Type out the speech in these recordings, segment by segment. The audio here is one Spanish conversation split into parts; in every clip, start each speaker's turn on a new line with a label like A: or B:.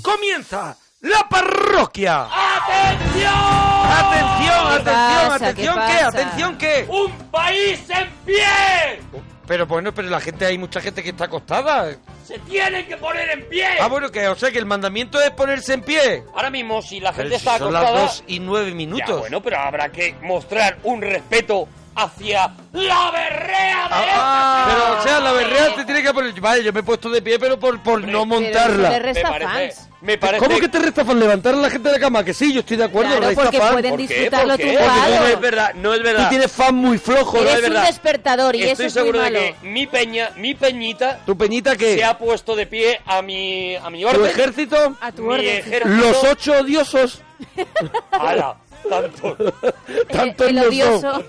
A: comienza la parroquia.
B: ¡Atención!
A: Atención,
C: ¿Qué
A: atención,
C: pasa?
A: atención
C: ¿Qué
A: qué,
C: pasa?
A: atención qué.
B: ¡Un país en pie!
A: Pero bueno, pero la gente hay mucha gente que está acostada.
B: ¡Se tienen que poner en pie!
A: Ah, bueno, que o sea que el mandamiento es ponerse en pie.
B: Ahora mismo, si la gente
A: Pero si
B: está
A: son
B: acostada...
A: las dos y nueve minutos.
B: Ya, bueno, pero habrá que mostrar un respeto hacia la berrea de
A: Ah,
B: esta
A: pero o sea, la
B: semana.
A: berrea te tiene que poner. Vale, yo me he puesto de pie, pero por, por no
C: Pero
A: montarla.
C: le resta
B: me parece,
C: fans.
B: Me parece...
A: ¿Cómo que te restafan? Levantar a la gente de la cama, que sí, yo estoy de acuerdo,
C: Claro,
A: resta
C: porque
A: fan.
C: pueden
B: ¿Por qué?
C: disfrutarlo
B: ¿Por qué?
A: Porque
C: tumbado.
A: no es
B: verdad, no es
A: Tú
B: verdad.
A: tienes fan muy flojo, ¿no?
C: Eres
A: Es
C: un
A: verdad.
C: despertador y
B: Estoy
C: eso es muy
B: seguro de
C: malo.
B: que mi peña, mi peñita,
A: Tu peñita que
B: se ha puesto de pie a mi, a mi
A: tu
B: orden.
A: ejército,
C: A tu
B: mi
C: orden.
B: ejército-
A: los ocho odiosos.
B: ¡Hala! Tanto.
A: Tanto
C: el
A: no son.
C: odioso.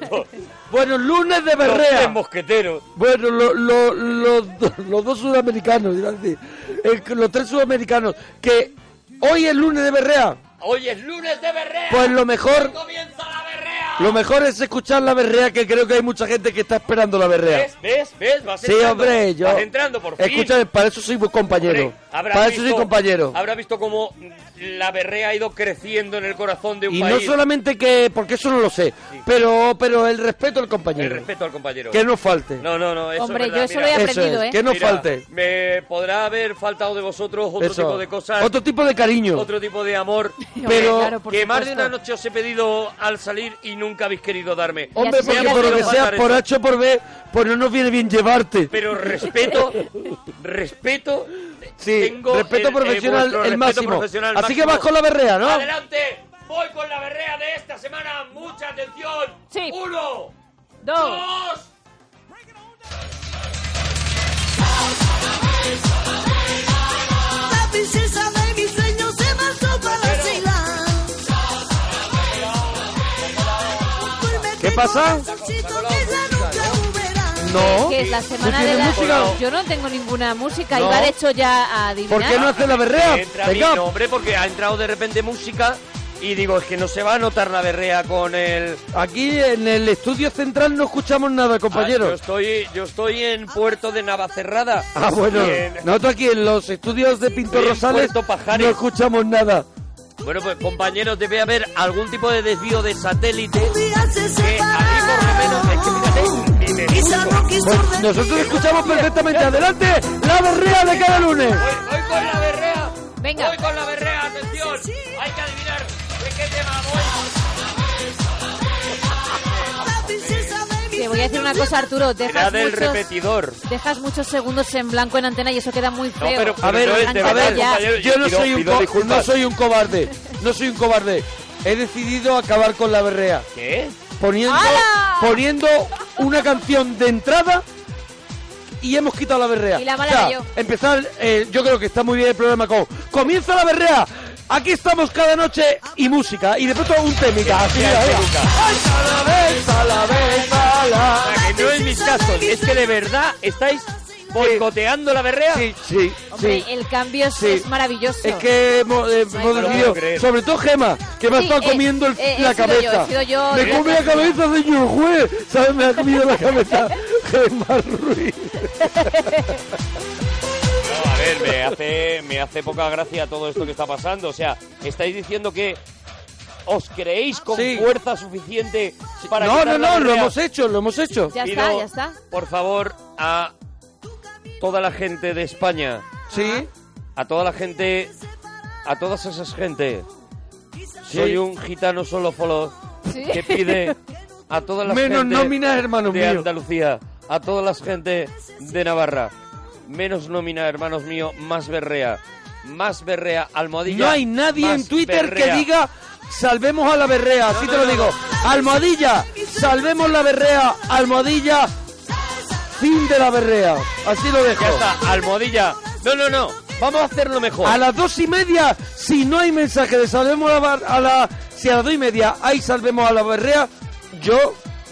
A: Bueno, lunes de
B: Los tres
A: berrea.
B: mosqueteros.
A: Bueno, lo- lo- lo- do- los dos sudamericanos, iba a decir. El- los tres sudamericanos, que hoy es lunes de berrea.
B: Hoy es lunes de berrea.
A: Pues lo mejor,
B: comienza la berrea.
A: lo mejor es escuchar la berrea, que creo que hay mucha gente que está esperando la berrea.
B: ¿Ves? ¿Ves? ¿Ves? Vas
A: Sí,
B: entrando.
A: hombre, yo.
B: Vas entrando, por fin.
A: Escúchame, para eso soy compañero.
B: Hombre, habrás
A: Para eso soy
B: visto-
A: compañero.
B: Habrás visto cómo la berrea ha ido creciendo en el corazón de un
A: Y no
B: país.
A: solamente que, porque eso no lo sé, pero, pero el respeto al
B: El
A: compañero.
B: respeto al compañero.
A: Que no falte.
B: No, no, no. Eso
C: Hombre,
B: es verdad,
C: yo eso
B: mira.
C: lo he
A: Eso
C: aprendido,
A: es,
C: ¿eh?
A: que no
B: Mira,
A: falte.
B: Me podrá haber faltado de vosotros otro
A: Eso.
B: tipo de cosas.
A: Otro tipo de cariño.
B: otro tipo de amor.
C: Hombre,
A: Pero
C: claro, por
B: que más de
C: supuesto.
B: una noche os he pedido al salir y nunca habéis querido darme.
A: Hombre,
C: así
A: porque
C: ya
A: por lo
C: se
A: que
C: lo
A: sea,
B: pasaré.
A: por H o por B, pues no nos viene bien llevarte.
B: Pero respeto, respeto.
A: Sí,
B: tengo
A: respeto
B: el- eh,
A: profesional
B: vuestro
A: el
B: respeto
A: máximo.
B: profesional
A: Así que
B: máximo.
A: vas con la berrea, ¿no?
B: Adelante, voy con la berrea de esta semana. Mucha atención.
C: Sí.
B: Uno,
C: Dos.
B: dos.
D: La princesa de mis sueños se marchó para la ciudad.
A: ¿Qué pasa? No.
C: Que es la semana de
A: tiene
C: la...
A: música?
C: Yo no tengo ninguna música.
A: No.
C: Iba de hecho ya a adivinar.
A: ¿Por qué no hace la berrea?
B: Entra mi
A: Venga.
B: nombre porque ha entrado de repente música y digo, es que no se va a notar la berrea con el...
A: Aquí en el estudio central no escuchamos nada,
B: Ah, yo,
A: compañeros.
B: estoy, yo estoy en Puerto de Navacerrada.
A: Ah, bueno.
B: Y en-
A: Nosotros aquí en los estudios de Pintor
B: Bien,
A: Rosales
B: Puerto Pajares.
A: no escuchamos nada.
B: Bueno, pues compañeros, debe haber algún tipo de desvío de satélite. Que a mí por lo menos es que fíjate, ni me escucho.
A: Pues nosotros escuchamos perfectamente. Adelante, la berrea de cada lunes.
B: Voy, voy con la berrea.
C: Venga.
B: Voy con la berrea, atención. Hay que adivinar de qué tema voy.
C: Te voy a decir una cosa, Arturo.
B: Era
C: Dejas
B: del
C: muchos,
B: repetidor.
C: dejas muchos segundos en blanco en antena y eso queda muy feo.
B: pero-
A: A ver,
B: no es
A: a
B: de
A: ver,
B: verdad,
C: ya.
B: compañero.
A: yo no
B: Pido-
A: soy, un
B: pido
A: co-
B: disculpas.
A: no soy un cobarde, no soy un cobarde. He decidido acabar con la berrea,
B: ¿Qué?
A: poniendo,
C: ¡Hala!
A: poniendo una canción de entrada y hemos quitado la berrea.
C: Y la mala
A: O sea,
C: era yo.
A: Empezar, eh, yo creo que está muy bien el programa con comienza la berrea. Aquí estamos cada noche y música y de pronto un témica. Así, mira, mira. Ay, a la vez, a la vez, a la-
B: Ah, que no es mi caso, es que de verdad estáis boicoteando la berrea.
A: Sí, sí,
C: Hombre,
A: sí.
C: el cambio es,
A: Sí.
C: es maravilloso.
A: Es que hemos, eh, hemos
C: No lo
A: decidido,
B: puedo creer.
A: sobre todo Gema, que me ha
C: Sí,
A: estado
C: eh,
A: comiendo el-
C: eh, he
A: la
C: sido
A: cabeza.
C: yo, he sido yo.
A: me
C: Yo-
A: come la cabeza, señor juez. ¿Sabes? Me ha comido la cabeza Gema Ruiz.
B: No, a ver, me hace, me hace poca gracia todo esto que está pasando. O sea, estáis diciendo que os creéis con
A: Sí.
B: fuerza suficiente para
A: No,
B: quitar
A: no,
B: la
A: no, lo
B: berrea.
A: hemos hecho, lo hemos hecho.
C: Ya
B: Pido,
C: está, ya está.
B: Por favor, a toda la gente de España,
A: Sí,
B: a toda la gente, a todas esas gente.
A: Sí.
B: Soy un gitano solo follow
C: Sí.
B: que pide a todas las
A: menos
B: gente
A: nóminas, hermano
B: de
A: mío.
B: Andalucía, a todas las gente de Navarra. Menos nómina, hermanos míos, más berrea. Más berrea, almohadilla.
A: No hay nadie
B: más
A: en Twitter
B: berrea.
A: que diga salvemos a la berrea, así
B: No,
A: te
B: no,
A: lo
B: no.
A: digo. Almohadilla, salvemos la berrea, almohadilla, fin de la berrea. Así lo dejo.
B: Ya está, almohadilla. No, no, no. Vamos a hacerlo mejor.
A: A las dos y media, si no hay mensaje de salvemos a la, bar- a la- Si a las dos y media hay salvemos a la berrea, yo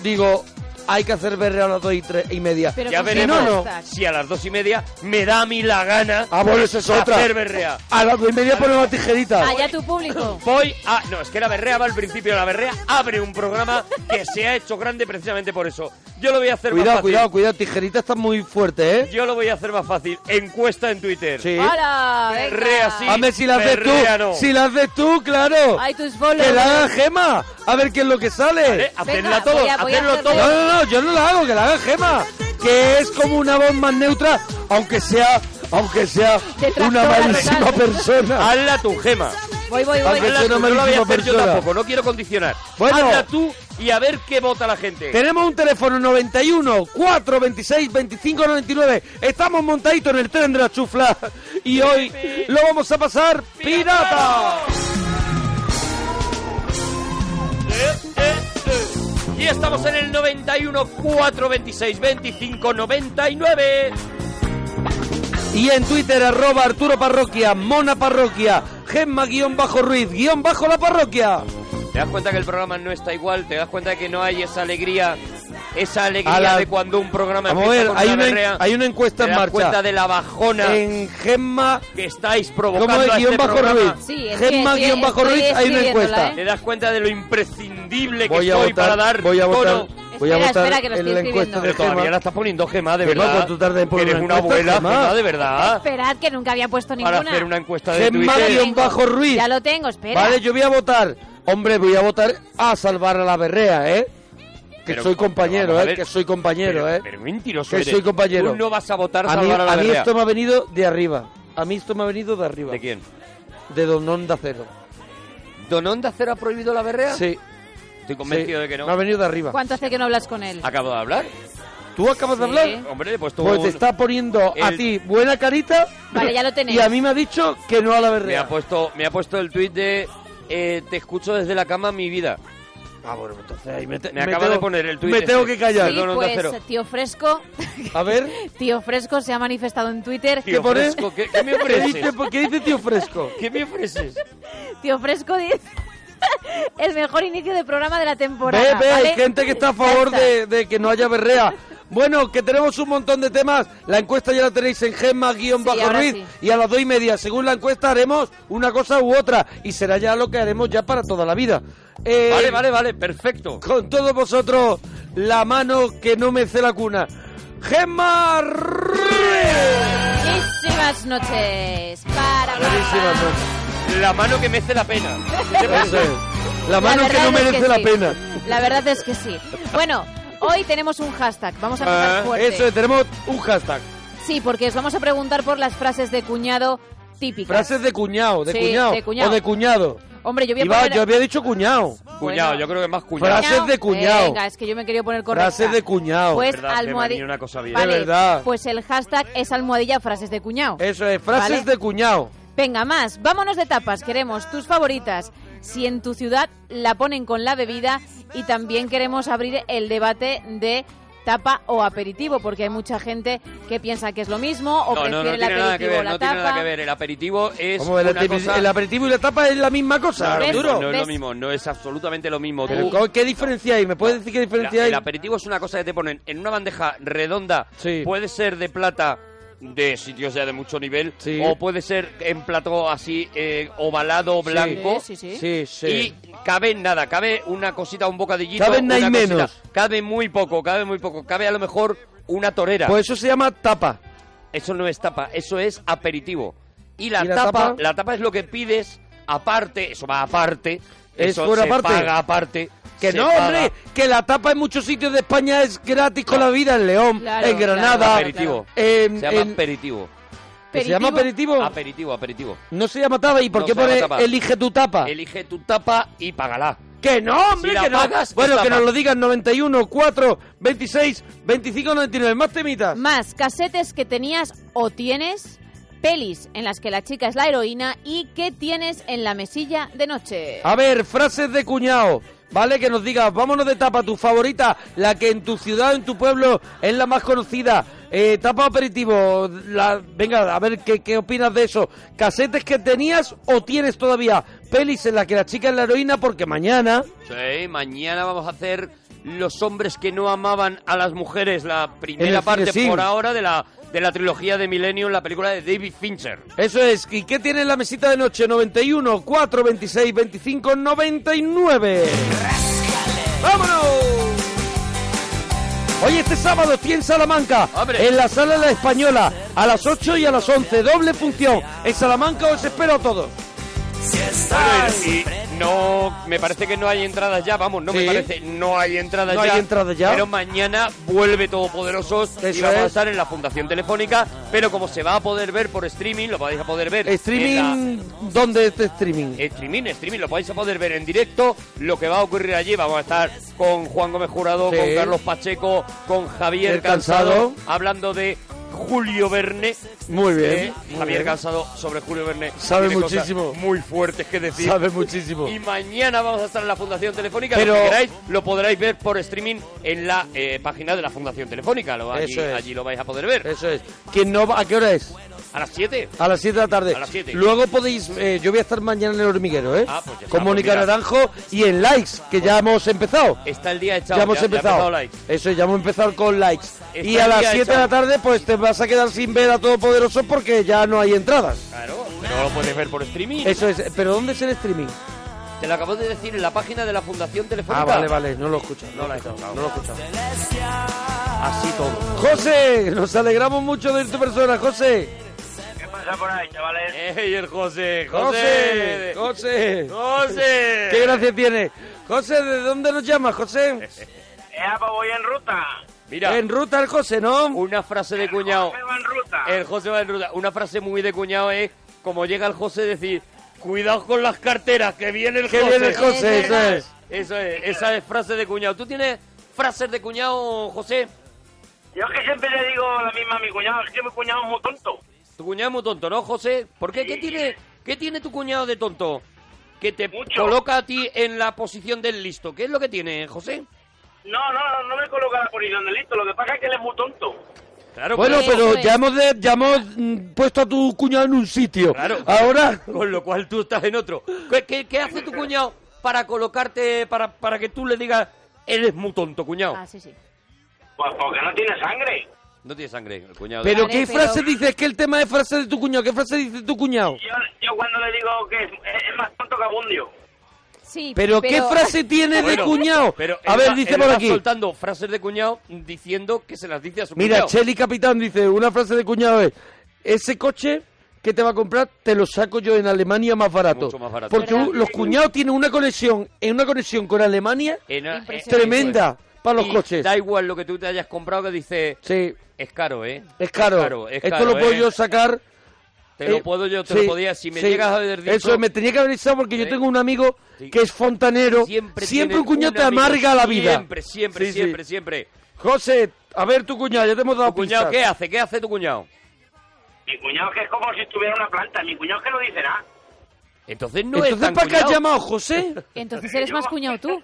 A: digo, hay que hacer berrea a las dos y tres y media.
C: Pero
B: ya
C: con
B: veremos
A: si no,
C: no.
B: si a las dos y media me da a mí la gana
A: Ah, bueno, esa es otra.
B: hacer berrea. Ah,
A: A las dos y media ponemos tijeritas.
C: Allá tu público.
B: Voy a... No, es que la berrea va al principio. La berrea abre un programa que se ha hecho grande precisamente por eso. Yo lo voy a hacer más
A: Cuidado,
B: fácil.
A: cuidado, cuidado. Tijerita está muy fuerte, ¿eh?
B: Yo lo voy a hacer más fácil. Encuesta en Twitter.
A: Sí.
C: ¡Hala! venga.
B: Re así.
A: A ver si la haces tú.
B: perrea no.
A: Si la haces tú, claro.
C: Ay, tus bolos.
A: Que la haga Gema. A ver qué es lo que sale.
B: ¿Vale? Hacedla
C: Venga,
B: todos,
C: voy a- voy a
B: hacedlo
C: hacer
A: No,
B: todos.
A: no, no, yo no la hago, que la haga Gema. Que es como una voz más neutra, aunque sea, aunque sea
C: Detractora
A: una malísima
C: total.
A: persona.
B: Hazla tu gema.
C: Voy, voy, voy.
A: Hazme
B: Hazla
A: soy
B: tú,
A: una
B: no la voy a
A: malísima
B: hacer yo
A: persona.
B: tampoco, no quiero condicionar.
A: Bueno.
B: Hazla tú y a ver qué vota la gente.
A: Tenemos un teléfono 91 426 2599. Estamos montaditos en el tren de la chufla y hoy lo vamos a pasar pirata.
B: Eh, eh, eh. Y estamos en el 91 426 25 99.
A: Y en Twitter arroba Arturo Parroquia, Mona Parroquia, Gemma guión bajo Ruiz, guión bajo la parroquia.
B: Te das cuenta que el programa no está igual, te das cuenta que no hay esa alegría, esa alegría
A: A la-
B: de cuando un programa
A: Vamos a
B: empieza
A: ver,
B: con
A: hay una,
B: berrea.
A: hay una encuesta
B: te
A: en
B: das cuenta
A: marcha.
B: de la bajona
A: En Gemma
B: que estáis provocando
A: ¿Cómo es
B: a
A: guión
B: este
A: bajo
B: programa.
A: Ruiz?
C: Sí, es que
A: Gemma
C: estoy-
A: guión bajo
C: estoy
A: Ruiz, hay una
C: escribiéndola, ¿eh?
A: encuesta.
B: Te das cuenta de lo imprescindible que
A: Voy a
B: soy para
A: votar,
B: dar
A: voy a votar,
B: tono.
A: voy a
C: Espera,
A: votar
C: espera, que lo
A: en
C: estoy
A: la encuesta
C: escribiendo.
A: de
B: Pero todavía
A: Gemma.
B: la estás poniendo Gema, de
A: Gemma,
B: verdad.
A: ¿cuánto tarda en poner
B: Eres
A: una
B: una
A: encuesta,
B: abuela,
A: Gemma?
B: Gemma, de verdad.
C: Esperad, que nunca había puesto
B: Ah. Para
C: ninguna.
B: hacer una encuesta de
A: Gemma
B: Twitter.
A: guión bajo Ruiz.
C: Ya lo tengo, espera.
A: Vale, yo voy a votar. Hombre, voy a votar a salvar a la berrea, ¿eh? Que
B: Pero,
A: soy
B: pero
A: compañero,
B: vamos a
A: ¿eh?
B: ver.
A: Que soy compañero,
B: pero,
A: ¿eh?
B: Pero mentiroso
A: Que
B: eres.
A: soy compañero.
B: Tú no vas a votar
A: a mí,
B: Salvador
A: a mí
B: Alarrea.
A: esto me ha venido de arriba. A mí esto me ha venido de arriba.
B: ¿De quién?
A: De Don Onda Cero.
B: ¿Don Onda Cero ha prohibido la berrea?
A: Sí.
B: Estoy convencido
A: sí.
B: de que no.
A: Me ha venido de arriba.
C: ¿Cuánto hace que no hablas con él?
B: Acabo de hablar. Pues
A: ¿Tú acabas de
C: Sí.
A: hablar?
B: Hombre, pues tú.
A: Pues te está poniendo a
B: el-
A: ti buena carita.
C: Vale, ya lo tenéis.
A: Y a mí me ha dicho que no a la
B: me,
A: berrea.
B: ha puesto, me ha puesto el tuit de. eh, te escucho desde la cama, mi vida.
A: Ah, bueno, entonces ahí me, te-
B: Me
A: me
B: acaba
A: tengo-
B: de poner el tuit
A: Me
B: este.
A: tengo que callar.
C: Sí,
B: Don Onda Cero.
C: pues tío Fresco,
A: A ver,
C: tío Fresco se ha manifestado en Twitter.
A: ¿Qué pone?
B: Fresco, ¿qué, qué me
A: ¿qué dice,
B: ofreces?
A: ¿qué dice tío fresco?
B: ¿Qué me ofreces?
C: Tío Fresco dice el mejor inicio de programa de la temporada.
A: Ve, ve, hay
C: ¿vale?
A: gente que está a
C: Ya
A: favor
C: está.
A: de, de que no haya berrea. Bueno, que tenemos un montón de temas. La encuesta ya la tenéis en gemma guión
C: Sí,
A: bajo
C: ahora
A: Ruiz
C: sí.
A: y a las dos y media. Según la encuesta haremos una cosa u otra y será ya lo que haremos ya para toda la vida. Eh,
B: Vale, vale, vale, perfecto.
A: Con todos vosotros, la mano que no me la cuna. Gemma Ruiz.
C: Buenísimas noches. Para, para.
A: Buenísimas noches.
B: La mano que mece la pena. ¿Qué te
A: Eso
B: parece?
A: es. La mano que
C: verdad
A: no
C: es
A: merece la
C: sí.
A: pena.
C: La verdad es que sí. Bueno, hoy tenemos un hashtag. Vamos a
B: Ah.
C: empezar fuerte.
A: Ah, Eso es, tenemos un hashtag.
C: Sí, porque os vamos a preguntar por las frases de cuñado típicas.
A: Frases de cuñado, de
C: Sí,
A: cuñado.
C: de cuñado.
A: O de cuñado.
C: Hombre, yo voy a
A: Iba-
C: poner...
A: yo había dicho cuñado.
B: Cuñado,
C: Bueno.
B: yo creo que más cuñado.
A: Frase- frases de cuñado.
C: Venga, es que yo me quería poner correcta.
A: Frases de cuñado.
C: Pues
B: Verdad, Gemma, ni
C: almohadilla.
B: una cosa bien.
A: De verdad.
C: Pues el hashtag es almohadilla frases de cuñado.
A: Eso es, frases
C: Vale.
A: de cuñado.
C: Venga, más. Vámonos de tapas. Queremos tus favoritas. Si en tu ciudad la ponen con la bebida. Y también queremos abrir el debate de tapa o aperitivo. Porque hay mucha gente que piensa que es lo mismo.
B: No, no,
C: O
B: no
C: prefiere
B: tiene
C: el
B: nada que
C: aperitivo o
B: ver,
C: la
B: no
C: tapa.
B: tiene nada que ver. El aperitivo es
A: Como el,
B: una
A: aperitivo-
B: cosa...
A: el aperitivo y la tapa es la misma cosa,
B: Claro,
C: ¿Ves?
A: Arturo.
B: No es lo
C: ¿Ves?
B: mismo, no es absolutamente lo mismo.
A: Pero,
B: Tú-
A: ¿cómo- ¿Qué diferencia hay? ¿Me puedes decir qué
B: La-
A: diferencia hay?
B: el aperitivo es una cosa que te ponen en una bandeja redonda.
A: Sí.
B: Puede ser de plata de sitios ya de mucho nivel
A: Sí.
B: o puede ser en plato así eh, ovalado blanco
C: Sí, sí, sí.
A: Sí, sí.
B: y cabe en nada cabe una cosita un bocadillito
A: Cabe nada y
B: una cosita.
A: menos.
B: cabe muy poco cabe muy poco cabe a lo mejor una torera
A: Pues eso se llama tapa.
B: eso no es tapa, eso es aperitivo. Y la,
A: ¿Y la
B: tapa,
A: tapa?
B: la tapa es lo que pides aparte, eso va aparte,
A: Es
B: eso
A: por
B: se
A: aparte.
B: paga aparte.
A: Que
B: se
A: no,
B: paga.
A: hombre, que la tapa en muchos sitios de España es gratis con la vida en León,
C: Claro,
A: en
C: claro,
A: Granada,
C: claro,
B: aperitivo.
A: en-
B: se llama
A: en-
B: aperitivo.
A: ¿que ¿Se llama aperitivo?
B: Aperitivo, aperitivo.
A: No se llama tapa. ¿Y por
B: No
A: qué
B: se llama
A: pone
B: tapa.
A: elige tu tapa?
B: Elige tu tapa y págala.
A: Que no, hombre,
B: Si la
A: que no.
B: pagas,
A: bueno,
B: es
A: que
B: tapa.
A: nos lo digan 91, 4, 26, 25, 99. Más temitas.
C: Más casetes que tenías o tienes. Pelis en las que la chica es la heroína y que tienes en la mesilla de noche.
A: A ver, frases de cuñado. ¿Vale? Que nos digas, vámonos de tapa, tu favorita, la que en tu ciudad, en tu pueblo, es la más conocida. Eh, tapa aperitivo, la, venga, a ver ¿qué, qué opinas de eso. Casetes que tenías o tienes todavía. Pelis en la que la chica es la heroína porque mañana...
B: Sí, mañana vamos a hacer los hombres que no amaban a las mujeres, la primera
A: el
B: parte
A: cinesim.
B: por ahora de la, de la trilogía de Millennium, la película de David Fincher.
A: Eso es, ¿y qué tiene en la mesita de noche? 91, 4, 26, 25, 99. ¡Vámonos! Hoy este sábado estoy en Salamanca,
B: Hombre.
A: en la sala de la española, a las 8 y a las 11, doble función. En Salamanca os espero a todos.
B: Bueno, y, y no, me parece que no hay entradas ya, vamos, no
A: Sí.
B: me parece, no hay entradas
A: No
B: ya.
A: hay entradas ya.
B: Pero mañana vuelve Todopoderosos y
A: Eso
B: vamos a
A: es.
B: estar en la Fundación Telefónica, pero como se va a poder ver por streaming, lo vais a poder ver. en
A: Streaming, ¿dónde es este streaming?
B: la- streaming, streaming, lo vais a poder ver en directo. Lo que va a ocurrir allí, vamos a estar con Juan Gómez Jurado,
A: Sí.
B: con Carlos Pacheco, con Javier
A: El Cansado.
B: Cansado, hablando de Julio Verne.
A: Muy bien.
B: Eh,
A: muy
B: Javier
A: bien.
B: Cansado sobre Julio Verne
A: Sabe
B: tiene cosas
A: muchísimo.
B: muy fuertes que decir.
A: Sabe muchísimo.
B: Y mañana vamos a estar en la Fundación Telefónica.
A: Pero-
B: Lo que queráis lo podréis ver por streaming en la eh, página de la Fundación Telefónica. Lo- allí,
A: Eso es.
B: allí lo vais a poder ver.
A: Eso es. ¿Quién no va- ¿A qué hora es?
B: A las 7.
A: A las 7 de la tarde.
B: A las siete.
A: Luego podéis. eh, yo voy a estar mañana en el hormiguero, ¿eh?
B: Ah, pues ya está,
A: Con
B: pues
A: Mónica
B: mira.
A: Naranjo y en likes, que ya hemos empezado.
B: Está el día echado.
A: ya hemos
B: ha
A: empezado.
B: empezado likes.
A: Eso, es, ya hemos empezado con likes.
B: Está
A: y a
B: el
A: las
B: día
A: 7 de la
B: echado.
A: tarde, pues te vas a quedar sin ver a Todopoderoso porque ya no hay entradas.
B: Claro, pero lo puedes ver por streaming.
A: Eso es. ¿Pero dónde es el streaming?
B: Te lo acabo de decir en la página de la Fundación Telefónica.
A: Ah, vale, vale, no lo escuchas.
B: No lo he escuchado.
A: No lo he escuchado.
B: Así todo.
A: José, nos alegramos mucho de tu persona, José.
E: ¿Qué pasa por ahí, chavales?
B: ¡Ey, Eh, el José!
A: José,
B: ¡José!
A: José.
B: ¡José!
A: Qué gracia tiene. José, ¿de dónde nos llamas, José?
E: Eh, pues voy en ruta.
B: Mira,
A: En ruta el José, ¿no?
B: una frase de cuñado.
E: Me voy en ruta.
B: El José va en ruta. Una frase muy de cuñado es como llega el José decir, cuidado con las carteras, que viene el
A: Que
B: José.
A: viene el José,
C: Es
A: eso
C: verdad.
A: es.
B: Eso es, esa es frase de cuñado. ¿Tú tienes frases de cuñado, José?
E: Yo es que siempre le digo la misma a mi cuñado, es que mi cuñado es muy tonto.
B: Tu cuñado es muy tonto, ¿no, José? ¿Por qué? ¿Qué tiene, qué tiene tu cuñado de tonto? Que te
E: Mucho.
B: coloca a ti en la posición del listo. ¿Qué es lo que tiene, José?
E: No, no, no me coloca la posición de listo, lo que pasa es que él es muy tonto.
B: Claro,
A: Bueno,
B: pero-
A: pero
C: Eso es.
A: ya hemos, de- ya hemos, mm, puesto a tu cuñado en un sitio.
B: Claro.
A: Ahora,
B: Con lo cual tú estás en otro. ¿Qué, qué- qué hace tu cuñado para colocarte, para, para que tú le digas, eres muy tonto, cuñado?
C: Ah, sí, sí.
E: Pues porque no tiene sangre.
B: No tiene sangre, el cuñado.
A: pero
C: Vale,
A: ¿qué
C: pero-
A: frase dices? Que el tema de frase de tu cuñado. ¿Qué frase dice tu cuñado?
E: Yo, yo cuando le digo que es, es- es más tonto que Abundio.
C: Sí,
A: Pero ¿qué frase tiene de
B: Bueno,
A: cuñado?
B: Pero
A: A
B: él
A: ver,
B: va-
A: dice
B: él
A: por
B: va
A: aquí.
B: soltando frases de cuñado diciendo que se las dice a su
A: Mira,
B: cuñado.
A: Cheli Capitán dice, una frase de cuñado es, ese coche que te va a comprar te lo saco yo en Alemania más barato.
B: Mucho más barato.
A: Porque
C: ¿Verdad?
A: los cuñados tienen una conexión, en una conexión con Alemania
B: En- en-
C: Impresionante.
A: tremenda para los
B: eh, Y
A: coches.
B: Da igual lo que tú te hayas comprado que dice,
A: Sí,
B: es caro, ¿eh?
A: es caro.
B: es
A: Esto
B: caro,
A: lo puedo
B: ¿eh?
A: yo sacar.
B: Te lo
A: eh,
B: puedo yo, te
A: sí,
B: lo podía. Si me
A: sí.
B: llegas a haber dicho...
A: Eso, me tenía que haber avisado porque yo
B: Sí.
A: tengo un amigo
B: Sí.
A: que es fontanero. Siempre,
B: Siempre, tienen
A: un cuñado te
B: amigo,
A: amarga la vida.
B: Siempre, siempre,
A: Sí, sí.
B: siempre, siempre.
A: José, a ver tu cuñado, ya te hemos dado
B: ¿Tu
A: pistas.
B: cuñado qué hace? ¿Qué hace tu cuñado?
E: Mi cuñado que es como si estuviera una planta, mi cuñado que no dice nada.
B: Entonces no es
A: Entonces,
B: tan
A: ¿para qué has
B: cuñado.
A: llamado, José?
C: Entonces eres más cuñado tú.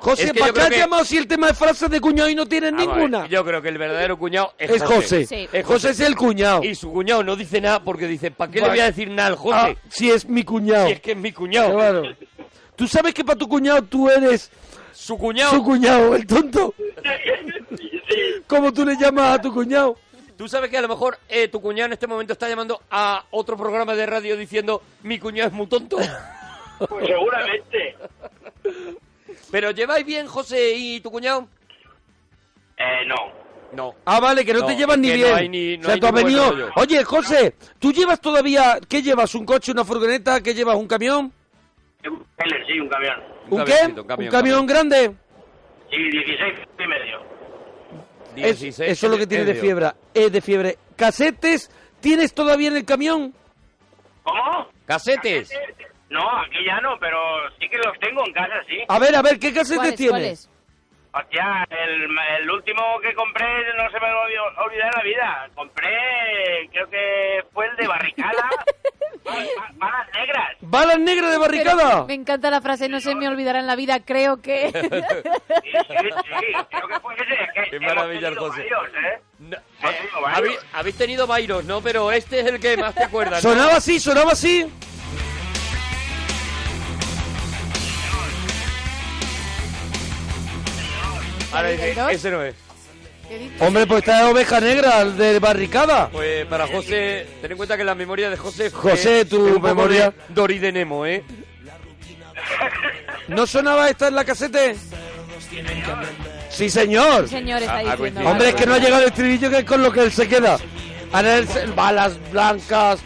A: José,
B: Es que
A: ¿para qué
B: yo creo
A: has
B: que-
A: llamado si el tema de frases de cuñado y no tienes
B: Ah, vale.
A: ninguna?
B: Yo creo que el verdadero cuñado es,
A: Es José.
C: Sí.
A: Es José es el cuñado.
B: Y su cuñado no dice nada porque dice, ¿para qué le voy a decir nada al
A: Ah,
B: José?
A: si es mi cuñado.
B: Si es que es mi cuñado.
A: Claro. Tú sabes que para tu cuñado tú eres
B: Su cuñado.
A: su cuñado, el tonto. ¿Cómo tú le llamas a tu cuñado?
B: Tú sabes que a lo mejor eh, tu cuñado en este momento está llamando a otro programa de radio diciendo mi cuñado es muy tonto.
E: Pues seguramente.
B: Pero lleváis bien, José y tu cuñado.
E: Eh, no.
B: No.
A: Ah, vale, que no,
B: No,
A: te llevan
B: es
A: ni
B: que no
A: bien.
B: hay ni- no
A: o sea,
B: hay
A: tú has
B: ni buen
A: venido.
B: rollo.
A: Oye, José, ¿tú llevas todavía. ¿Qué llevas? ¿Un coche, una furgoneta? ¿Qué llevas? ¿Un camión?
E: Un trailer, sí, un camión.
A: ¿Un, qué?
B: camioncito,
A: ¿Un camión, grande?
E: Sí, 16 y medio.
A: Es-
B: 16
A: eso es lo que tiene de
B: medio.
A: fiebre. Es de fiebre. ¿Casetes tienes todavía en el camión?
E: ¿Cómo?
B: Casetes.
E: No, aquí ya no, pero sí que los tengo en casa, sí.
A: A ver, a ver, ¿qué casetes
C: ¿Cuáles,
A: tienes?
C: cuáles?
E: Hostia, el, el último que compré no se me va a olvi- olvidar en la vida. Compré, creo que fue el de Barricada. Ba- ba- Balas negras.
A: ¿Balas negras de
C: Pero
A: barricada?
C: me encanta la frase, no se me olvidará en la vida, creo que...
E: Sí, sí, sí, creo que fue ese. que
B: Qué
E: hemos
B: maravilla,
E: tenido
B: José.
E: varios, ¿eh?
B: No.
E: Hemos tenido varios.
B: Habéis, habéis tenido Bairos, ¿no? Pero este es el que más te acuerdas. ¿no?
A: Sonaba así, sonaba así.
B: Ahora dice,
C: ¿Bairos?
B: ese no es.
C: ¿Qué dices?
A: Hombre, pues está oveja negra el de barricada.
B: Pues para José, ten en cuenta que la memoria de José fue-
A: José, tu
B: fue un poco
A: memoria.
B: de Dori de Nemo, ¿eh?
A: ¿No sonaba esta en la casete? Sí, señor.
C: Señor, está
B: Ah, ah,
C: diciendo.
B: coincide.
A: Hombre, es que no ha llegado el estribillo que es con lo que él se queda. Ahora él se- balas blancas.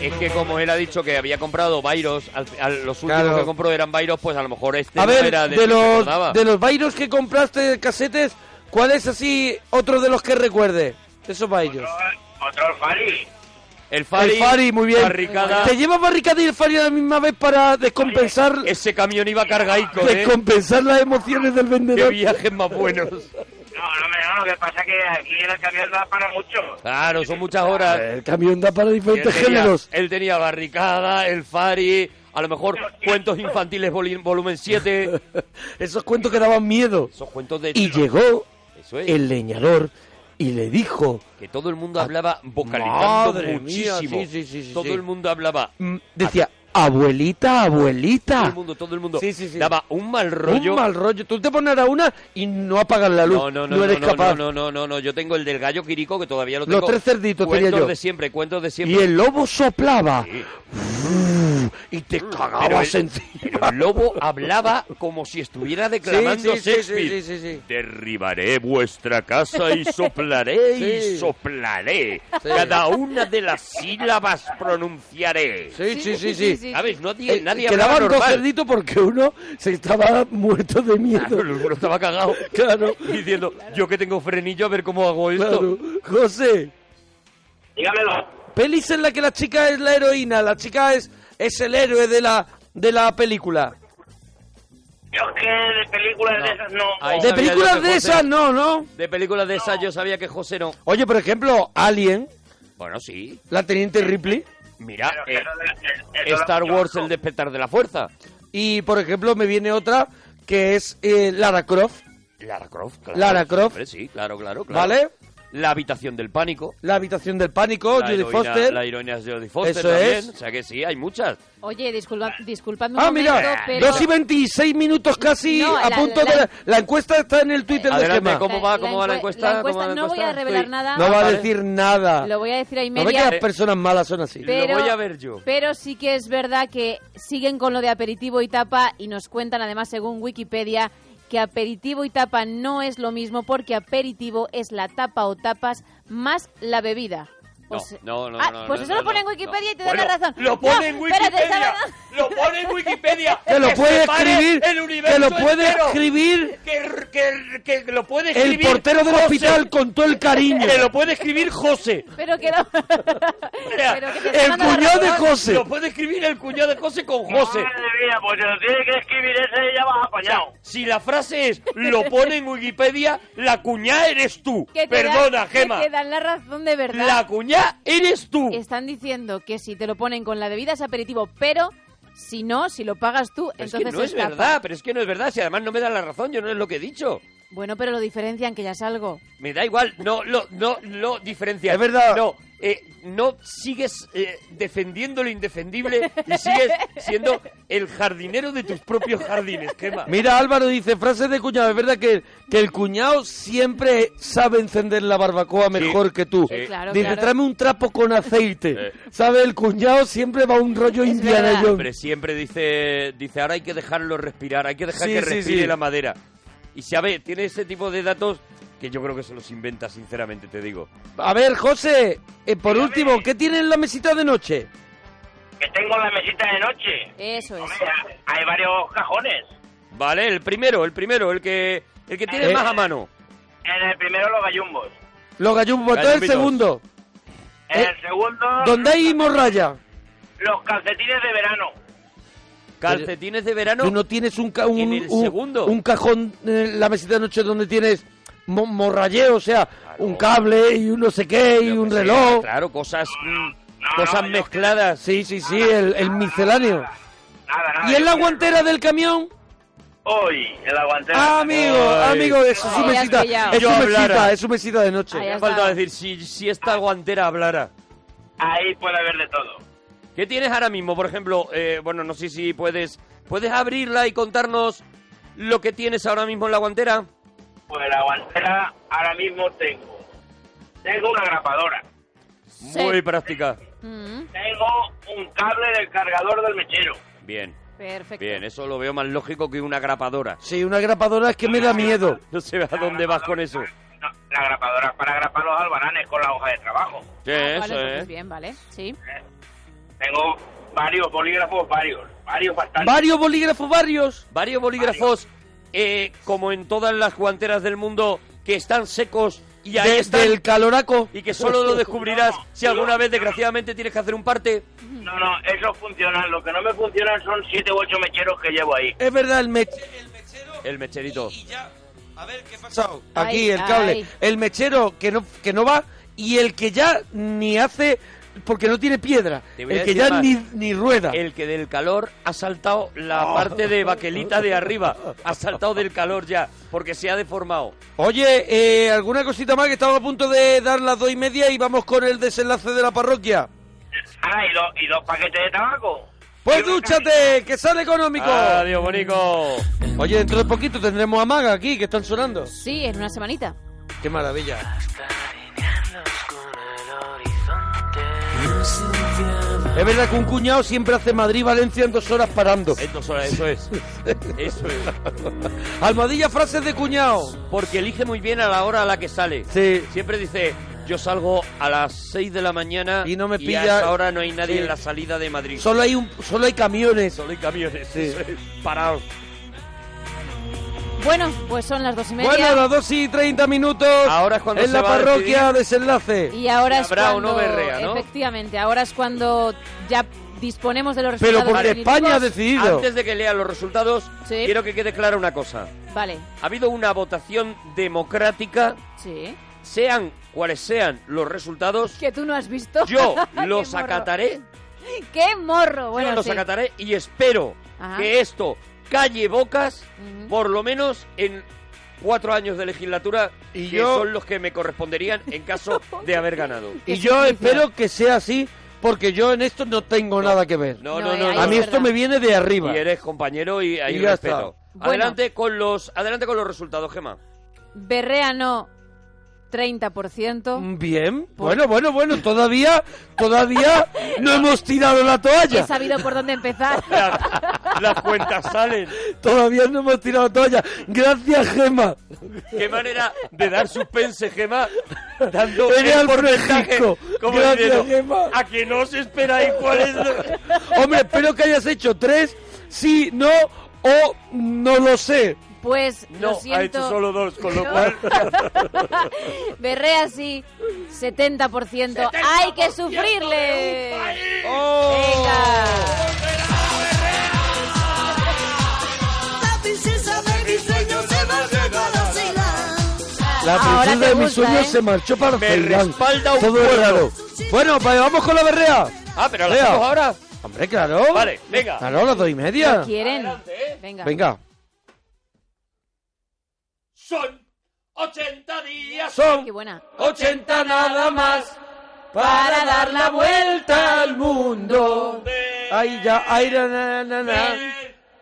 B: Es que como él ha dicho que había comprado Byros, al- al- los últimos
A: Claro.
B: que compró eran Byros, pues a lo mejor este
A: A
B: no
A: ver,
B: era
A: de los
B: nada.
A: de los Byros que compraste de casetes, ¿cuál es así otro de los que recuerde? Esos Byros.
E: Otro Fari.
B: El Fari,
A: el Fari, muy bien.
B: Barricada.
A: Te lleva barricada y el Fari a la misma vez para descompensar,
B: Ese camión iba cargaico, ¿eh?
A: descompensar las emociones del
B: Qué
A: vendedor.
B: viajes más buenos.
E: No, no, hombre, no, lo que pasa es que aquí en el camión da para mucho.
B: Claro, son muchas horas.
A: El camión da para
B: Y Él
A: diferentes
B: tenía,
A: géneros.
B: él tenía Barricada, el Fari, a lo mejor cuentos infantiles voli- volumen 7.
A: Esos cuentos que daban miedo.
B: Esos cuentos de...
A: Y llegó
B: Eso es.
A: el leñador y le dijo,
B: Que todo el mundo hablaba vocalizando
A: Ah, Madre mía,
B: muchísimo.
A: sí, sí, sí, sí,
B: todo
A: sí.
B: el mundo hablaba.
A: mm, decía, abuelita,
B: Todo
A: abuelita.
B: el mundo, todo el mundo.
A: Sí, sí, sí.
B: Daba un mal rollo.
A: Un mal rollo. Tú te pones a una y no apagas la luz.
B: No, no, no,
A: eres
B: no, no,
A: capaz.
B: no, no, no, no, yo tengo el del gallo Quirico que todavía lo
A: Los
B: tengo.
A: tres cerditos tenía
B: Cuentos
A: yo.
B: de siempre, cuentos de
A: Y
B: siempre.
A: el lobo soplaba.
B: Sí.
A: Uf, Y te cagabas
B: el-
A: encima.
B: pero el lobo hablaba como si estuviera declamando
A: Sí, sí, sí,
B: Shakespeare.
A: sí, sí, sí, sí.
B: Derribaré vuestra casa y soplaré
A: Sí.
B: y soplaré.
A: Sí.
B: Cada una de las sílabas pronunciaré.
A: Sí, sí, sí, sí.
B: ¿Sabes? No, di-
A: Eh,
B: nadie hablaba
A: Quedaban dos
B: normal.
A: cerditos porque uno se estaba muerto de miedo.
B: Claro, el uno estaba cagado.
A: Claro.
B: Diciendo, yo que tengo frenillo, a ver cómo hago esto.
A: Claro. José,
E: Dígamelo.
A: pelis en la que la chica es la heroína, la chica es, es el héroe de la, de la película.
E: Yo es que de películas
B: No.
E: de esas no.
B: Ahí
A: De
B: sabía
A: películas
B: yo que
A: de
B: José-
A: esas, no, no.
B: De películas de esas yo sabía que José no.
A: Oye, por ejemplo, Alien,
B: Bueno, sí.
A: la teniente Ripley.
B: Mira,
E: Pero que
B: eh,
E: eso de- eso de-
B: Star Wars, el despertar de la fuerza.
A: Y, por ejemplo, me viene otra que es eh, Lara Croft,
B: Lara Croft, claro.
A: Lara Croft.
B: Hombre, sí, claro, claro, claro.
A: ¿vale?
B: La habitación del pánico.
A: La habitación del pánico,
B: la
A: Judy
B: heroína-
A: Foster.
B: La heroína es Jodie Foster
A: Eso
B: también.
A: es.
B: O sea que sí, hay muchas.
C: Oye, disculpa, disculpadme un
A: Ah,
C: momento,
A: mira,
C: pero...
A: 2 y 26 minutos casi
C: No,
A: a
C: la-
A: punto
C: la-
A: de... La, la encuesta está en el Twitter de
B: Adelante,
A: Gema.
B: ¿cómo va? ¿Cómo va la
C: encue-
B: encuesta? ¿Cómo va la
C: no voy
B: encuesta?
C: a revelar
B: Estoy-
C: nada.
A: No va a
B: vale.
A: decir nada.
C: Lo voy a decir ahí
A: No ve que
C: media.
A: las personas malas son así.
B: Pe-
C: Pero,
B: Lo voy a ver yo.
C: pero sí que es verdad que siguen con lo de aperitivo y tapa y nos cuentan además según Wikipedia que aperitivo y tapa no es lo mismo porque aperitivo es la tapa o tapas más la bebida. O
B: No,
C: se-
B: no, no,
C: Ah,
B: no,
C: Pues
B: no,
C: eso
B: no,
C: lo pone en
B: no,
C: Wikipedia
B: no.
C: y te da
B: Bueno,
C: la razón.
B: Lo pone
C: No,
B: en
C: espérate,
B: Wikipedia.
C: estaba-
B: Lo pone en Wikipedia.
A: Que lo puede
B: separe
A: escribir,
B: El
A: que lo
B: universo
A: puede
B: entero.
A: escribir
B: Que, que- que lo puede
A: el
B: escribir.
A: portero del
B: José.
A: hospital con todo el cariño.
B: Que lo puede escribir José.
C: Pero que no. Pero que te está
A: El
C: dando la
A: cuñado de
C: razón.
A: José.
B: Lo puede escribir el cuñado de José con José.
E: Madre mía, pues lo tiene que escribir ese y ya vas apañado.
B: Si la frase es lo pone en Wikipedia, la cuñá eres tú.
C: Que te
B: Perdona,
C: dan-
B: Gema.
C: Que te dan la razón de verdad.
B: La cuñá eres tú.
C: Están diciendo que si te lo ponen con la bebida es aperitivo, pero si no, si lo pagas tú,
B: Pero es que
C: entonces
B: no es
C: tapa.
B: verdad, pero es que no es verdad. Si además no me da la razón, yo no es lo que he dicho.
C: Bueno, pero lo diferencian que ya es algo.
B: Me da igual, no lo, no lo diferencias.
A: Es verdad.
B: No, eh, no sigues eh, defendiendo lo indefendible y sigues siendo el jardinero de tus propios jardines, Gema.
A: Mira, Álvaro dice, frases de cuñado. Es verdad que, que el cuñado siempre sabe encender la barbacoa mejor que tú.
C: Sí, claro,
A: dice,
C: claro.
A: tráeme un trapo con aceite. ¿Sabe? El cuñado siempre va un rollo
C: Es
A: Indiana
C: verdad.
B: Siempre,
A: Jones.
B: siempre dice, dice, ahora hay que dejarlo respirar, hay que dejar
A: Sí,
B: que
A: sí,
B: respire
A: sí.
B: la madera. Y sabe, tiene ese tipo de datos que yo creo que se los inventa, sinceramente, te digo.
A: A ver, José, eh, por último, ¿qué tiene en la mesita de noche?
E: Que tengo la mesita de noche.
C: Eso es.
E: Hombre, hay varios cajones.
B: Vale, el primero, el primero, el que, el que tiene
A: Eh.
B: más a mano.
E: En el primero los gallumbos.
A: Los gallumbos, todo el
B: Gallumbitos.
A: segundo.
E: En
A: Eh,
E: el segundo,
A: ¿Dónde hay morralla?
E: los calcetines de verano.
B: Calcetines de
A: Tú
B: verano.
A: no tienes un, ca- un,
B: En el
A: un-
B: segundo.
A: un cajón en la mesita de noche donde tienes mo- morralleo, o sea, un cable y un no sé qué y
B: Yo
A: un
B: qué sé,
A: reloj.
B: Claro, cosas, mm,
E: no,
B: cosas
E: yo-
B: mezcladas.
A: Sí, sí, sí, el, el misceláneo.
E: Nada, nada.
A: ¿Y en la guantera del camión?
E: Hoy, en la guantera.
A: Ah, amigo,
B: Ay.
A: amigo, eso es su
C: Ay, has
A: mesita.
C: pillado.
A: Es su
B: Yo
A: mesita,
B: hablara.
A: es su mesita de noche.
C: Ay,
B: Me
C: Ya
B: ha faltado
C: está.
B: decir, si, si
A: Ah.
B: esta guantera hablara.
E: Ahí puede haber de todo.
B: ¿Qué tienes ahora mismo? Por ejemplo, eh, bueno, no sé si puedes, puedes abrirla y contarnos lo que tienes ahora mismo en la guantera.
E: Pues la guantera ahora mismo tengo. Tengo una grapadora.
C: Sí.
B: Muy práctica.
C: Mm.
E: Tengo un cable del cargador del mechero.
B: Bien.
C: Perfecto.
B: Bien, eso lo veo más lógico que una grapadora.
A: Sí, una grapadora es que me da miedo.
B: No sé a dónde vas con eso.
E: No, la grapadora es para grapar los albaranes con la hoja de trabajo.
B: Sí, eso
C: Ah, vale, entonces
A: pues
B: es.
C: bien, vale. Sí.
E: Tengo varios bolígrafos, varios, varios bastantes.
A: Varios bolígrafos, varios.
B: Varios bolígrafos, eh, como en todas las guanteras del mundo, que están secos y ahí
A: Desde
B: están.
A: el caloraco.
B: Y que solo lo descubrirás
E: No,
B: si alguna
E: no,
B: vez,
E: no.
B: desgraciadamente, tienes que hacer un parte.
E: No, no, esos funcionan. Lo que no me funcionan son siete u ocho mecheros que llevo ahí.
A: Es verdad, el, me-
B: El mecherito.
A: A ver, ¿qué ha pasado?
C: Ay,
A: Aquí, el cable.
C: ay.
A: El mechero que no, que no va y el que ya ni hace... Porque no tiene piedra.
B: Te voy a
A: El que
B: decir
A: ya
B: más.
A: ni, ni rueda. Oh.
B: El que del calor ha saltado la parte de baquelita de arriba. Ha saltado del calor ya, porque se ha deformado.
A: Oye, eh, ¿alguna cosita más? Que estamos a punto de dar las dos y media y vamos con el desenlace de la parroquia.
E: Ah, y dos, y dos paquetes de tabaco.
A: Pues dúchate, que sale económico.
B: Adiós, bonico.
A: Oye, dentro de poquito tendremos a Maga aquí, que están sonando.
C: Sí, en una semanita.
A: Qué maravilla. Es verdad que un cuñado siempre hace Madrid-Valencia en dos horas parando.
B: Esto solo- eso es. Eso es.
A: Almohadilla frases de cuñado.
B: Porque elige muy bien a la hora a la que sale.
A: Sí.
B: Siempre dice, yo salgo a las 6 de la mañana
A: Y no me
B: a
A: pilla-
B: esa hora no hay nadie
A: Sí.
B: en la salida de Madrid.
A: Solo hay un, solo hay camiones.
B: Solo hay camiones.
A: Sí.
B: eso es. Parados.
C: Bueno, pues son las dos y media.
A: Bueno, las 2 y 30 minutos.
B: Ahora es cuando
A: En
B: se
A: la
B: va a
A: parroquia
B: decidir.
A: desenlace.
C: Y ahora
B: Y
C: es
B: habrá o
C: cuando,
B: no berrea, ¿no?
C: efectivamente, ahora es cuando ya disponemos de los
A: Pero
C: resultados.
A: porque
C: definitivos.
A: España ha decidido.
B: Antes de que lea los resultados,
C: Sí.
B: quiero que quede clara una cosa.
C: Vale,
B: Ha habido una votación democrática,
C: sí.
B: sean cuales sean los resultados,
C: Que tú no has visto.
B: yo
C: Qué
B: los
C: morro.
B: acataré,
C: ¡Qué morro! Bueno,
B: yo los
C: sí.
B: acataré y espero
C: Ajá.
B: que esto calle bocas,
C: Ujú.
B: por lo menos en cuatro años de legislatura,
A: Y
B: que
A: yo-
B: son los que me corresponderían en caso de haber ganado.
A: Y
C: Qué
A: yo
C: suplicio.
A: espero que sea así, porque yo en esto no tengo nada que ver.
B: No,
C: No,
B: no,
C: eh,
B: no.
C: ahí
B: no.
A: A mí
C: es
A: esto
C: verdad.
A: me viene de arriba.
B: Y eres compañero y hay
A: Y
B: un
A: ya
B: respeto.
A: está.
C: Bueno.
B: Adelante con los, adelante con los resultados, Gema.
C: Berrea no, 30%.
A: Mm, Bien, bueno, bueno, bueno, todavía, todavía no hemos tirado la
C: He
A: toalla.
C: sabido por dónde empezar.
B: Las cuentas salen.
A: Todavía no hemos tirado la toalla. Gracias, Gema.
B: Qué manera de dar suspense, Gema, dando
A: Eres
B: el
A: al
B: porcentaje.
A: fresco.
B: Como
A: Gracias,
B: diciendo,
A: Gema.
B: A que no os esperáis cuál es. lo-
A: Hombre, espero que hayas hecho tres, sí, no o no lo sé.
C: Pues
B: No,
C: lo siento.
B: ha hecho solo dos, con lo
C: No.
B: cual.
C: Berrea sí, 70%. ¡Hay que sufrirle!
B: Oh.
C: Venga.
D: La princesa de mis sueños se marchó para Ceilán.
A: La
C: Ahora
A: princesa
C: te
A: de mis
C: gusta,
A: sueños
C: ¿eh?
A: se marchó para
B: Me
A: Ceilán.
B: respalda un
A: Todo es
B: pueblo.
A: raro. Bueno, pues vamos con la berrea.
B: Ah, pero lo
A: Lea.
B: hacemos ahora.
A: Hombre, claro.
B: Vale, venga.
A: Claro, las dos y
C: ¿Lo
A: media.
C: quieren?
B: eh.
C: Venga.
A: Venga.
B: Son 80 días.
A: Son
C: Qué buena.
A: 80 nada más para dar la vuelta al mundo. Ahí ya, ahí, na, na, na, na.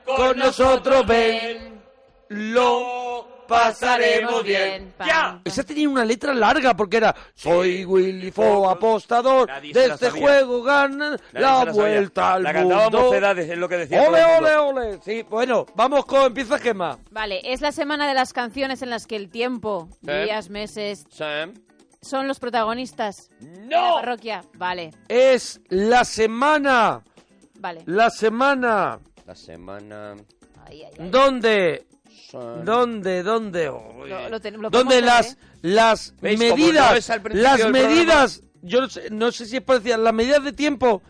A: con nosotros ven, lo pasaremos bien.
B: Ya.
A: Esa tenía una letra larga porque era Soy Willy Fo, apostador
B: Nadie se
A: de
B: la
A: este
B: sabía.
A: juego gana
B: Nadie
A: la,
B: se sabía.
A: vuelta al
B: La
A: mundo.
B: cantábamos edades, es lo que decía.
A: ole,
B: todo el mundo.
A: ole, ole. Sí, bueno, vamos con empieza Gema.
C: Vale, es la semana de las canciones en las que el tiempo, días, meses,
B: Sam.
C: son los protagonistas. De la
B: ¡No!
C: parroquia. Vale,
A: Es la semana,
C: vale.
A: la semana
B: La semana.
C: Ay, ay, ay.
A: donde
B: Son...
A: ¿Dónde, dónde? Uy.
C: Lo- lo ten- lo
A: ¿Dónde
C: podemos ¿eh?
A: las,
C: hacer,
A: las
B: ¿Veis? Como
A: medidas?
B: no es al principio
A: las
B: del
A: medidas, yo no sé, no sé si es parecida, las medidas de tiempo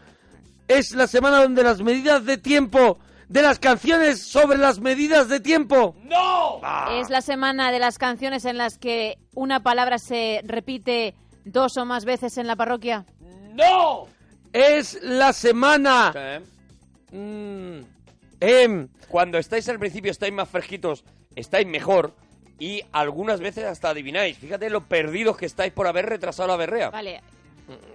A: es la semana donde las medidas de tiempo de las canciones sobre las medidas de tiempo.
B: ¡No!
C: Es la semana de las canciones en las que una palabra se repite dos o más veces en la parroquia.
B: ¡No!
A: Es la semana...
B: Sam.
A: mm, em,
B: Em. Cuando estáis al principio estáis más fresquitos, estáis mejor y algunas veces hasta adivináis. Fíjate lo perdidos que estáis por haber retrasado la berrea.
C: Vale.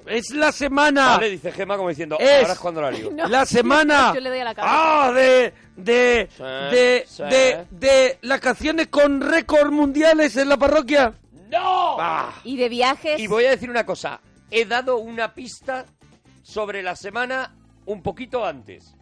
A: es la semana...
B: Vale, dice Gema como diciendo,
A: Es-
B: ahora es cuando la lío.
C: No.
A: La semana...
C: Yo le doy a la cabeza.
A: ¡Ah! De... De...
B: Sí,
A: de...
B: sí.
A: de... de las canciones con récord mundiales en la parroquia.
B: ¡No!
A: Ah.
C: Y de viajes.
B: Y voy a decir una cosa. He dado una pista sobre la semana un poquito antes.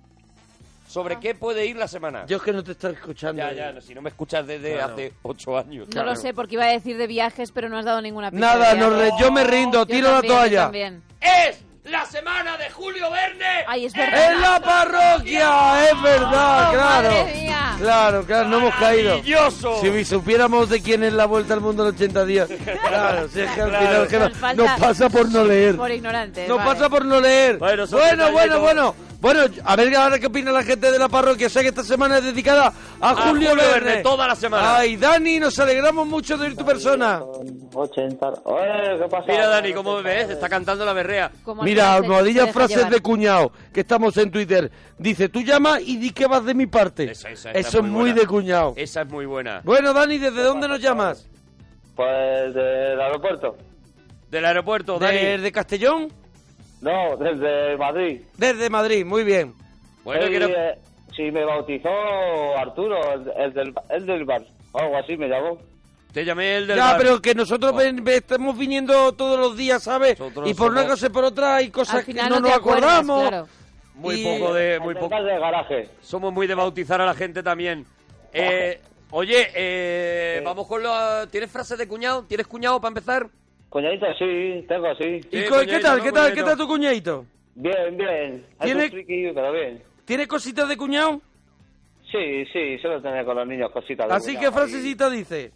B: sobre
C: Ah.
B: qué puede ir la semana.
A: Yo es que no te estoy escuchando.
B: ya, ya, no, si no me escuchas desde
A: Claro.
B: hace ocho años.
C: No lo sé, porque iba a decir de viajes, pero no has dado ninguna pista.
A: Nada,
C: de
A: no
C: viajes.
A: re- yo me rindo,
C: Yo
A: tiro la
C: también, yo
A: toalla.
C: también.
B: ¡Es la semana de Julio Verne!
C: Ay, es verdad.
A: ¡En la parroquia! ¡Es verdad!
C: Oh,
A: ¡Claro!
C: madre mía.
A: Claro, claro, no hemos caído.
B: ¡Maravilloso!
A: Si supiéramos de quién es la vuelta al mundo en 80 días. Claro, si es que al
B: Claro.
A: final que no-
C: Nos falta-
A: nos pasa por no leer.
C: Por ignorante.
A: Nos
C: vale.
A: pasa por no leer.
B: Bueno, son
A: bueno, bueno,
B: detallitos.
A: bueno. Bueno, a ver ahora qué opina la gente de la parroquia. Sé que esta semana es dedicada a,
B: Julio
A: Verne.
B: Verne, toda la semana.
A: Ay, Dani, nos alegramos mucho de oír tu persona.
F: 80. Oye, ¿qué pasa?
B: Mira, Dani, ¿cómo ves? Está cantando la berrea.
C: Como
A: Mira,
C: al final se- se
A: almohadilla
C: deja
A: frases
C: llevar.
A: de cuñado, que estamos en Twitter. Dice, tú llama y di que vas de mi parte.
B: Esa, esa, esa
A: Eso es muy
B: buena.
A: de cuñado.
B: Esa es muy buena.
A: Bueno, Dani, ¿desde dónde nos llamas?
F: Pues del aeropuerto.
B: Del aeropuerto, Dani.
A: ¿Desde Castellón?
F: No, desde Madrid.
A: Desde Madrid, muy bien.
B: Bueno,
F: Él,
B: quiero...
F: eh, si me bautizó Arturo, el, el del, el del bar, o algo así me llamó.
B: te llamé el del
A: Ya,
B: bar.
A: pero que nosotros ven- ve- estamos viniendo todos los días, ¿sabes?
B: Nosotros
A: y por una
B: somos-
A: cosa por otra hay cosas
C: Al
A: que
C: final
A: no,
C: no
A: nos
C: te acuerdas,
A: acordamos.
C: claro.
B: Muy
A: y-
B: poco de... Muy
F: El
B: poco.
F: del garaje.
B: Somos muy de bautizar a la gente también. Eh, oye, eh, vamos con los... ¿Tienes frases de cuñado? ¿Tienes cuñado para empezar?
F: Coñadito, sí, tengo así.
A: ¿Y
B: Sí,
A: co- qué
B: cuñadito,
A: tal?
B: ¿no?
A: ¿Qué tal? ¿Qué
B: Cuñadito.
A: tal tu cuñadito?
F: Bien, bien.
A: ¿Tiene-
F: Es un triqui, pero bien.
A: ¿Tiene cositas de cuñado?
F: Sí, sí, suelo tener con los niños cositas. de
A: Así que
F: cuñado ahí.
A: frasecita dice.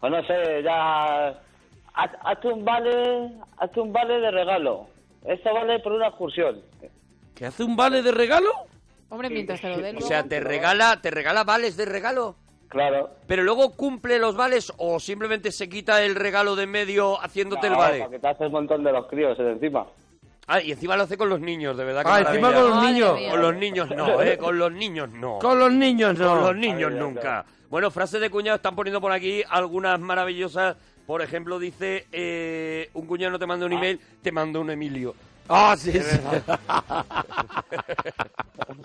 F: Pues no sé, ya... haz- Hazte un vale, hazte un vale de regalo. Esto vale por una excursión.
A: ¿Que hace un vale de regalo?
C: Hombre, mientras te lo den.
B: O sea, ¿te regala, ¿te regala vales de regalo?
F: Claro.
B: ¿Pero luego cumple los vales o simplemente se quita el regalo de en medio haciéndote el
F: No,
B: vale?
F: para que te hace un montón de los críos eh, encima.
B: Ah, y encima lo hace con los niños, de verdad. qué
A: Ah, encima
B: maravilla.
A: con los
C: Madre
A: niños.
C: mía.
B: Con los niños no, ¿eh? Con los niños no.
A: Con los niños, no.
B: Con los niños nunca. Bueno, frases de cuñado están poniendo por aquí algunas maravillosas. Por ejemplo, dice, eh, un cuñado no te manda un email, te manda un Emilio.
A: Ah, sí, sí.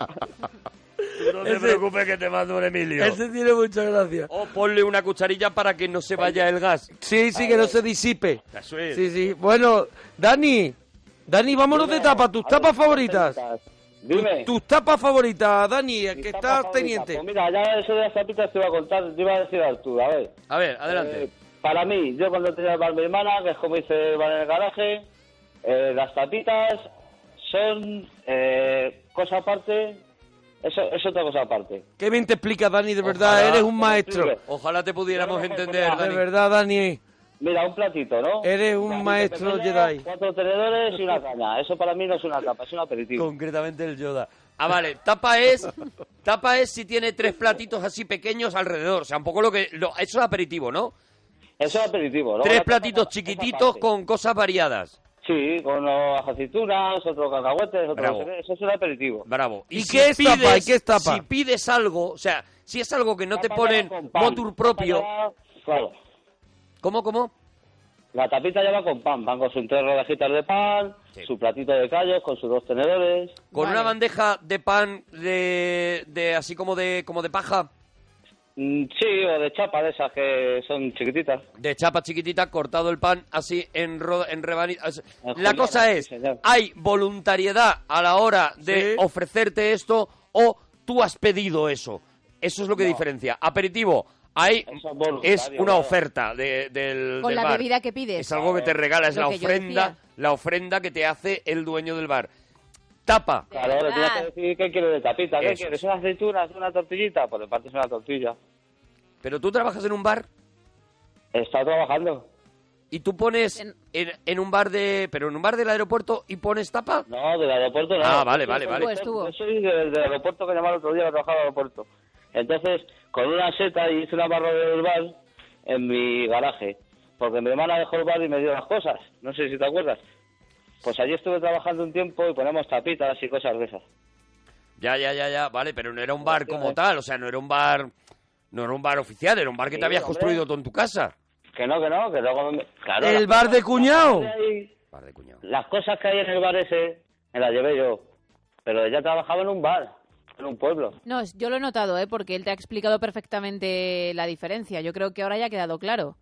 B: Tú no te
A: Ese-
B: preocupes que te manda un Emilio.
A: Ese tiene mucha gracia.
B: O ponle una cucharilla para que no se vaya el gas.
A: Sí, sí, que no se disipe.
B: Eso es.
A: Sí, sí. Bueno, Dani, Dani, vámonos de tapa. ¿Tus
F: A ver,
A: tapas favoritas?
F: Dime.
A: Tus tapas favoritas, Dani,
F: Mis
A: que
F: tapas
A: estás
F: favoritas.
A: teniente.
F: Pues mira, ya eso de las tapitas te iba a contar, te iba a decir Arturo, a ver.
B: A ver, adelante.
F: Eh, para mí, yo cuando tenía el bar mi hermana, que es como dice el bar en el garaje, eh, las tapitas son eh, cosa aparte, eso es otra cosa aparte.
A: Qué bien te explicas, Dani, de verdad,
B: Ojalá.
A: eres un maestro.
F: Increíble.
B: Ojalá te pudiéramos entender,
A: De
B: Dani.
A: verdad, Dani.
F: Mira, un platito, ¿no?
A: Eres un
F: Platito
A: maestro
F: pequeño,
A: Jedi.
F: Cuatro tenedores y una caña. Eso para mí no es una tapa, es un aperitivo.
B: Concretamente el Yoda. Ah, vale. Tapa es, tapa es si tiene tres platitos así pequeños alrededor. O sea, un poco lo que... lo- eso es aperitivo, ¿no?
F: Eso es aperitivo, ¿no?
B: Tres
F: Una
B: platitos
F: tapa-
B: chiquititos
F: esa parte.
B: con cosas variadas.
F: Sí, con unas aceitunas, otros cacahuetes, otro...
B: Bravo.
F: no sé qué. Eso es un aperitivo.
B: Bravo.
A: ¿Y qué es tapa? ¿Y qué es tapa?
B: Si pides algo, o sea, si es algo que no te
F: Tapa
B: ponen
F: lleva con pan.
B: motor propio...
F: Tapa lleva- Claro.
B: ¿Cómo, cómo?
F: La tapita lleva con pan. Van con sus tres rodajitas de pan,
B: Sí.
F: su platito de calles, con sus dos tenedores.
B: Con
C: Vale.
B: una bandeja de pan de, de así como de como de paja,
F: Mm, sí, o de chapa de esas que son chiquititas.
B: de chapa chiquitita, cortado el pan así en ro- en rebani- o sea,
F: En
B: La
F: juliana,
B: cosa
F: sí,
B: es,
F: señor.
B: hay voluntariedad a la hora de
A: Sí.
B: ofrecerte esto o tú has pedido eso. Eso es lo que
F: No.
B: diferencia. Aperitivo, hay
F: Eso es voluntario,
B: es una
F: claro.
B: oferta de- del
C: Con
B: del
C: la
B: bar.
C: bebida que pides.
B: Es algo que te regala, es
C: Lo
B: la
C: que yo
B: ofrenda,
C: decía.
B: la ofrenda que te hace el dueño del bar. Tapa.
F: Claro, le tienes que
C: verdad.
F: decir qué quieres de tapita. ¿Qué
B: Eso
F: quieres?
B: es.
F: ¿Unas aceitunas? ¿Una tortillita? Pues le partes una tortilla.
B: Pero tú trabajas en un bar
F: Está trabajando.
B: y tú pones en,
C: En-
B: en un bar de pero en un bar del aeropuerto y pones tapa
F: No, del aeropuerto no.
B: Ah, vale, vale,
F: Yo
B: vale.
F: soy-
C: Estuvo, estuvo.
F: Yo soy del, del aeropuerto que llamaron otro día, que trabajaba en el aeropuerto. Entonces, con una seta hice una barra de bar en mi garaje. Porque mi hermana dejó el bar y me dio las cosas. No sé si te acuerdas. Pues allí estuve trabajando un tiempo y ponemos tapitas y cosas de esas.
B: ya ya ya ya vale pero no era un bar como tal o sea no era un bar no era un bar oficial era un bar que te
F: Sí,
B: habías
F: hombre.
B: construido tú en tu casa
F: Que no, que no, que luego... me- Claro,
A: El
F: las
A: bar de
F: cosas-
A: cuñado.
F: las cosas que hay-
B: bar de cuñado
F: Las cosas que hay en el bar ese me las llevé yo. Pero ella trabajaba en un bar, en un pueblo.
C: No, es- yo lo he notado, ¿eh? Porque él te ha explicado perfectamente la diferencia. Yo creo que ahora ya ha quedado claro.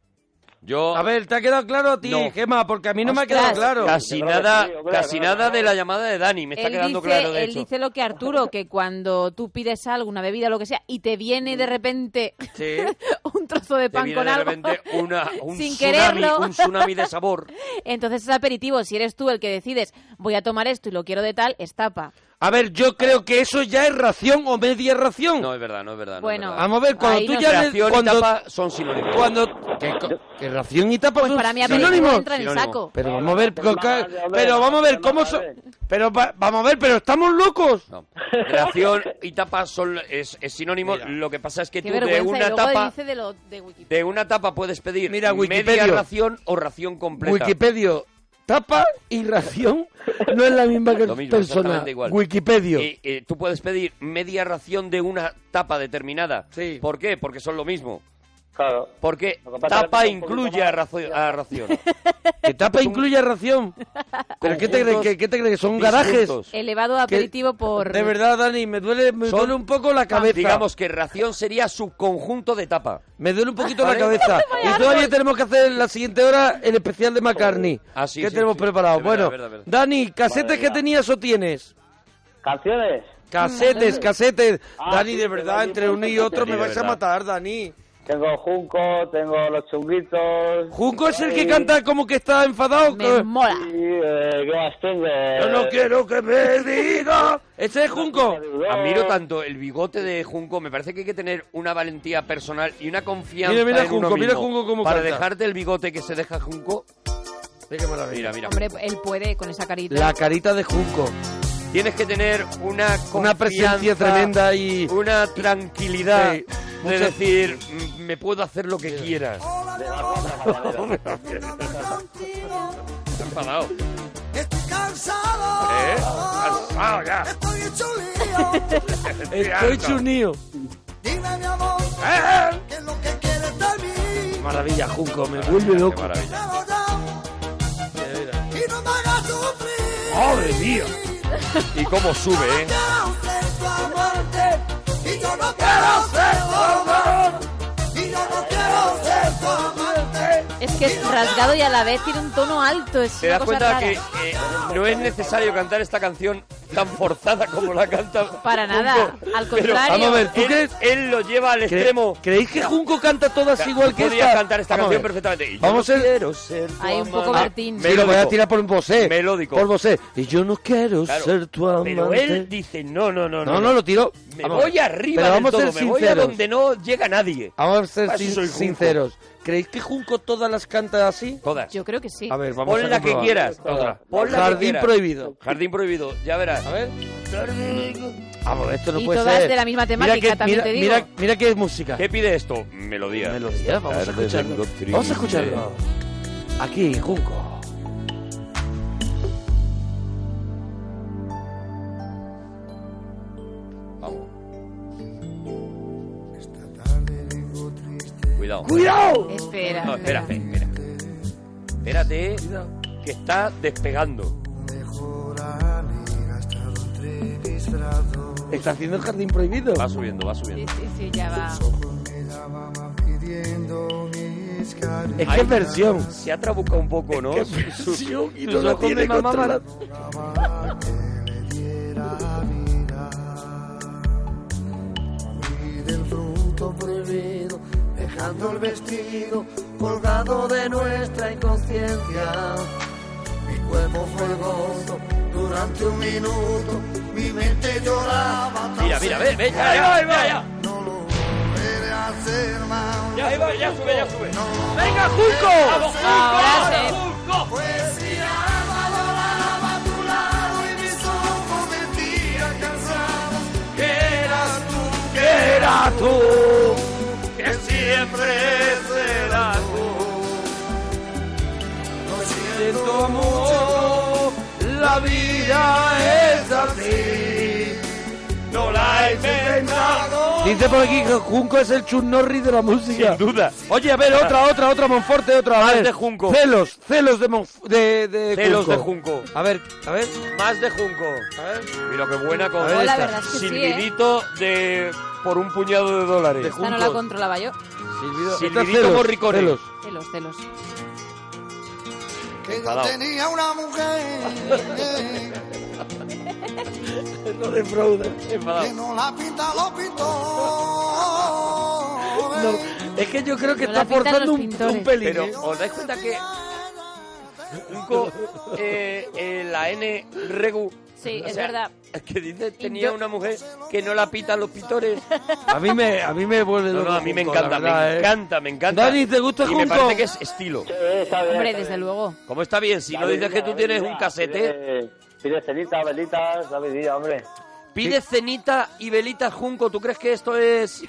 B: Yo
A: A ver, ¿te ha quedado claro a ti,
B: No.
A: Gemma? Porque a mí no me ha
C: Ostras.
A: quedado claro.
B: casi
F: Claro que
B: nada,
F: sí, hombre,
B: casi
F: claro,
B: nada
F: claro.
B: de la llamada de Dani, me está
C: él
B: quedando
C: dice,
B: claro de
C: él
B: hecho.
C: dice lo que Arturo, que cuando tú pides algo, una bebida, lo que sea, y te viene de repente
B: Sí,
C: un trozo de
B: te
C: pan
B: viene
C: con
B: de
C: algo,
B: repente una, un
C: sin
B: tsunami,
C: quererlo,
B: un tsunami de sabor.
C: entonces es aperitivo. Si eres tú el que decides, voy a tomar esto y lo quiero de tal, es tapa.
A: A ver, yo creo que eso ya es ración o media ración.
B: No es verdad, no es verdad. no es
C: Bueno.
B: verdad.
A: Vamos a ver, cuando
C: Ahí
A: tú
C: no
A: ya...
C: sé.
A: le-
B: Ración y
A: cuando,
B: tapa son sinónimos.
A: Cuando... Que, co- que ración y tapa
C: Pues
A: son
C: para mí aperitivo
A: sinónimos.
C: entra en el
B: sinónimo.
C: saco.
A: Pero vamos a ver,
F: No, no,
A: co- ca-
F: no, no,
A: pero
F: no,
A: vamos a ver
F: no,
A: cómo
F: no,
A: son,
F: no, no.
A: pero va- vamos a ver, pero estamos locos.
B: No. Ración y tapa son es, es sinónimo.
A: Mira.
B: Lo que pasa es que
C: Qué
B: tú de
C: vergüenza. y
B: una
C: luego
B: tapa
C: dice de lo de Wikipedia.
B: de una tapa puedes pedir
A: Mira, Wikipedia.
B: media ración o ración completa.
A: Wikipedia, tapa y ración no es la misma que
B: Lo mismo,
A: persona.
B: exactamente igual.
A: Wikipedia.
B: Eh, eh, tú puedes pedir media ración de una tapa determinada.
A: Sí.
B: ¿Por qué? Porque son lo mismo.
F: Claro.
B: Porque
F: Lo que pasa es que
B: tapa
F: le pones un poquito
B: incluye a,
F: más.
B: razo- a ración.
A: Que tapa incluye ración. ¿Pero qué te crees?
B: Conjuntos
A: que- qué te crees? que ¿Son garajes?
B: disjuntos.
C: Elevado a
A: Que-
C: aperitivo por...
A: De verdad, Dani, me duele, me
B: Son-
A: duele un poco la cabeza.
B: Digamos que Ah, ración sería subconjunto de tapa.
A: Me duele un poquito la
B: ¿Vale?
A: cabeza. Y todavía tenemos que hacer en la siguiente hora el especial de McCartney.
B: Ah, sí,
A: ¿Qué
B: sí,
A: tenemos
B: sí.
A: preparado?
B: Es verdad,
A: bueno,
B: es verdad, es verdad.
A: Dani, ¿casetes
F: Madre
A: que
F: mía.
A: tenías o tienes?
F: ¿Canciones?
A: Casetes, casetes.
F: Ah,
A: Dani,
F: sí,
A: de
F: que
A: verdad,
F: Dani
A: entre uno y otro
B: Dani,
A: me
B: de
A: vais a
B: verdad.
A: matar, Dani.
F: Tengo Junco, tengo Los Chunguitos.
A: Junco es el que
F: y-
A: canta como que está enfadado.
C: Me
A: que-
C: mola.
F: y, eh, ¿Qué más tengo?
A: Yo no quiero que me diga. Ese es Junco.
B: Admiro tanto el bigote de Junco. Me parece que hay que tener una valentía personal y una confianza
A: Mira, mira
B: en uno
A: Junco, mira
B: mismo.
A: Junco cómo
B: Para
A: canta.
B: dejarte el bigote que se deja Junco.
A: Sí, qué maravilla.
B: Mira, mira.
C: Hombre, él puede con esa carita.
A: La carita de Junco.
B: Tienes que tener una
A: Una presencia
B: confianza,
A: tremenda y...
B: una tranquilidad
A: Sí,
B: de
A: mucha-
B: decir "Mm, me puedo hacer lo que quieras. Está enfadado.
D: Estoy cansado.
B: ¿Eh? Cansado ya.
D: Estoy hecho un lío.
A: Estoy chunío.
D: Dime, mi amor,
A: ¡Eh!
D: qué es lo que quieres de
B: "Mm,
D: mí.
A: Maravilla, Junco, me vuelve
B: Qué
A: loco.
B: maravilla.
D: Dalo ya y no me hagas sufrir.
A: ¡Madre mía!
B: Y cómo sube, ¿eh?
D: Yo sé tu amante y yo no quiero ser tu amante. Y yo no quiero ser tu amante.
C: Es que es rasgado y a la vez tiene un tono alto. Es
B: Te
C: una
B: das
C: cosa
B: cuenta
C: rara.
B: que eh, no es necesario cantar esta canción tan forzada como la canta.
C: Para nada,
B: Junco.
C: al
B: Pero
C: contrario.
A: vamos a ver, ¿tú
B: él-
A: crees?
B: Él lo lleva al
A: ¿Cre-
B: extremo.
A: ¿Creéis que Junco canta todas
B: sea,
A: igual que
B: podría
A: esta?
B: cantar esta
A: Vamos a
B: canción
A: ver.
B: perfectamente. Y yo
A: Vamos a
B: no
A: ser...
B: quiero ser tu
C: Hay un poco
B: amante.
C: Bertín.
A: Me lo voy a tirar por un bosé.
B: Melódico.
A: Por bosé. Y yo no quiero
B: Claro.
A: ser tu amante.
B: Pero él dice, no, no, no, no.
A: No, no, lo tiro.
B: Me
A: Vamos a ver.
B: voy arriba
A: Pero
B: del
A: vamos a
B: todo,
A: ser
B: me voy a
A: sinceros.
B: donde no llega nadie.
A: Vamos a ser
B: Así
A: sin-
B: soy Junco.
A: sinceros. ¿Creéis que Junco todas las canta así?
B: Todas.
C: Yo creo que sí.
A: A ver, vamos a
B: Pon la que
A: comprobar.
B: quieras.
A: Otra.
B: Pon la que
A: Jardín
B: quieras.
A: prohibido.
B: Jardín prohibido, ya verás.
A: A ver. Vamos, esto no
C: Y
A: puede
C: todas
A: ser.
C: de la misma
A: Mira
C: temática,
A: que-
C: también
A: mira,
C: te digo.
A: Mira, mira qué música.
B: ¿Qué pide esto? Melodía.
A: melodía. Vamos a
B: Tarde
A: escucharlo.
B: vengo
A: Vamos a
B: triste.
A: escucharlo. Aquí, Junco.
B: Vamos. Cuidado.
A: ¡Cuidado!
C: Espera.
B: No, espérate, espera. Espérate, que está despegando.
A: Está haciendo el jardín prohibido.
B: Va subiendo, va
C: Sí,
B: subiendo.
C: sí, sí, ya va.
A: Es que es versión.
B: Se ha trabucado un poco, ¿no?
A: Es versión y no
B: Sus
A: la
B: ojos de
A: tiene
B: mamá
A: controlada.
D: Y del fruto prohibido, dejando el vestido colgado de nuestra inconsciencia. Mi cuerpo fue gozo durante un minuto, mi mente lloraba. tan
B: Mira, mira, ve, ve, ya,
A: Ahí va, ahí va.
B: ya, ya, ya.
D: No lo volveré a hacer más.
B: Ya, ahí va, ya sube, ya sube.
A: ¡Venga, Junco!
C: Ahora sí.
D: Pues si alma adoraba a tu lado y mis ojos mentían cansados, que eras tú, que
A: Era tú.
D: que siempre serás tú. Lo siento amor,
A: La vida es así.
B: No la he inventado.
A: Dice por aquí que Junco es el Chun Norris de la música.
B: Sin duda.
A: Oye, a ver, otra, otra, otra, Monforte, otra.
B: Más
A: a ver.
B: de Junco.
A: Celos, celos de Monf de, de
B: Celos
A: Junco.
B: de Junco.
A: A ver, a ver,
B: Más de Junco.
A: a ver.
B: Mira qué buena con
A: A ver
C: Hola,
A: esta.
C: verdad es que sí, ¿eh?
B: silbidito de por un puñado de dólares.
A: De
C: Esta no la controlaba yo.
A: Silvido- Esto
B: Silvidito
A: es celos,
B: Morricone.
A: celos.
C: Celos, celos.
D: Que yo
B: Enfadado.
D: tenía una mujer
A: No defrauda.
D: que no la pinta lo pintó.
A: es que yo creo que
C: No la
A: está
C: pintan
A: forzando
C: los
A: un,
C: pintores.
A: un pelín.
B: Pero
A: ¿eh?
B: os dais cuenta que un co- eh, eh, la N Regu.
C: Sí,
B: o
C: es
B: sea,
C: verdad.
B: es Que dice, tenía
C: Yo-
B: una mujer que no la pitan los pintores.
A: A mí me, a mí me vuelve
B: No,
A: loco
B: no, a mí me
A: Junco, la
B: encanta,
A: verdad,
B: me
A: ¿eh?
B: encanta, me encanta.
A: Dani, ¿te gusta
B: Y me
A: Junco?
B: parece que es estilo.
F: Eh, está bien,
C: Hombre,
F: está
C: desde
F: bien.
C: luego.
B: ¿Cómo está bien? Si no
F: David,
B: dices que tú
F: David,
B: tienes un
F: David,
B: casete,
F: pide- Eh, Pide cenitas, velitas, David, día, hombre.
B: pide cenita y velita Junco. ¿Tú crees que esto es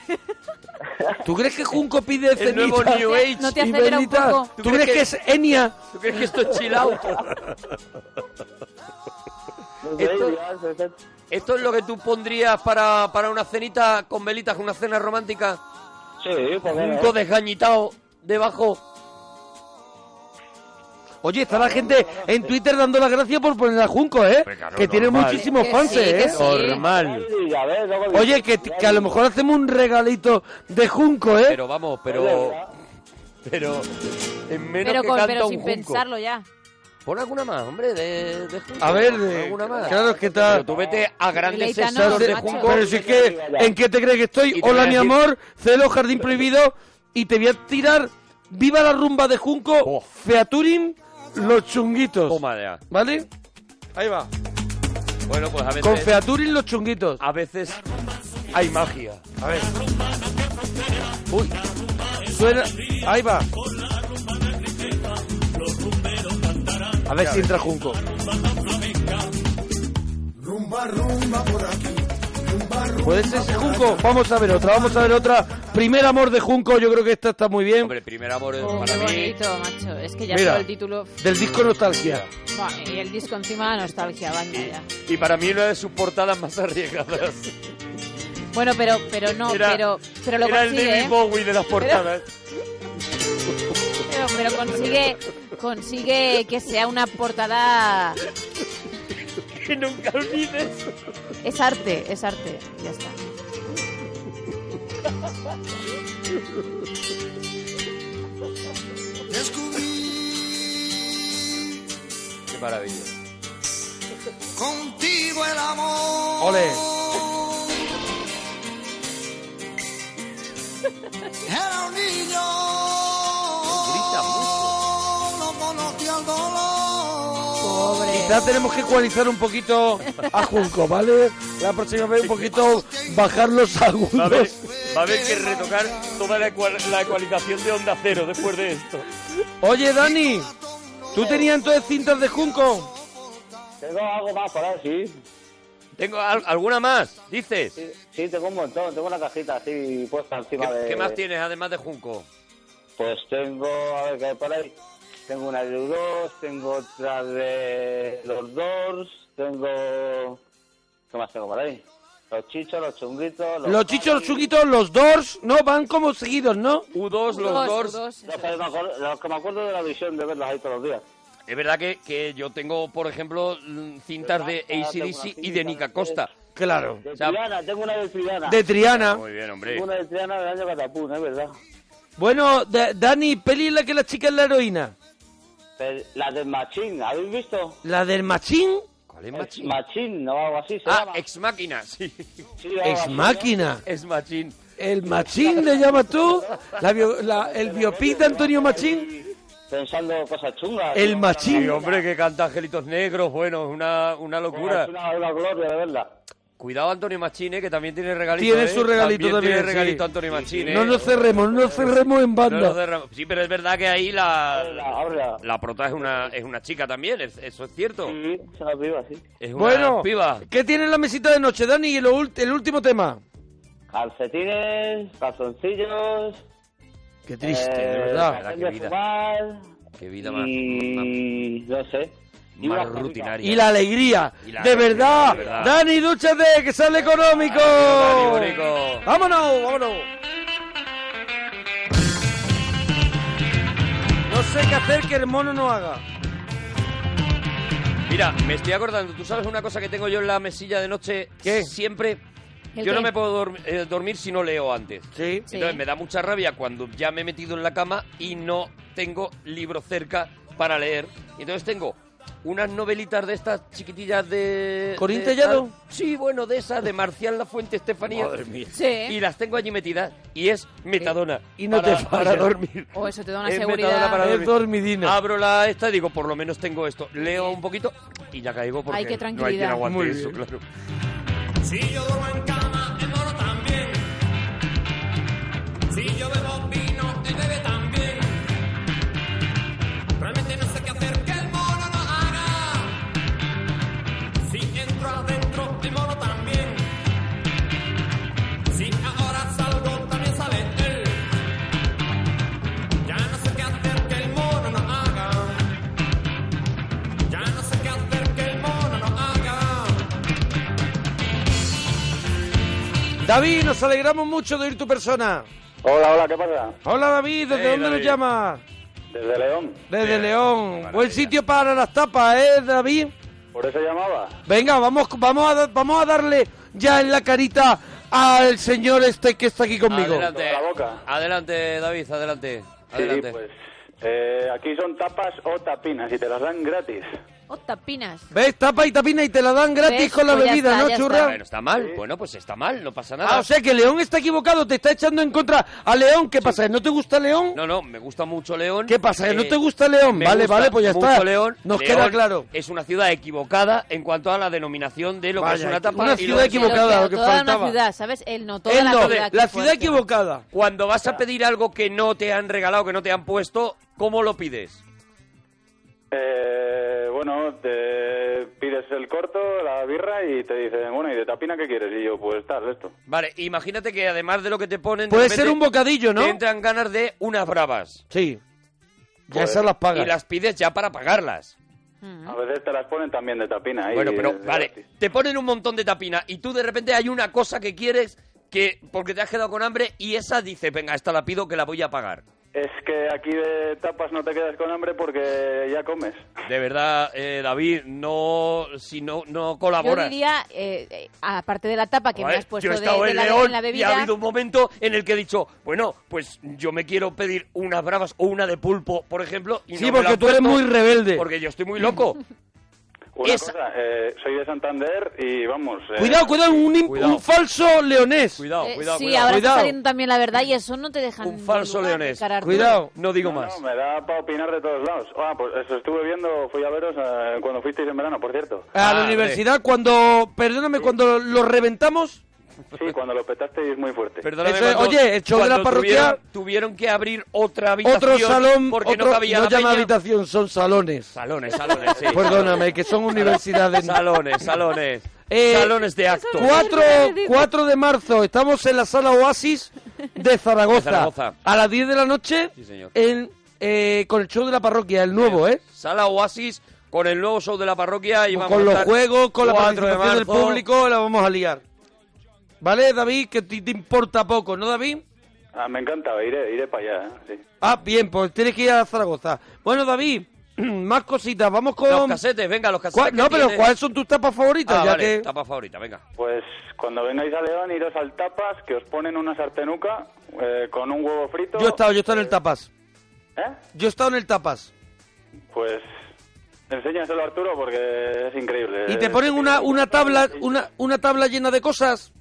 A: ¿Tú crees que Junco pide
B: el nuevo
A: ceniza?
B: New Age?
C: No te
A: y
C: acelera un
A: velita?
C: poco.
A: ¿Tú, crees que... es Enya?
B: ¿Tú crees que esto es chill out?
F: No sé,
B: Esto-
F: ya, se- se-
B: ¿Esto es lo que tú pondrías para, para una cenita con velitas, una cena romántica?
F: Sí, pues eh. porque
B: Junco desgañitado debajo.
A: Oye, está la gente en Twitter dando las gracias por poner a Junco, ¿eh? que tiene muchísimos
C: Que
A: fans,
C: sí,
A: ¿eh?
C: que sí.
B: Normal.
F: David, a ver, luego-
A: Oye, que, que a lo mejor hacemos un regalito de Junco, ¿eh?
B: Pero vamos,
F: Pues
B: pero. Pero. En menos
C: Pero,
B: que
C: con,
B: canta
C: pero
B: un
C: sin
B: junco.
C: pensarlo ya.
B: Pon alguna más, hombre, de, de junco.
A: a ver,
B: Pon
A: eh,
B: alguna más.
A: claro que
B: Pero
A: está...
B: tú vete a grandes
C: Leitano,
A: está-
B: sesos de
C: macho.
B: junco.
A: Pero si es que, ¿en qué te crees que estoy?
B: Y te
A: Hola,
B: voy
A: mi
B: a decir-
A: amor, celo, jardín prohibido, y te voy a tirar Viva la rumba de Junco,
B: Oh.
A: Featuring, Los Chunguitos.
B: Toma ya.
A: ¿Vale? Ahí va.
B: Bueno, pues a veces.
A: Con Featuring, Los Chunguitos.
B: A veces hay magia.
A: A ver. Uy. Suena. Ahí va. A ver si entra Junco. ¿Puede ser ese Junco? Vamos a ver otra, vamos a ver otra. Primer amor de Junco, yo creo que esta está muy bien.
B: Hombre, primer amor es
C: Oh,
B: para
C: qué
B: mí.
C: bonito, macho. Es que ya
A: Mira,
C: solo el título.
A: del disco Nostalgia.
C: Buah, Y el disco encima, nostalgia, baña ya.
B: Y para mí una de sus portadas más arriesgadas.
C: Bueno, pero, pero no,
B: Era-
C: pero, pero lo
B: Era el
C: consigue.
B: David
C: ¿eh?
B: Bowie de las portadas.
C: Pero, pero consigue, consigue que sea una portada.
B: Que nunca olvides.
C: Es arte, es arte. Ya está.
B: Qué maravilla.
D: Contigo el amor.
A: Ole.
D: Era un niño.
B: Grita
D: No conocía el dolor.
A: Quizás tenemos que ecualizar un poquito a Junco, ¿vale? La próxima vez un poquito bajar los
B: Va a haber,
A: agudos.
B: va a haber que retocar toda la, ecua- la ecualización de onda cero después de esto.
A: Oye, Dani, ¿tú tenías entonces cintas de Junco?
F: Tengo algo más por ahí, sí.
B: ¿Tengo al- alguna más? ¿Dices? ¿Qué,
F: sí. sí, tengo un montón. Tengo una cajita así puesta encima de...
B: qué más tienes además de Junco?
F: Pues tengo, a ver, ¿qué hay por ahí? Tengo una de U2, tengo otra de los Doors, tengo... ¿Qué más tengo por ahí? Los chichos, los chunguitos...
A: Los chichos, los chunguitos, los doors, ¿no? Van como seguidos, ¿no?
B: U2, los
C: Dos,
B: Doors.
C: dos,
F: Los que, me acuerdo, los que me acuerdo de la visión de verlos ahí todos los días.
B: Es verdad que, que yo tengo, por ejemplo, mm, cintas de ACDC y de Nica Costa.
A: Claro.
F: De
B: O sea,
F: Triana, tengo una de Triana.
A: De Triana.
B: Muy bien, hombre.
F: Tengo una de Triana del año Catapún, es verdad.
A: Bueno, Da- Dani, peli en la que la chica es la heroína.
F: Pero la del Machín, ¿habéis visto?
A: La del machín
B: ¿Cuál es
F: Ex
B: Machín?
F: Machín, no algo así se
B: Ah,
F: llama.
B: Ex Máquina, sí.
F: Sí, algo
A: es
F: así, ¿no?
A: máquina.
B: Es Machín.
A: El machín le llamas tú. La bio- la- el biopic de Antonio Machín.
F: Pensando cosas chungas.
A: El
F: ¿no?
A: Machín.
B: Sí, hombre, que canta Angelitos Negros. Bueno, una, una
F: Es
B: locura.
F: una, una gloria, de verdad.
B: Cuidado Antonio Machín, eh, que también tiene regalito.
A: Tiene
B: eh.
A: su regalito también,
B: Tiene regalito
A: sí.
B: Antonio Machín. eh.
A: No nos cerremos, no nos cerremos en
B: No nos
A: banda.
B: cerramos. Sí, pero es verdad que ahí la,
F: Ábrela, ábrela.
B: la prota es una, es una chica también, es- eso es cierto.
F: Sí, se la pido así.
B: Es una
A: Bueno,
B: piba.
A: ¿qué tiene en la mesita de noche, Dani? Y lo ult- el último tema.
F: Calcetines, calzoncillos.
A: Qué triste,
F: eh,
A: de verdad.
B: verdad,
F: dejen
B: qué
F: de
B: vida.
F: fumar,
B: Qué vida más,
F: Y. No sé. Y
B: más
F: una cosita.
B: rutinaria.
A: Y la alegría,
B: Y la
A: de,
B: alegría,
A: verdad.
B: de verdad.
A: Dani, dúchate, que sale económico.
B: Dani, bonito.
A: vámonos, vámonos. No sé qué hacer que el mono no haga.
B: Mira, me estoy acordando, tú sabes una cosa que tengo yo en la mesilla de noche
A: ¿Qué?
B: siempre
C: ¿El
B: Yo no
C: qué?
B: me puedo dorm- eh, dormir si no leo antes.
A: Sí.
C: Sí.
B: Entonces me da mucha rabia cuando ya me he metido en la cama y no tengo libro cerca para leer. Y entonces tengo unas novelitas de estas chiquitillas de...
A: ¿Corín
B: de
A: Tellado?
B: tal. Sí, bueno, de esas, de Marcial La Fuente Estefanía.
A: Madre mía.
C: Sí.
B: Y las tengo allí metidas. Y es metadona.
A: y no
B: para,
A: te falla.
B: para dormir.
C: O Oh, eso te da una
B: Es metadona
C: seguridad.
B: para
A: Es
B: dormir.
A: dormidina.
B: Abro la esta y digo, por lo menos tengo esto. Leo un poquito y ya caigo porque
C: Ay, qué
B: no hay quien
C: tranquilidad.
B: aguante
A: Muy
B: eso,
A: bien.
B: claro.
G: Si yo duermo en cama, el moro también. Si yo bebo vino, el bebé también. Realmente no sé qué hacer que el moro no haga. Si entro adentro, el moro también. Si ahora salgo, también sale él. Ya no sé qué hacer que el mono no haga. Ya no sé qué hacer que el mono no haga.
A: David, nos alegramos mucho de oír tu persona.
H: Hola, hola, ¿qué pasa?
A: Hola David, ¿desde
B: Hey,
A: dónde nos
B: David.
A: llamas?
H: Desde León.
A: Desde
B: Bien,
A: León.
B: maravilla.
A: Buen sitio para las tapas, ¿eh, David?
H: Por eso llamaba.
A: Venga, vamos, vamos, a, da- vamos a darle ya en la carita al señor este que está aquí conmigo.
B: Adelante.
H: Con la boca.
B: Adelante, David, adelante.
H: Sí,
B: Adelante.
H: pues. eh, aquí son tapas o tapinas y te las dan gratis.
C: Oh, tapinas.
A: ¿Ves? Tapa y tapina y te la dan gratis
C: ¿Ves?
A: con la
C: Pues ya
A: bebida,
C: está,
A: ¿no,
C: ya
A: churra?
C: está.
B: Bueno, está mal. Bueno, pues está mal, no pasa nada.
A: Ah, o sea que León está equivocado, te está echando en contra a León. ¿Qué pasa? ¿No te gusta León?
B: No, no, me gusta mucho León.
A: ¿Qué pasa? ¿Que no
B: Eh,
A: te gusta León?
B: me
A: Vale,
B: gusta
A: vale, pues ya
B: mucho
A: está.
B: León.
A: Nos
B: León
A: queda claro.
B: Es una ciudad equivocada en cuanto a la denominación de lo que
A: Vaya,
B: es una tapa.
A: una
B: y lo
A: ciudad
B: que es-
A: equivocada,
C: Sí, pero
A: lo que
C: toda
A: faltaba.
C: una ciudad, ¿sabes? Él no, toda
A: Él
C: la
A: no,
C: ciudad.
A: la
C: qué
A: ciudad
C: fuerte.
A: equivocada.
B: Cuando vas a pedir algo que no te han regalado, que no te han puesto, ¿cómo lo pides?
H: Eh, bueno, te pides el corto, la birra y te dicen, bueno, ¿y de tapina qué quieres? Y yo, pues tal, esto.
B: Vale, imagínate que además de lo que te ponen... de
A: Puede
B: repente
A: ser un bocadillo, ¿no?
B: Te entran ganas de unas bravas.
A: Sí. Ya
H: Joder.
A: esas las
B: Y
A: pagas.
B: las pides ya para pagarlas.
H: A veces te las ponen también de tapina. y
B: Bueno, pero
H: es
B: vale,
H: gratis.
B: te ponen un montón de tapina y tú de repente hay una cosa que quieres que porque te has quedado con hambre y esa dice, venga, esta la pido que la voy a pagar.
H: Es que aquí de tapas no te quedas con hambre porque ya comes.
B: De verdad, eh, David, no si no no
C: Yo
B: colaboras.
C: diría, eh, eh, aparte de la tapa que
B: Joder,
C: me has puesto
B: yo he
C: de,
B: estado
C: de
B: en
C: la,
B: León
C: en la
B: y ha
C: bebida, eh,
B: habido un momento en el que he dicho, bueno, pues yo me quiero pedir unas bravas o una de pulpo, por ejemplo. Y
A: Sí,
B: no me la
A: porque
B: han
A: tú eres
B: puesto
A: muy rebelde.
B: Porque yo estoy muy loco.
H: Una
B: Esa-
H: cosa, eh, soy de Santander y vamos... eh,
A: Cuidado, cuidado, un, im-
B: Cuidado.
A: un falso leonés.
B: Cuidado,
C: eh,
B: cuidado,
C: sí,
B: cuidado.
C: ahora
A: cuidado.
C: está saliendo también la verdad y eso no te deja
B: Un
C: en
B: falso
C: lugar de
B: leonés.
C: cara a Arturo.
A: Cuidado.
B: No digo
H: no,
B: más.
H: me da para opinar de todos lados. Ah, pues eso estuve viendo, fui a veros eh, cuando fuisteis en verano, por cierto.
A: A la
B: Madre.
A: universidad, cuando, perdóname, cuando lo reventamos,
H: Sí, cuando lo petasteis muy fuerte.
B: Perdóname,
A: Eso es, oye, el show de la
B: cuando
A: parroquia-
B: Tuvieron, tuvieron que abrir otra habitación.
A: otro salón,
B: Porque
A: otro,
B: no cabía la
A: llama
B: peña.
A: habitación, son salones.
B: Salones, salones, sí.
A: Perdóname, que son universidades.
B: Salones, salones.
A: Eh,
B: salones de acto.
A: Cuatro- 4 de marzo, estamos en la sala Oasis de Zaragoza.
B: De Zaragoza.
A: A las 10 de la noche,
B: Sí, señor.
A: en, eh, con el show de la parroquia, el nuevo, ¿eh?
B: Sala Oasis con el nuevo show de la parroquia. Y vamos a
A: con los
B: estar
A: juegos, con la
B: 4 de
A: participación del
B: marzo.
A: público, la vamos a liar. ¿Vale, David? Que ti- te importa poco, ¿no, David?
H: Ah, me encanta, iré, iré para allá. eh, sí.
A: Ah, bien, pues tienes que ir a Zaragoza. Bueno, David, más cositas. Vamos con.
B: Los casetes, venga, los casetes.
A: ¿Cuál- no, pero ¿cuáles son tus tapas favoritas?
B: Ah,
A: ya
B: vale,
A: que...
B: tapa favorita, venga.
H: Pues cuando vengáis a León, iros al Tapas, que os ponen una sartenuca eh, con un huevo frito.
A: Yo he estado, yo he estado en el tapas.
H: ¿Eh?
A: Yo he estado en el tapas.
H: Pues enséñaselo a Arturo porque es increíble.
A: Y te ponen una, una tabla, una, una tabla llena de cosas.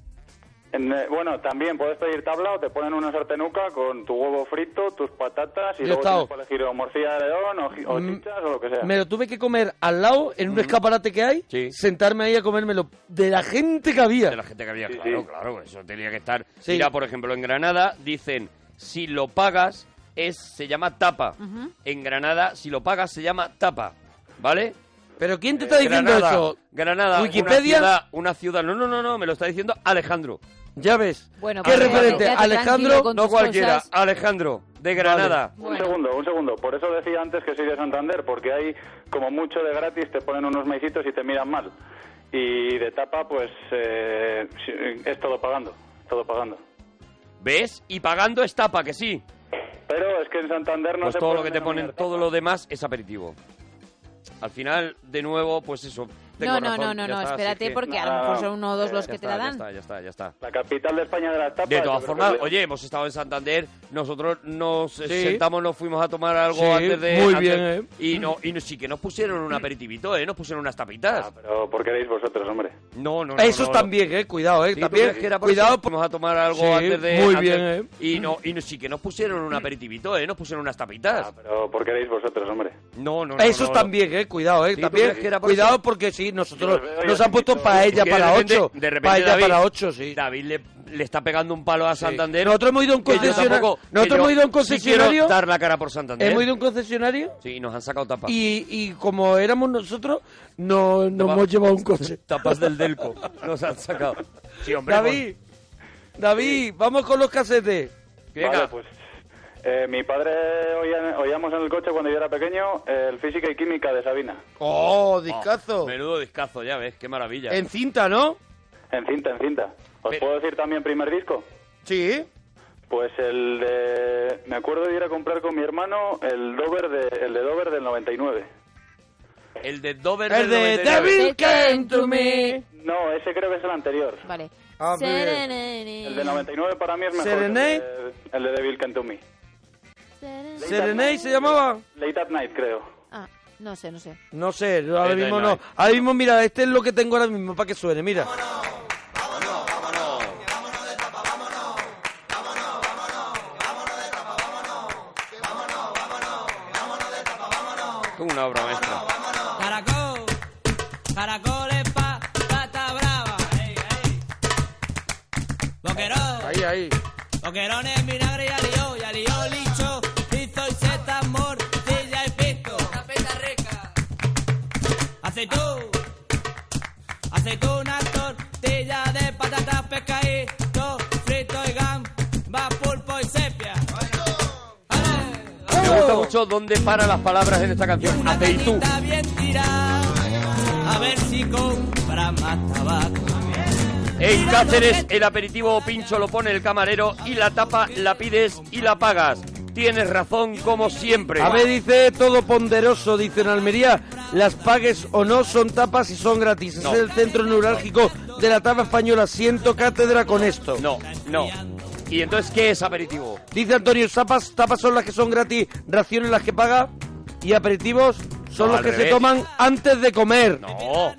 H: En, eh, bueno, también puedes pedir tabla o te ponen una sartenuca con tu huevo frito, tus patatas
A: Yo
H: y
A: he
H: luego
A: estado.
H: tienes para elegir o morcilla de león o, gi- o chichas o lo que sea.
A: Me lo tuve que comer al lado, en un escaparate que hay,
B: Sí.
A: sentarme ahí a comérmelo. De la gente que había.
B: De la gente que había,
H: Sí, sí.
B: claro, claro, pues eso tenía que estar.
A: Sí.
B: Mira, por ejemplo, en Granada dicen, si lo pagas, es se llama tapa. En Granada, si lo pagas, se llama tapa, ¿vale? Eh,
A: Pero ¿quién te está diciendo
B: Granada,
A: eso?
B: Granada,
A: ¿Wikipedia?
B: Una ciudad, una ciudad, no, no, no, no, me lo está diciendo Alejandro.
A: Ya ves.
C: Bueno,
A: ¿Qué
C: vale,
A: referente?
C: quédate
A: Alejandro.
C: tranquilo con-
B: No
C: tus
B: cualquiera,
C: cosas.
B: Alejandro, de Granada.
H: Un segundo, un segundo. Por eso decía antes que soy de Santander, porque hay como mucho de gratis, te ponen unos maicitos y te miran mal. Y de tapa, pues eh, es todo pagando, todo pagando.
B: ¿Ves? Y pagando es tapa, que sí.
H: Pero es que en Santander no
B: pues
H: se
B: todo
H: puede
B: lo que te ponen,
H: denominar tapa.
B: todo lo demás es aperitivo. Al final, de nuevo, pues eso, tengo
C: no, no,
B: razón,
C: no, no,
B: ya
C: no,
B: está, así
C: espérate
B: que-
C: porque a
F: No,
H: Ah,
C: lo mejor
F: no,
C: son uno o dos los
B: Ya
C: que te
B: está,
C: la dan.
B: Ya está, ya está, ya está.
F: La capital de España de las tapas.
B: De todas
F: yo creo
B: formas,
F: que-
B: oye, hemos estado en Santander, nosotros nos eh,
A: Sí.
B: sentamos, nos fuimos a tomar algo
A: Sí,
B: antes de...
A: muy
B: antes-
A: bien, ¿eh?
B: Y, no, y no- sí que nos pusieron un aperitivito, ¿eh? Nos pusieron unas tapitas.
F: Ah, pero ¿por qué deis vosotros, hombre?
B: No, no, no.
A: Esos
B: no, no.
A: también, eh, cuidado, eh,
B: Sí, ¿tú
A: también,
B: crees que era por
A: cuidado,
B: eso? vamos a tomar algo
A: Sí,
B: antes de...
A: muy
B: antes-
A: bien, ¿eh?
B: Y, no, y no- sí que nos pusieron un aperitivito, ¿eh? Nos pusieron unas tapitas.
F: Ah, pero ¿por qué deis vosotros, hombre?
B: No, no, no.
A: esos
B: no, no.
A: también, eh, cuidado, eh,
B: Sí, ¿tú
A: también,
B: crees que era por
A: cuidado
B: eso? eh,
A: porque sí, nosotros
F: Yo los veo y
A: nos
F: los
A: han puesto
F: invito.
B: Es
A: paella
B: que
A: para
B: de repente-
A: ocho,
B: de repente
A: paella
B: David-
A: para ocho, sí.
B: David le, le está pegando un palo a Santander.
A: Nosotros hemos ido a un
B: que yo
A: concesionario-
B: tampoco- que
A: nosotros
B: yo
A: hemos ido a un
B: sí quiero
A: concesionario-
B: dar la cara por Santander.
A: Hemos ido a un concesionario
B: Sí, nos han sacado tapas.
A: y, y como éramos nosotros, no, nos
B: Tapa-
A: hemos llevado un coche.
B: Tapas del Delco. Nos han sacado. Sí, hombre.
A: David, David, vamos con los casetes.
B: por- Venga.
F: Vale, pues. eh, mi padre oía- oíamos en el coche cuando yo era pequeño eh, el Física y Química de Sabina.
A: Oh,
B: Oh,
A: discazo.
B: menudo discazo, ya ves. Qué maravilla.
A: en cinta, ¿no?
F: En cinta, en cinta. ¿Os
B: Pero-
F: puedo decir también primer disco?
A: Sí.
F: Pues el de... Me acuerdo de ir a comprar con mi hermano el Dover, de, el de Dover del 99.
B: El de Dover
A: El
B: del
A: de
B: 99.
A: David
C: Came
A: Came
C: to
A: to
C: me.
A: me.
F: No, ese creo que es el anterior.
C: Vale.
A: Ah, muy bien.
F: El del 99 para mí es mejor.
A: Serenade.
F: que El de, el de Devil Can To Me.
A: Serenade se llamaba.
F: Late at Night, creo.
C: Ah, no sé, no sé.
A: No sé, yo ahora
B: Este
A: mismo
B: no
A: no.
B: hay.
A: Ahora mismo, mira, este es lo que tengo ahora mismo para que suene, mira.
B: Como una obra maestra.
I: Caracol, caracol es pa, pata brava. Boquerón,
A: Ahí, ahí.
I: boquerón es vinagre y alió, y alió licho, lizo y seta, morcilla y pisto. Tapeta rica. Aceitú, aceituna, tortilla de patatas, pescadito, frito y gamba, pulpo y sepia. ¡Ale!
B: Me gusta mucho dónde paran las palabras en esta canción.
I: Una
B: Aceitú.
I: cañita bien tirada, a ver si compra más tabaco.
B: En Cáceres el aperitivo o pincho lo pone el camarero y la tapa la pides y la pagas. Tienes razón como siempre.
A: A ver, dice todo ponderoso, dice en Almería, las pagues o no son tapas y son gratis.
B: No.
A: Es el centro neurálgico de la tapa española. Siento cátedra con esto.
B: No, no. ¿Y entonces qué es aperitivo?
A: Dice Antonio, tapas, tapas son las que son gratis, raciones las que paga y aperitivos son
B: No,
A: los
B: al
A: que se
B: revés.
A: toman antes de comer.
B: No.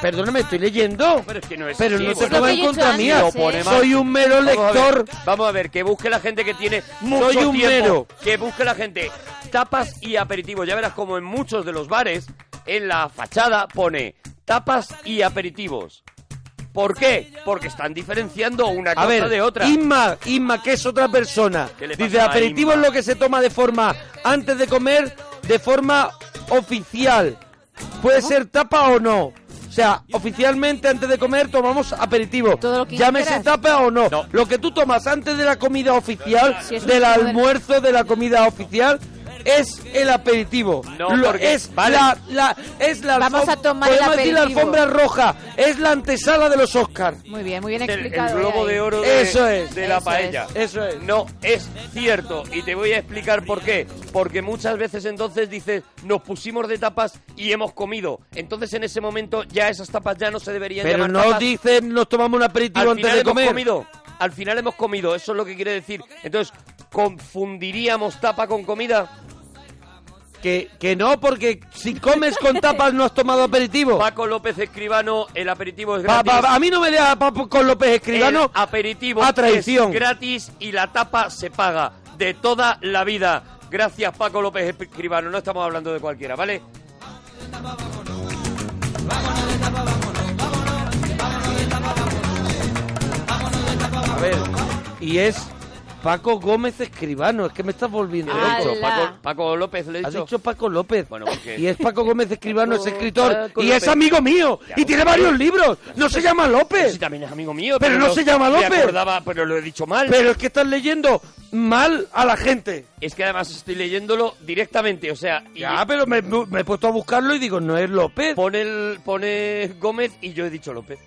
A: Perdóname, estoy leyendo.
B: Pero es que no es
A: Pero
B: así,
A: no se ponga
B: bueno.
C: Es lo que
A: en
C: yo he
A: contra
C: hecho
A: mía.
C: antes, Lo pone ¿eh? mal.
A: Soy un mero
B: Vamos a ver,
A: lector.
B: Vamos a ver, que busque la gente que tiene mucho
A: Soy un
B: tiempo,
A: mero.
B: Que busque la gente tapas y aperitivos. Ya verás como en muchos de los bares, en la fachada pone tapas y aperitivos. ¿Por qué? Porque están diferenciando una
A: A
B: cosa
A: ver,
B: de otra.
A: Inma, Inma, que es otra persona.
B: ¿Qué le
A: Dice,
B: pasa a
A: aperitivo es
B: Inma?
A: lo que se toma de forma antes de comer, de forma oficial. Puede ser tapa o no. O sea, oficialmente antes de comer tomamos aperitivo.
C: Todo lo que
A: Llámese
C: quieras.
A: tapa o no.
B: No.
A: Lo que tú tomas antes de la comida oficial,
C: Si es un
A: del
C: tipo de-
A: almuerzo, de la comida oficial, es el aperitivo.
B: No,
A: Lo-
B: porque-
A: es
B: vale.
A: la, la- es la
C: Vamos
A: alfom-
C: a tomar el
A: podemos decir la
C: aperitivo.
A: alfombra roja. Es la antesala de los Oscars.
C: Muy bien, muy bien
B: el, el
C: explicado.
B: globo
C: eh, ahí.
B: de oro de,
A: Eso es.
B: de la
C: Eso
B: paella.
C: es.
A: Eso es.
B: No es cierto y te voy a explicar por qué. Porque muchas veces entonces dices, nos pusimos de tapas y hemos comido. Entonces en ese momento ya esas tapas ya no se deberían
A: Pero
B: llamar
A: no
B: tapas.
A: dicen nos tomamos un
B: Al
A: aperitivo
B: final
A: antes de
B: hemos
A: comer.
B: comido. Al final hemos comido, eso es lo que quiere decir. Entonces, ¿confundiríamos tapa con comida?
A: Que, que no, porque si comes con tapas no has tomado aperitivo.
B: Paco López Escribano, el aperitivo es
A: Pa-
B: gratis.
A: pa- a mí no me lea Papo con López Escribano.
B: El aperitivo
A: a traición.
B: es gratis y la tapa se paga de toda la vida. Gracias Paco López Escribano, no estamos hablando de cualquiera, ¿vale?
A: A ver, y es Paco Gómez Escribano. Es que me estás volviendo
B: Lo he dicho,
A: loco.
C: Ala.
B: Paco, Paco López le he
A: Has
B: dicho.
A: dicho Paco López.
B: Bueno, ¿por qué?
A: Y es Paco Gómez Escribano, es
B: Paco-
A: escritor.
B: Paco
A: y
B: López.
A: es amigo mío.
B: Ya,
A: y tiene
B: hombre.
A: varios libros. No se llama
B: Pero si
A: López.
B: también es amigo mío.
A: Pero no se llama
B: me
A: López.
B: acordaba, Ah, pero lo he dicho mal.
A: Pero es que estás leyendo mal a la gente.
B: Es que además estoy leyéndolo directamente, o sea, y
A: Ya, Ah, pero me, me he puesto a buscarlo y digo, no es López.
B: pone, el- pone Gómez y yo he dicho López.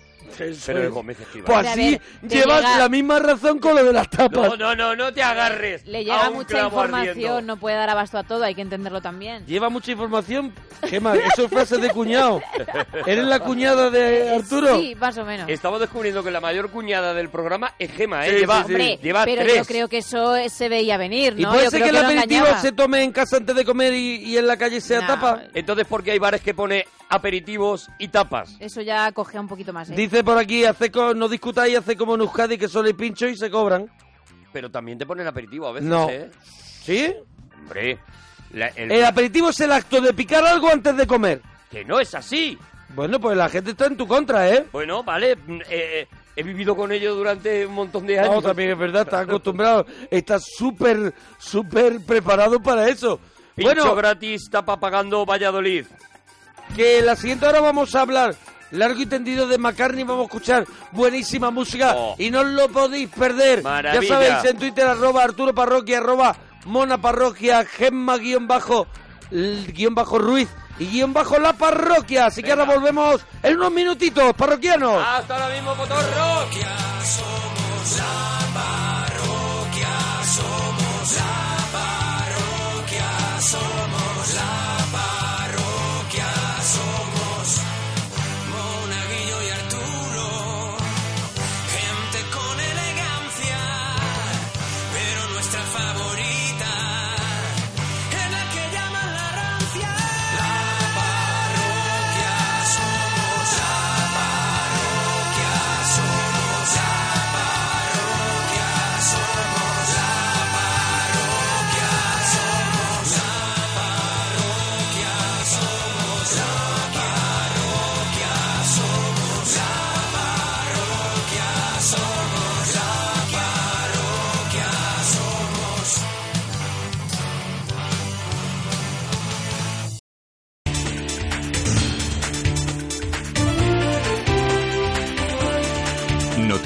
B: Pero de Gómez Escribano.
A: Pues
C: Pero a
A: así
C: ver, te
A: llevas
C: llega-
A: la misma razón con lo de las tapas.
B: No, no, no, no te agarres.
C: Le
B: a
C: llega
B: un
C: mucha
B: clavo
C: información,
B: ardiendo.
C: no puede dar abasto a todo, hay que entenderlo también.
A: Lleva mucha información. Gemma, eso es frase de cuñado. ¿Eres la cuñada de Arturo?
C: Sí, más o menos.
B: Estamos descubriendo que la mayor cuñada del programa es Gema, ¿eh?
A: Sí,
B: lleva
A: sí, sí.
C: Hombre,
B: lleva
C: pero
B: tres.
C: yo creo que eso eh, se veía venir, ¿no?
A: ¿Y puede
C: Yo
A: ser
C: creo
A: que el
C: lo
A: aperitivo
C: engañaba.
A: se tome en casa antes de comer y, y en la calle sea
C: No.
A: tapa?
B: Entonces, ¿por qué hay bares que pone aperitivos y tapas?
C: Eso ya cogía un poquito más, ¿eh?
A: Dice por aquí, hace co- no discutáis, hace como en Euskadi que solo hay pincho y se cobran.
B: Pero también te ponen aperitivo a veces,
A: No.
B: ¿eh?
A: ¿Sí?
B: Hombre, la- el-
A: El aperitivo es el acto de picar algo antes de comer.
B: que no es así.
A: Bueno, pues la gente está en tu contra, ¿eh?
B: Bueno, vale, mm, eh, eh, he vivido con ellos durante un montón de años.
A: No, también es verdad, está acostumbrado, está súper, súper preparado para eso.
B: Pincho
A: Bueno,
B: gratis, tapa pagando Valladolid.
A: que la siguiente hora vamos a hablar largo y tendido de McCartney, vamos a escuchar buenísima música
B: Oh.
A: y no os lo podéis perder.
B: Maravilla.
A: Ya sabéis, en Twitter arroba Arturo Parroquia, arroba Mona Parroquia, Gemma guión bajo, l- guión bajo Ruiz y guión bajo La Parroquia. Así que ahora volvemos en unos minutitos, parroquianos.
B: ¡Hasta ahora mismo, Potorro!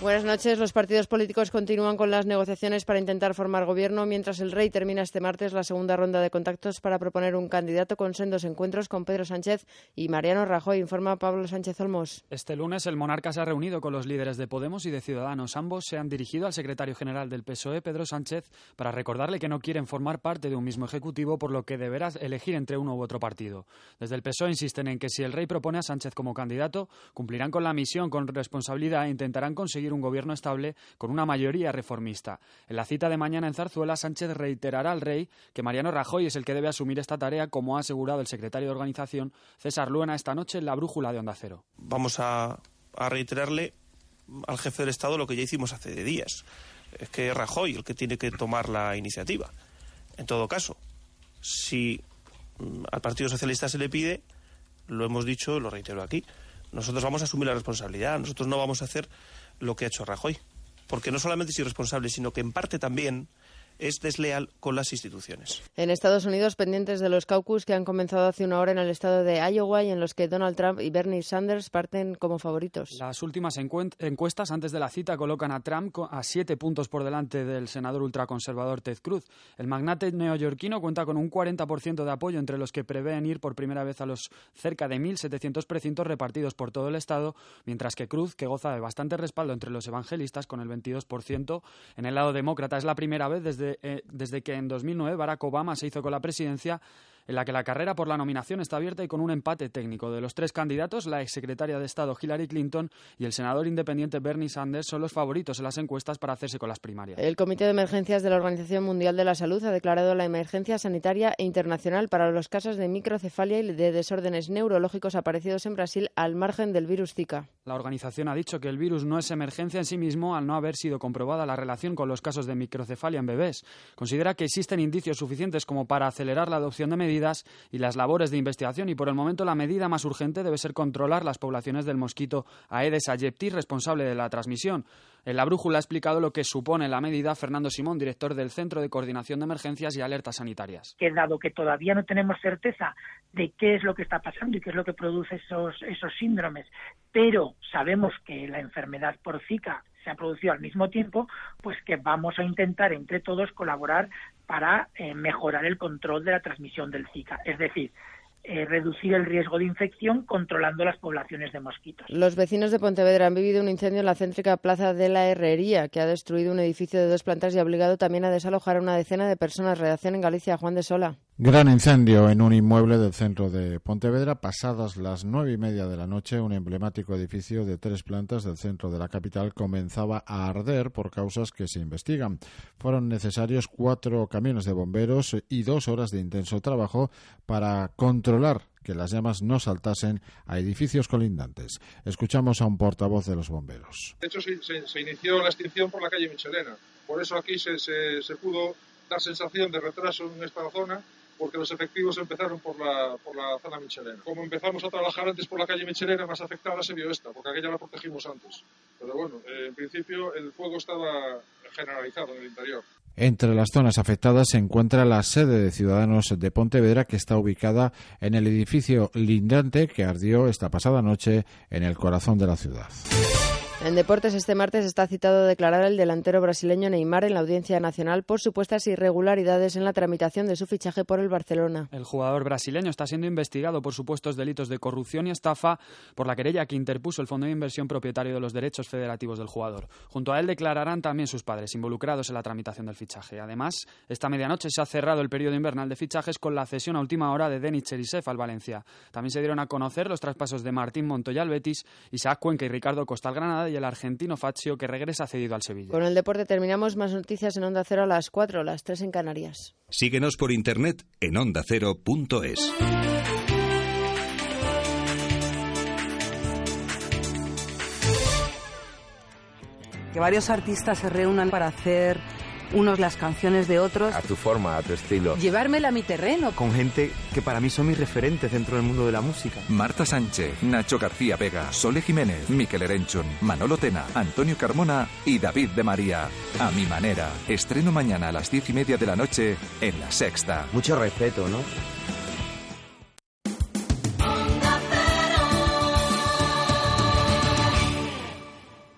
J: Buenas noches. Los partidos políticos continúan con las negociaciones para intentar formar gobierno, mientras el rey termina este martes la segunda ronda de contactos para proponer un candidato con sendos encuentros con Pedro Sánchez y Mariano Rajoy, informa Pablo Sánchez Olmos.
K: Este lunes el monarca se ha reunido con los líderes de Podemos y de Ciudadanos. Ambos se han dirigido al secretario general del PSOE, E, Pedro Sánchez, para recordarle que no quieren formar parte de un mismo ejecutivo, por lo que deberá elegir entre uno u otro partido. Desde el PSOE E insisten en que si el rey propone a Sánchez como candidato, cumplirán con la misión con responsabilidad e intentarán conseguir un gobierno estable con una mayoría reformista. En la cita de mañana en Zarzuela, Sánchez reiterará al rey que Mariano Rajoy es el que debe asumir esta tarea, como ha asegurado el secretario de organización, César Luena, esta noche en la brújula de Onda Cero.
L: vamos a, a reiterarle al jefe del Estado lo que ya hicimos hace días. Es que es Rajoy el que tiene que tomar la iniciativa. En todo caso, si mm, al Partido Socialista se le pide, lo hemos dicho, lo reitero aquí, nosotros vamos a asumir la responsabilidad, nosotros no vamos a hacer lo que ha hecho Rajoy, porque no solamente es irresponsable, sino que en parte también es desleal con las instituciones.
J: En Estados Unidos, pendientes de los caucus que han comenzado hace una hora en el estado de Iowa y en los que Donald Trump y Bernie Sanders parten como favoritos.
K: Las últimas encuen- encuestas antes de la cita colocan a Trump co- a siete puntos por delante del senador ultraconservador Ted Cruz. El magnate neoyorquino cuenta con un 40% de apoyo entre los que prevén ir por primera vez a los cerca de 1.700 precintos repartidos por todo el estado, mientras que Cruz, que goza de bastante respaldo entre los evangelistas con el 22%, en el lado demócrata es la primera vez desde, eh, desde que en 2009 Barack Obama se hizo con la presidencia en la que la carrera por la nominación está abierta y con un empate técnico. De los tres candidatos, la exsecretaria de Estado Hillary Clinton y el senador independiente Bernie Sanders son los favoritos en las encuestas para hacerse con las primarias.
J: El Comité de Emergencias de la Organización Mundial de la Salud ha declarado la emergencia sanitaria e internacional para los casos de microcefalia y de desórdenes neurológicos aparecidos en Brasil al margen del virus Zika.
K: La organización ha dicho que el virus no es emergencia en sí mismo al no haber sido comprobada la relación con los casos de microcefalia en bebés. Considera que existen indicios suficientes como para acelerar la adopción de medidas y las labores de investigación y por el momento la medida más urgente debe ser controlar las poblaciones del mosquito Aedes aegypti responsable de la transmisión. En la brújula ha explicado lo que supone la medida Fernando Simón, director del Centro de Coordinación de Emergencias y Alertas Sanitarias.
M: que dado que todavía no tenemos certeza de qué es lo que está pasando y qué es lo que produce esos, esos síndromes, pero sabemos que la enfermedad por Zika se ha producido al mismo tiempo, pues que vamos a intentar entre todos colaborar para eh, mejorar el control de la transmisión del Zika. Es decir, eh, reducir el riesgo de infección controlando las poblaciones de mosquitos.
J: Los vecinos de Pontevedra han vivido un incendio en la céntrica Plaza de la Herrería, que ha destruido un edificio de dos plantas y ha obligado también a desalojar a una decena de personas. Redacción en Galicia, Juan de Sola.
N: Gran incendio en un inmueble del centro de Pontevedra. Pasadas las nueve y media de la noche, un emblemático edificio de tres plantas del centro de la capital comenzaba a arder por causas que se investigan. Fueron necesarios cuatro camiones de bomberos y dos horas de intenso trabajo para controlar que las llamas no saltasen a edificios colindantes. Escuchamos a un portavoz de los bomberos.
O: De hecho, se, se- se inició la extinción por la calle Michelena. Por eso aquí se, se- se pudo dar sensación de retraso en esta zona, porque los efectivos empezaron por la, por la zona Michelena. Como empezamos a trabajar antes por la calle Michelena, más afectada se vio esta, porque aquella la protegimos antes. Pero bueno, eh, en principio el fuego estaba generalizado en el interior.
N: Entre las zonas afectadas se encuentra la sede de Ciudadanos de Pontevedra, que está ubicada en el edificio lindante que ardió esta pasada noche en el corazón de la ciudad.
J: En deportes, este martes está citado a declarar el delantero brasileño Neymar en la Audiencia Nacional por supuestas irregularidades en la tramitación de su fichaje por el Barcelona.
K: El jugador brasileño está siendo investigado por supuestos delitos de corrupción y estafa por la querella que interpuso el Fondo de Inversión propietario de los derechos federativos del jugador. Junto a él declararán también sus padres involucrados en la tramitación del fichaje. Además, esta medianoche se ha cerrado el periodo invernal de fichajes con la cesión a última hora de Denis Cherisev al Valencia. También se dieron a conocer los traspasos de Martín Montoya al Betis, Isaac Cuenca y Ricardo Costa al Granada y el argentino Fazio que regresa cedido al Sevilla.
J: Con el deporte terminamos más noticias en Onda Cero a las 4, las 3 en Canarias.
P: Síguenos por internet en ondacero.es.
Q: que varios artistas se reúnan para hacer unos las canciones de otros.
R: A tu forma, a tu estilo.
Q: Llevármela a mi terreno.
R: Con gente que para mí son mis referentes dentro del mundo de la música.
P: Marta Sánchez, Nacho García Vega, Sole Jiménez, Miquel Erenchun, Manolo Tena, Antonio Carmona y David de María. A mi manera. Estreno mañana a las diez y media de la noche en La Sexta. Mucho respeto, ¿no?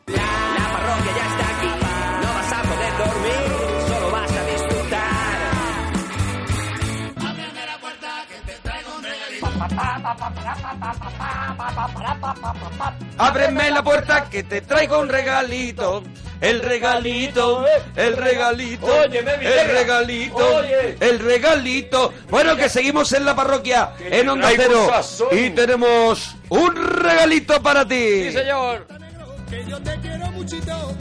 I: parroquia ya está aquí, no vas a poder dormir, solo vas a disfrutar. Ábreme la puerta que te traigo un regalito.
A: Ábreme la puerta que te traigo un regalito. El regalito, el regalito,
B: Óyeme, mi
A: el
B: negra.
A: regalito,
B: Oye.
A: el regalito. Bueno, que seguimos en la parroquia,
B: Que
A: en Onda
B: hay
A: Cero.
B: muchas son.
A: Y tenemos un regalito para ti.
B: señor.
I: Que yo te quiero muchito.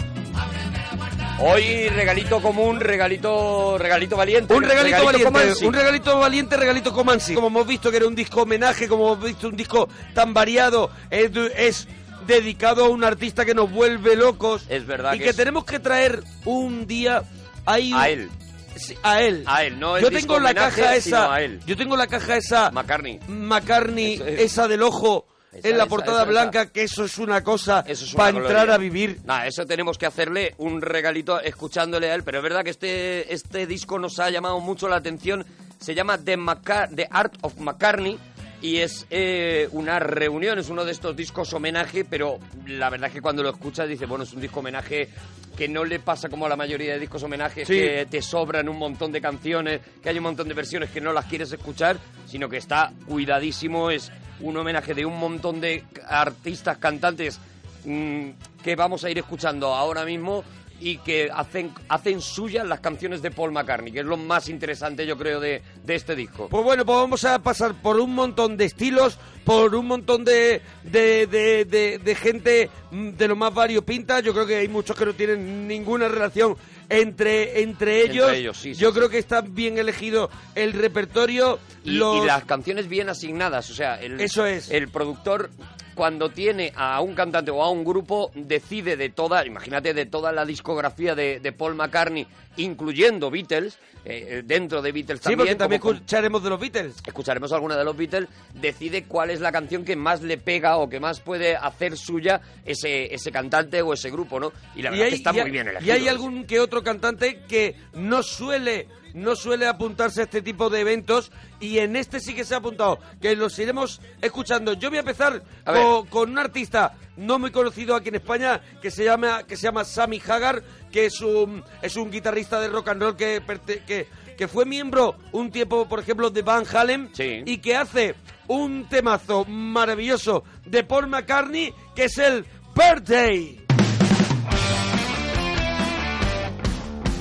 B: Hoy regalito común, regalito, regalito valiente.
A: Un regalito,
B: como
A: valiente,
B: ansi.
A: un regalito valiente, regalito Comansi. Como hemos visto que era un disco homenaje, como hemos visto un disco tan variado, es, de- es dedicado a un artista que nos vuelve locos.
B: Es verdad
A: Y
B: que
A: que,
B: es-
A: tenemos que traer un día ahí-
B: A él.
A: Sí, a él.
B: A él, no el
A: Yo
B: disco
A: tengo la
B: homenaje,
A: caja
B: sino
A: esa.
B: a él.
A: Yo tengo la caja esa.
B: McCartney.
A: McCartney,
B: Eso es.
A: esa del ojo.
B: Esa,
A: en la
B: esa,
A: portada
B: esa, esa.
A: blanca, que eso es una cosa
B: Eso es una
A: para entrar
B: gloria.
A: a vivir.
B: Nah, eso tenemos que hacerle un regalito escuchándole a él, pero es verdad que este, este disco nos ha llamado mucho la atención. Se llama The, Maca- The Art of McCartney y es eh, una reunión, es uno de estos discos homenaje, pero la verdad es que cuando lo escuchas dices, bueno, es un disco homenaje que no le pasa como a la mayoría de discos homenajes,
A: Sí.
B: que te sobran un montón de canciones, que hay un montón de versiones que no las quieres escuchar, sino que está cuidadísimo, es un homenaje de un montón de artistas, cantantes mm, que vamos a ir escuchando ahora mismo y que hacen, hacen suyas las canciones de Paul McCartney, que es lo más interesante yo creo de, de este disco.
A: Pues bueno, pues vamos a pasar por un montón de estilos, por un montón de, de, de- de- de gente mm, de lo más variopinta. Yo creo que hay muchos que no tienen ninguna relación entre, entre
B: Entre
A: ellos.
B: ellos, sí, sí,
A: Yo creo que está bien elegido el repertorio.
B: Y,
A: los-
B: y las canciones bien asignadas, o sea, el,
A: Eso es.
B: el productor cuando tiene a un cantante o a un grupo decide de toda, imagínate, de toda la discografía de, de Paul McCartney, incluyendo Beatles, eh, eh, dentro de Beatles
A: Sí,
B: también.
A: porque también
B: como-
A: escucharemos de los Beatles.
B: escucharemos alguna de los Beatles, decide cuál es la canción que más le pega o que más puede hacer suya ese, ese cantante o ese grupo, ¿no? Y la verdad es que está
A: y
B: muy bien elegido.
A: Y hay algún que otro cantante que no suele no suele apuntarse a este tipo de eventos y en este sí que se ha apuntado, que los iremos escuchando. Yo voy a empezar
B: A ver.
A: co- con, un artista no muy conocido aquí en España que se llama que se llama Sammy Hagar, que es un es un guitarrista de rock and roll que perte- que que fue miembro un tiempo, por ejemplo, de Van Halen y que hace un temazo maravilloso de Paul McCartney que es el Birthday.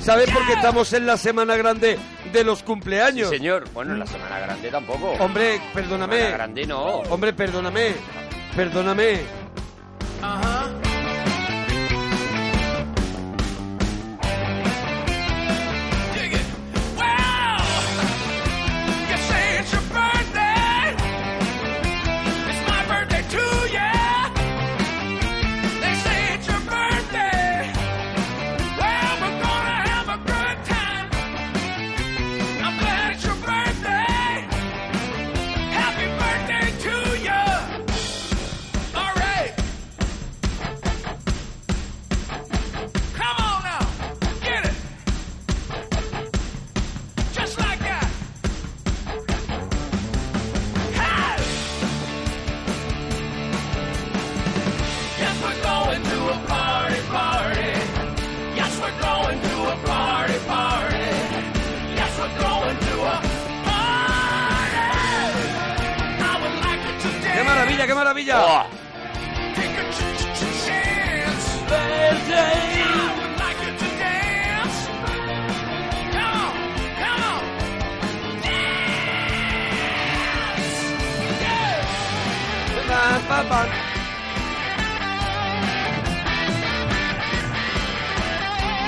A: ¿Sabes por qué estamos en la semana grande de los cumpleaños?
B: Sí, señor. Bueno, en la semana grande tampoco.
A: Hombre, perdóname.
B: Semana grande no.
A: Hombre, perdóname. Perdóname.
G: Uh-huh.
A: ¡Qué maravilla, qué maravilla!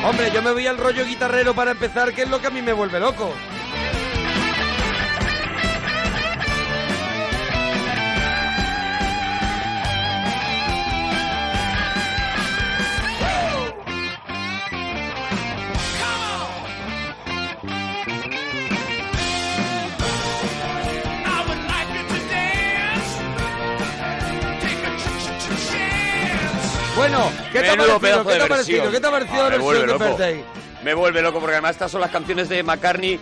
A: Hombre, yo me voy al rollo guitarrero para empezar, que es lo que a mí me vuelve loco. Bueno, ¿qué te ha
B: Menudo
A: parecido?
B: pedazo
A: ¿Qué te
B: de
A: ha parecido?
B: versión.
A: ¿Qué te ha parecido la
B: Ah, me
A: versión
B: vuelve
A: de
B: loco.
A: Birthday?
B: Me vuelve loco porque además estas son las canciones de McCartney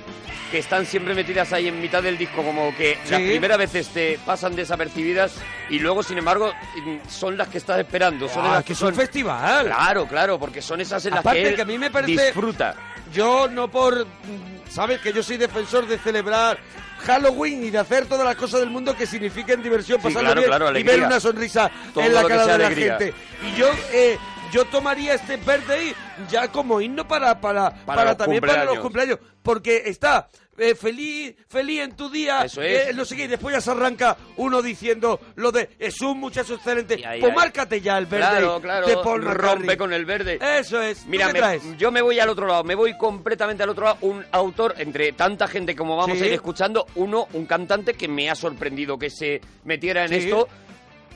B: que están siempre metidas ahí en mitad del disco, como que las
A: Sí.
B: primeras veces te pasan desapercibidas y luego, sin embargo, mm, son las que estás esperando. Son
A: Ah,
B: las
A: que es un festival.
B: Claro, claro, porque son esas en las
A: Aparte
B: que, él
A: que a mí me parece-
B: disfruta.
A: Yo no por... mm, Sabes que yo soy defensor de celebrar Halloween y de hacer todas las cosas del mundo que signifiquen diversión,
B: Sí,
A: pasarlo
B: claro,
A: bien
B: claro,
A: y
B: alegría.
A: ver una sonrisa
B: Todo
A: en la
B: lo que
A: cara
B: sea
A: de la
B: alegría.
A: gente. Y yo... eh, yo tomaría este birthday ya como himno para para para,
B: los
A: también para los
B: cumpleaños.
A: cumpleaños porque está eh, feliz feliz en tu día
B: Eso es.
A: eh, no sé qué y después ya se arranca uno diciendo lo de es un muchacho excelente pues
B: ahí.
A: márcate ya el birthday
B: Claro, claro.
A: de Paul McCartney.
B: rompe con el verde.
A: Eso es. ¿Tú
B: Mira,
A: qué
B: me-
A: traes?
B: yo me voy al otro lado, me voy completamente al otro lado. Un autor, entre tanta gente como vamos a
A: Sí.
B: ir escuchando, uno, un cantante que me ha sorprendido que se metiera en
A: Sí.
B: esto,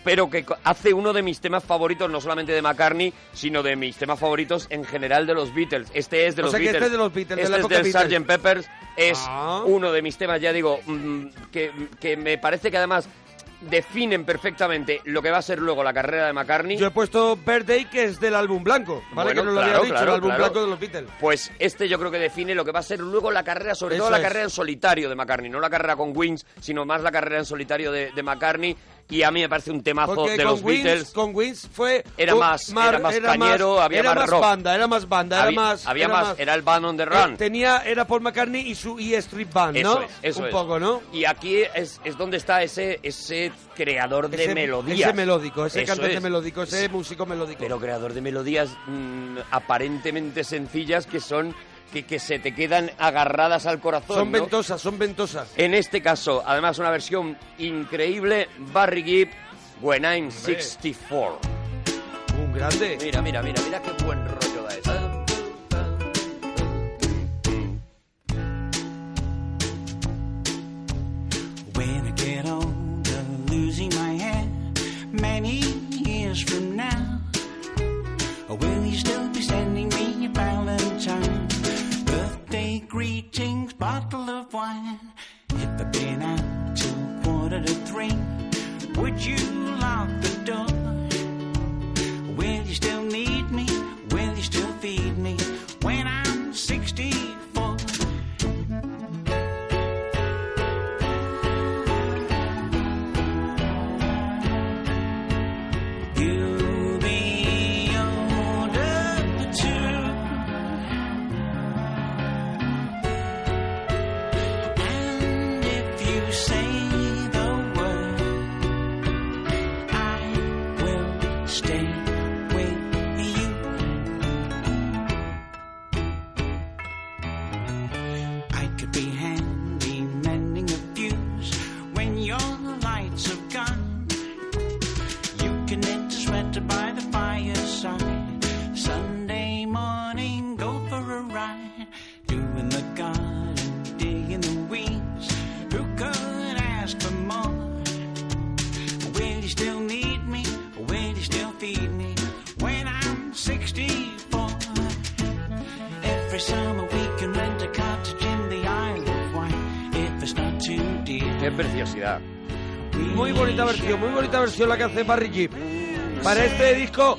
B: pero que co- hace uno de mis temas favoritos, no solamente de McCartney, sino de mis temas favoritos en general de los Beatles. Este es de
A: O
B: los
A: sea que
B: Beatles.
A: este es de los Beatles, de
B: Este
A: la
B: es
A: época
B: del
A: Beatles.
B: Sgt. Peppers. Es
A: Ah.
B: uno de mis temas, ya digo, mm, que, que me parece que además definen perfectamente lo que va a ser luego la carrera de McCartney.
A: Yo he puesto Birthday, que es del álbum blanco. Vale,
B: Bueno,
A: que no lo
B: claro,
A: había dicho,
B: claro,
A: el álbum
B: claro.
A: blanco de los Beatles.
B: Pues este yo creo que define lo que va a ser luego la carrera, sobre
A: Eso
B: todo la
A: es.
B: carrera en solitario de McCartney, no la carrera con Wings, sino más la carrera en solitario de, de McCartney. Y a mí me parece un temazo
A: Porque
B: Oh, de
A: con
B: los
A: Wings,
B: Beatles.
A: con Wings fue
B: Era
A: un-
B: más- era más cañero, había
A: era
B: más rock.
A: banda, era más banda, era
B: Había-
A: más
B: había más, era el Band on the Run.
A: Eh, tenía era Paul McCartney y su y Street Band,
B: Eso
A: ¿no?
B: es, eso
A: un
B: es.
A: poco, ¿no?
B: Y aquí es, es donde está ese, ese creador de
A: Ese-
B: melodías.
A: Ese melódico, ese
B: Eso
A: cantante
B: es.
A: melódico, ese músico melódico.
B: Pero creador de melodías mm, aparentemente sencillas que son. Que, que se te quedan agarradas al corazón.
A: Son
B: ¿no?
A: ventosas, son ventosas.
B: En este caso, además, una versión increíble, Barry Gibb, When I'm 64.
A: Un grande.
B: Mira, mira, mira, mira qué buen rollo da eso.
G: When I get older, losing my head, many years from now, will you still be sending me a Valentine? Birthday greetings, bottle of wine. If I've been out till quarter to three, would you lock the door? Will you still need me? Will you still feed me when I'm 64? You'll be older too, and if you say the word, could be handy mending the fuse when your lights have gone. You can knit a sweater by the fireside. Sunday morning, go for a ride. You in the garden, digging the weeds. Who could ask for more? Will you still need me? Will you still feed me when I'm 64? Every summer we can rent a cottage in the Isle of Wight if it's not too dear.
B: Qué preciosidad.
A: Muy bonita versión, muy bonita versión la que hace Barry Gibb. Para este disco,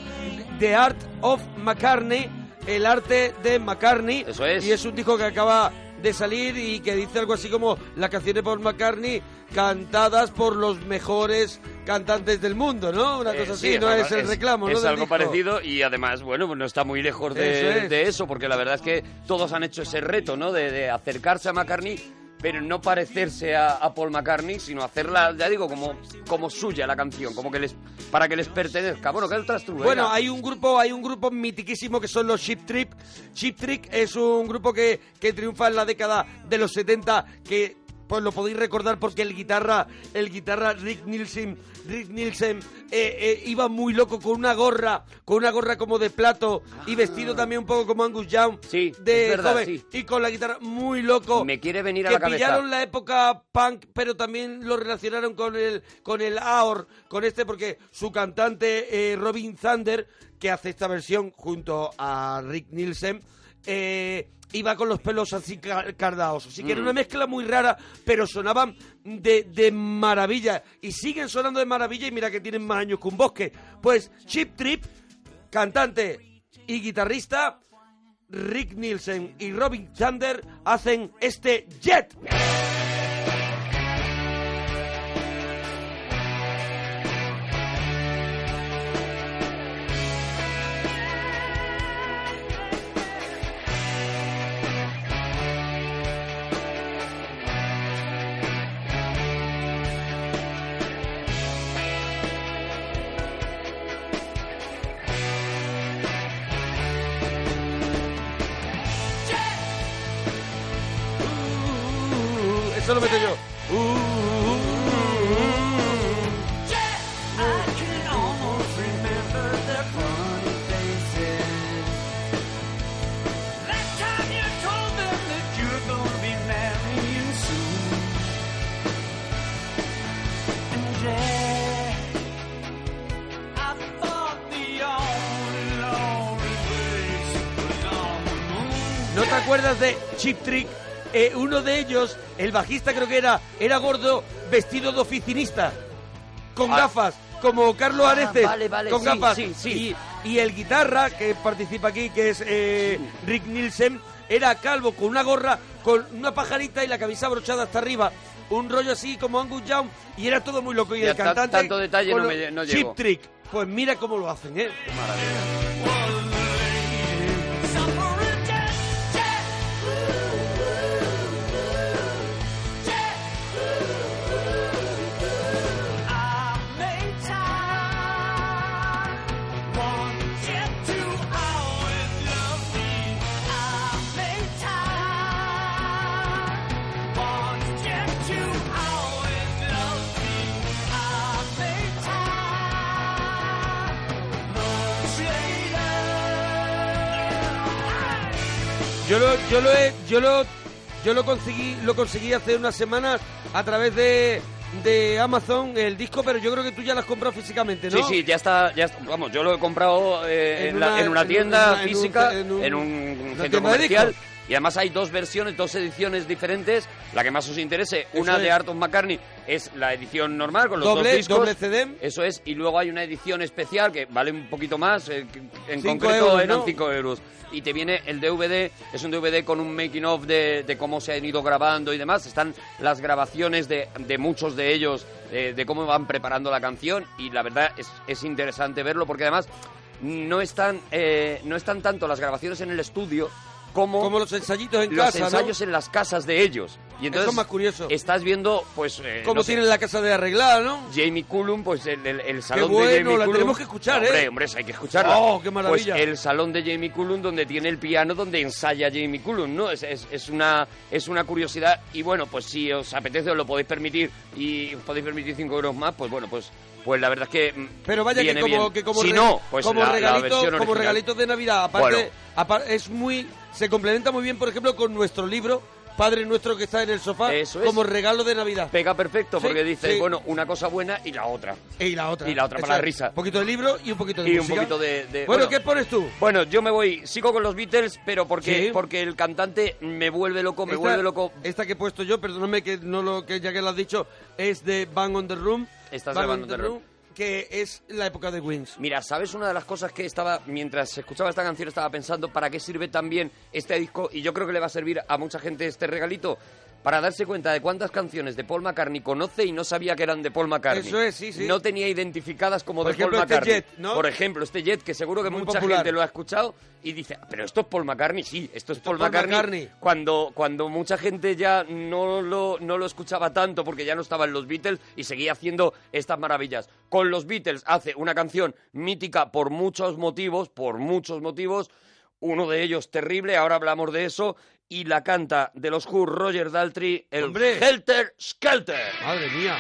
A: The Art of McCartney, el arte de McCartney. Eso es. Y es un disco que acaba de salir y que dice algo así como las canciones por McCartney cantadas por los mejores cantantes del mundo, ¿no? Una
B: Eh,
A: cosa
B: sí,
A: así, no
B: una-
A: es el reclamo,
B: Es
A: ¿no? del
B: algo
A: disco.
B: parecido y además, bueno, pues no está muy lejos de
A: Eso
B: eso,
A: es.
B: de eso, porque la verdad es que todos han hecho ese reto, ¿no? De, de acercarse a McCartney, pero no parecerse a, a Paul McCartney, sino hacerla, ya digo, como, como suya la canción, como que les para que les pertenezca. Bueno, ¿qué otras tú?
A: Bueno,
B: Venga.
A: hay un grupo, hay un grupo mitiquísimo que son los Ship Trip. Ship Trip es un grupo que, que triunfa en la década de los 70 que pues lo podéis recordar porque el guitarra, el guitarra Rick Nielsen, Rick Nielsen eh, eh, iba muy loco con una gorra, con una gorra como de plato y vestido también un poco como Angus Young de
B: es verdad,
A: joven
B: Ah. sí.
A: y con la guitarra muy loco.
B: Me quiere venir a
A: que
B: la cabeza.
A: pillaron la época punk, pero también lo relacionaron con el con el AOR, con este porque su cantante eh, Robin Thunder que hace esta versión junto a Rick Nielsen eh, iba con los pelos así ca- cardaos, así que era
B: Mm.
A: una mezcla muy rara, pero sonaban de, de maravilla y siguen sonando de maravilla y mira que tienen más años que un bosque. Pues Chip Trip, cantante y guitarrista Rick Nielsen y Robin Thunder hacen este Jet. Uh, Eso lo meto yo. Uh, uh, uh, uh.
G: I can almost remember their funny faces. Last time you told them that you're gonna be marrying soon. And yeah, I thought the only lonely place was on the moon.
A: ¿No te acuerdas de Chip Trick? Eh, uno de ellos, el bajista creo que era, era gordo, vestido de oficinista, con
B: Ah.
A: gafas, como Carlos
B: Ah,
A: Areces,
B: vale, vale,
A: con
B: sí,
A: gafas.
B: sí, sí.
A: Y, y el guitarra que participa aquí, que es eh, Rick Nielsen, era calvo, con una gorra, con una pajarita y la camisa brochada hasta arriba. Un rollo así como Angus Young y era todo muy loco. Y
B: Ya,
A: el
B: ta-
A: cantante...
B: tanto detalle
A: con
B: no
A: lo-
B: me- no
A: Chip
B: llego.
A: Trick. Pues mira cómo lo hacen, ¿eh? Yo lo, yo lo he- yo lo, yo lo conseguí, lo conseguí hace unas semanas a través de, de Amazon el disco, pero yo creo que tú ya lo has comprado físicamente, ¿no?
B: Sí, sí, ya está, ya está- Vamos, yo lo he comprado eh,
A: En
B: en, la-
A: una-
B: en una
A: en
B: tienda
A: una- en un-
B: física,
A: en
B: en
A: un-
B: un,
A: una
B: centro
A: tienda de
B: comercial.
A: discos.
B: Y además hay dos versiones, dos ediciones diferentes. La que más os interese,
A: Eso
B: una de
A: es.
B: Art of McCartney, es la edición normal con los
A: Doble-
B: dos discos.
A: doble CD.
B: Eso es. Y luego hay una edición especial que vale un poquito más, eh, que- en
A: Cinco
B: concreto
A: euros,
B: eran
A: ¿no?
B: 5 euros. Y te viene el DVD, es un DVD con un making of de, de cómo se han ido grabando y demás. Están las grabaciones de, de muchos de ellos, eh, de cómo van preparando la canción. Y la verdad es, es interesante verlo porque además no están, eh, no están tanto las grabaciones en el estudio como,
A: Como los ensayitos en
B: los
A: casa, ¿no?
B: ensayos en las casas de ellos. Y entonces
A: Eso es más curioso.
B: Estás viendo, pues... eh,
A: Cómo
B: no sé,
A: tienen la casa de arreglada, ¿no?
B: Jamie Cullum, pues el, el- el salón de
A: bueno,
B: Jamie
A: la
B: Cullum.
A: tenemos que escuchar,
B: hombre,
A: ¿eh?
B: Hombre, hay que escucharla.
A: Oh, qué maravilla.
B: Pues el salón de Jamie Cullum donde tiene el piano donde ensaya Jamie Cullum, ¿no? Es, es- es una, es una curiosidad y bueno, pues si os apetece os lo podéis permitir y os podéis permitir 5 euros más, pues bueno, pues pues la verdad es que mm,
A: Pero vaya
B: viene
A: que como,
B: bien.
A: que como,
B: si
A: re-
B: no, pues
A: como
B: la- la
A: regalitos,
B: versión
A: como
B: original.
A: regalitos de Navidad, aparte,
B: Bueno.
A: apar- es muy se complementa muy bien, por ejemplo, con nuestro libro Padre Nuestro que está en el sofá
B: Eso es.
A: como regalo de Navidad.
B: Pega perfecto
A: Sí,
B: porque dices,
A: sí.
B: bueno, una cosa buena y la otra.
A: Y la otra.
B: Y la otra
A: Eso
B: para la
A: es.
B: risa.
A: Un poquito de libro y un poquito de
B: y un
A: música.
B: poquito de, de-
A: Bueno, ¿qué pones tú?
B: Bueno, yo me voy, sigo con los Beatles, pero porque
A: Sí.
B: porque el cantante me vuelve loco, me
A: Esta-
B: vuelve loco.
A: Esta que he puesto yo, perdóname que no lo que ya que lo has dicho, es de Bang on the Room.
B: Esta es de Bang on the Room.
A: que es la época de Wings.
B: Mira, ¿sabes una de las cosas que estaba, mientras escuchaba esta canción, estaba pensando para qué sirve también este disco? Y yo creo que le va a servir a mucha gente este regalito. Para darse cuenta de cuántas canciones de Paul McCartney conoce y no sabía que eran de Paul McCartney.
A: Eso es, sí, sí.
B: No tenía identificadas como
A: Por
B: de Paul
A: ejemplo, este
B: McCartney.
A: Jet, ¿no?
B: Por ejemplo, este Jet, que seguro que
A: Muy
B: mucha
A: popular.
B: gente lo ha escuchado y dice, "Ah, pero esto es Paul McCartney, sí, esto es Paul,
A: Paul
B: McCartney.
A: McCartney.
B: Cuando, cuando mucha gente ya no lo, no lo escuchaba tanto porque ya no estaban los Beatles y seguía haciendo estas maravillas. Con los Beatles hace una canción mítica por muchos motivos, por muchos motivos, uno de ellos terrible, ahora hablamos de eso, y la canta de los Who, Roger Daltrey, el Helter Skelter.
A: Madre mía.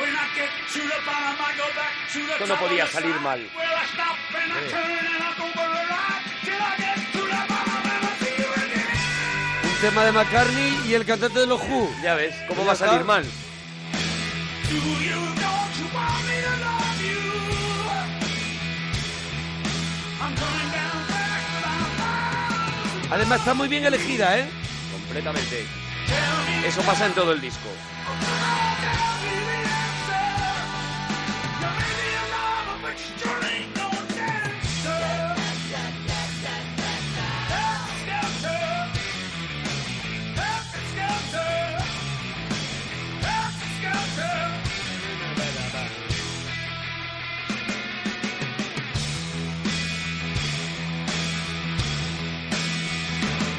G: When I get to the bottom, I go back to the
B: Esto no
G: top of
B: podía
G: the
B: salir
G: slide.
B: mal.
G: Well, I stop and I turn and I go for a ride till I get to the bottom and I see you again.
A: Un tema de McCartney y el cantante de los Who.
B: Ya ves, ¿cómo
A: Ya
B: va a salir
A: está.
B: mal?
G: Do you know you want me to love you? I'm going down back my mind.
A: Además está muy bien elegida, ¿eh?
B: Completamente. Eso pasa en todo el disco.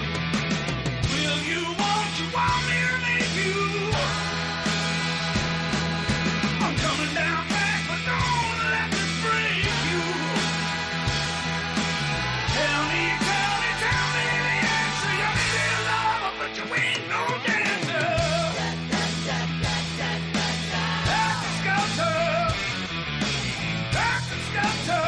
G: Will you want you want me to leave you? I'm coming down back, but don't let me break you. Tell me, tell me, tell me the answer. You're maybe a lover, but you ain't no dancer. Back to sculptor. Back to sculptor. Back to sculptor.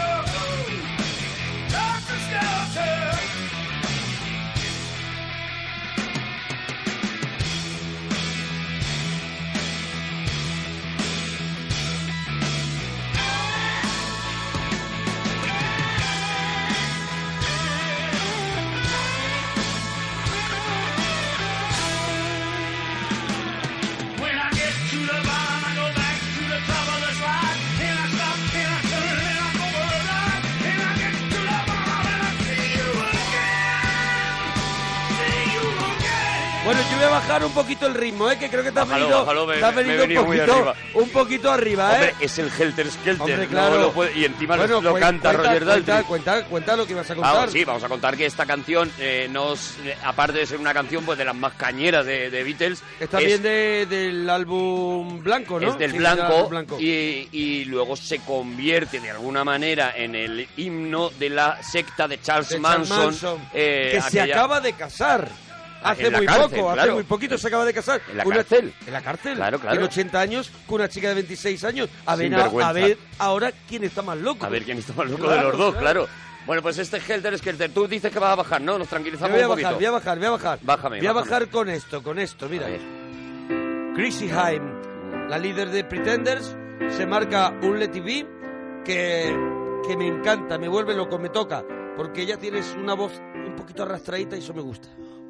G: When I get to the bottom, I go back to the top of the slide. And I stop, and I turn, and I go for a ride. And I get to the bottom, and I see you again. See you again.
A: Bueno, yo voy a bajar un poquito el ritmo, ¿eh? Que creo que te has
B: Bájalo,
A: venido,
B: bájalo, me-
A: te has
B: me he
A: venido
B: venido
A: un,
B: muy
A: poquito,
B: arriba.
A: un poquito arriba, ¿eh?
B: Hombre, es el Helter Skelter.
A: Hombre,
B: no
A: claro.
B: lo puede- y encima lo-
A: Bueno,
B: lo
A: cuen-
B: canta
A: cuenta,
B: Roger Daltrey.
A: Cuenta, cuenta, cuenta lo que vas a contar.
B: Vamos, sí, vamos a contar que esta canción eh, nos, eh, aparte de ser una canción pues de las más cañeras de, de Beatles,
A: Está
B: es,
A: bien de- del álbum blanco, ¿no?
B: es del
A: Sí,
B: blanco,
A: álbum blanco.
B: Y, y luego se convierte de alguna manera en el himno de la secta de Charles
A: De Charles
B: Manson,
A: Manson,
B: eh,
A: que se
B: aquella- Ah,
A: acaba de casar. Hace
B: en la
A: muy
B: cárcel,
A: poco, hace
B: claro.
A: muy poquito se acaba de casar.
B: En la
A: Una-
B: cárcel.
A: En la cárcel.
B: Claro, claro.
A: Tiene 80 años con una chica de 26 años. A ver, a,
B: Sinvergüenza.
A: a ver ahora quién está más loco.
B: A ver quién está más loco de
A: Claro,
B: los dos,
A: claro.
B: claro. Bueno, pues este Helter Skelter, tú dices que vas a bajar, ¿no? Nos
A: Yo
B: tranquilizamos
A: voy a
B: un poquito.
A: bajar, voy a bajar, voy a bajar.
B: Bájame,
A: Voy a
B: bájame.
A: bajar con esto, con esto, mira. Chrissy Hime, la líder de Pretenders, se marca un Let It Be que, que me encanta, me vuelve loco, me toca, porque ella tienes una voz un poquito arrastradita y eso me gusta.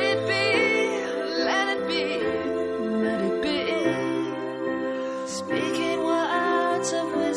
S: it be.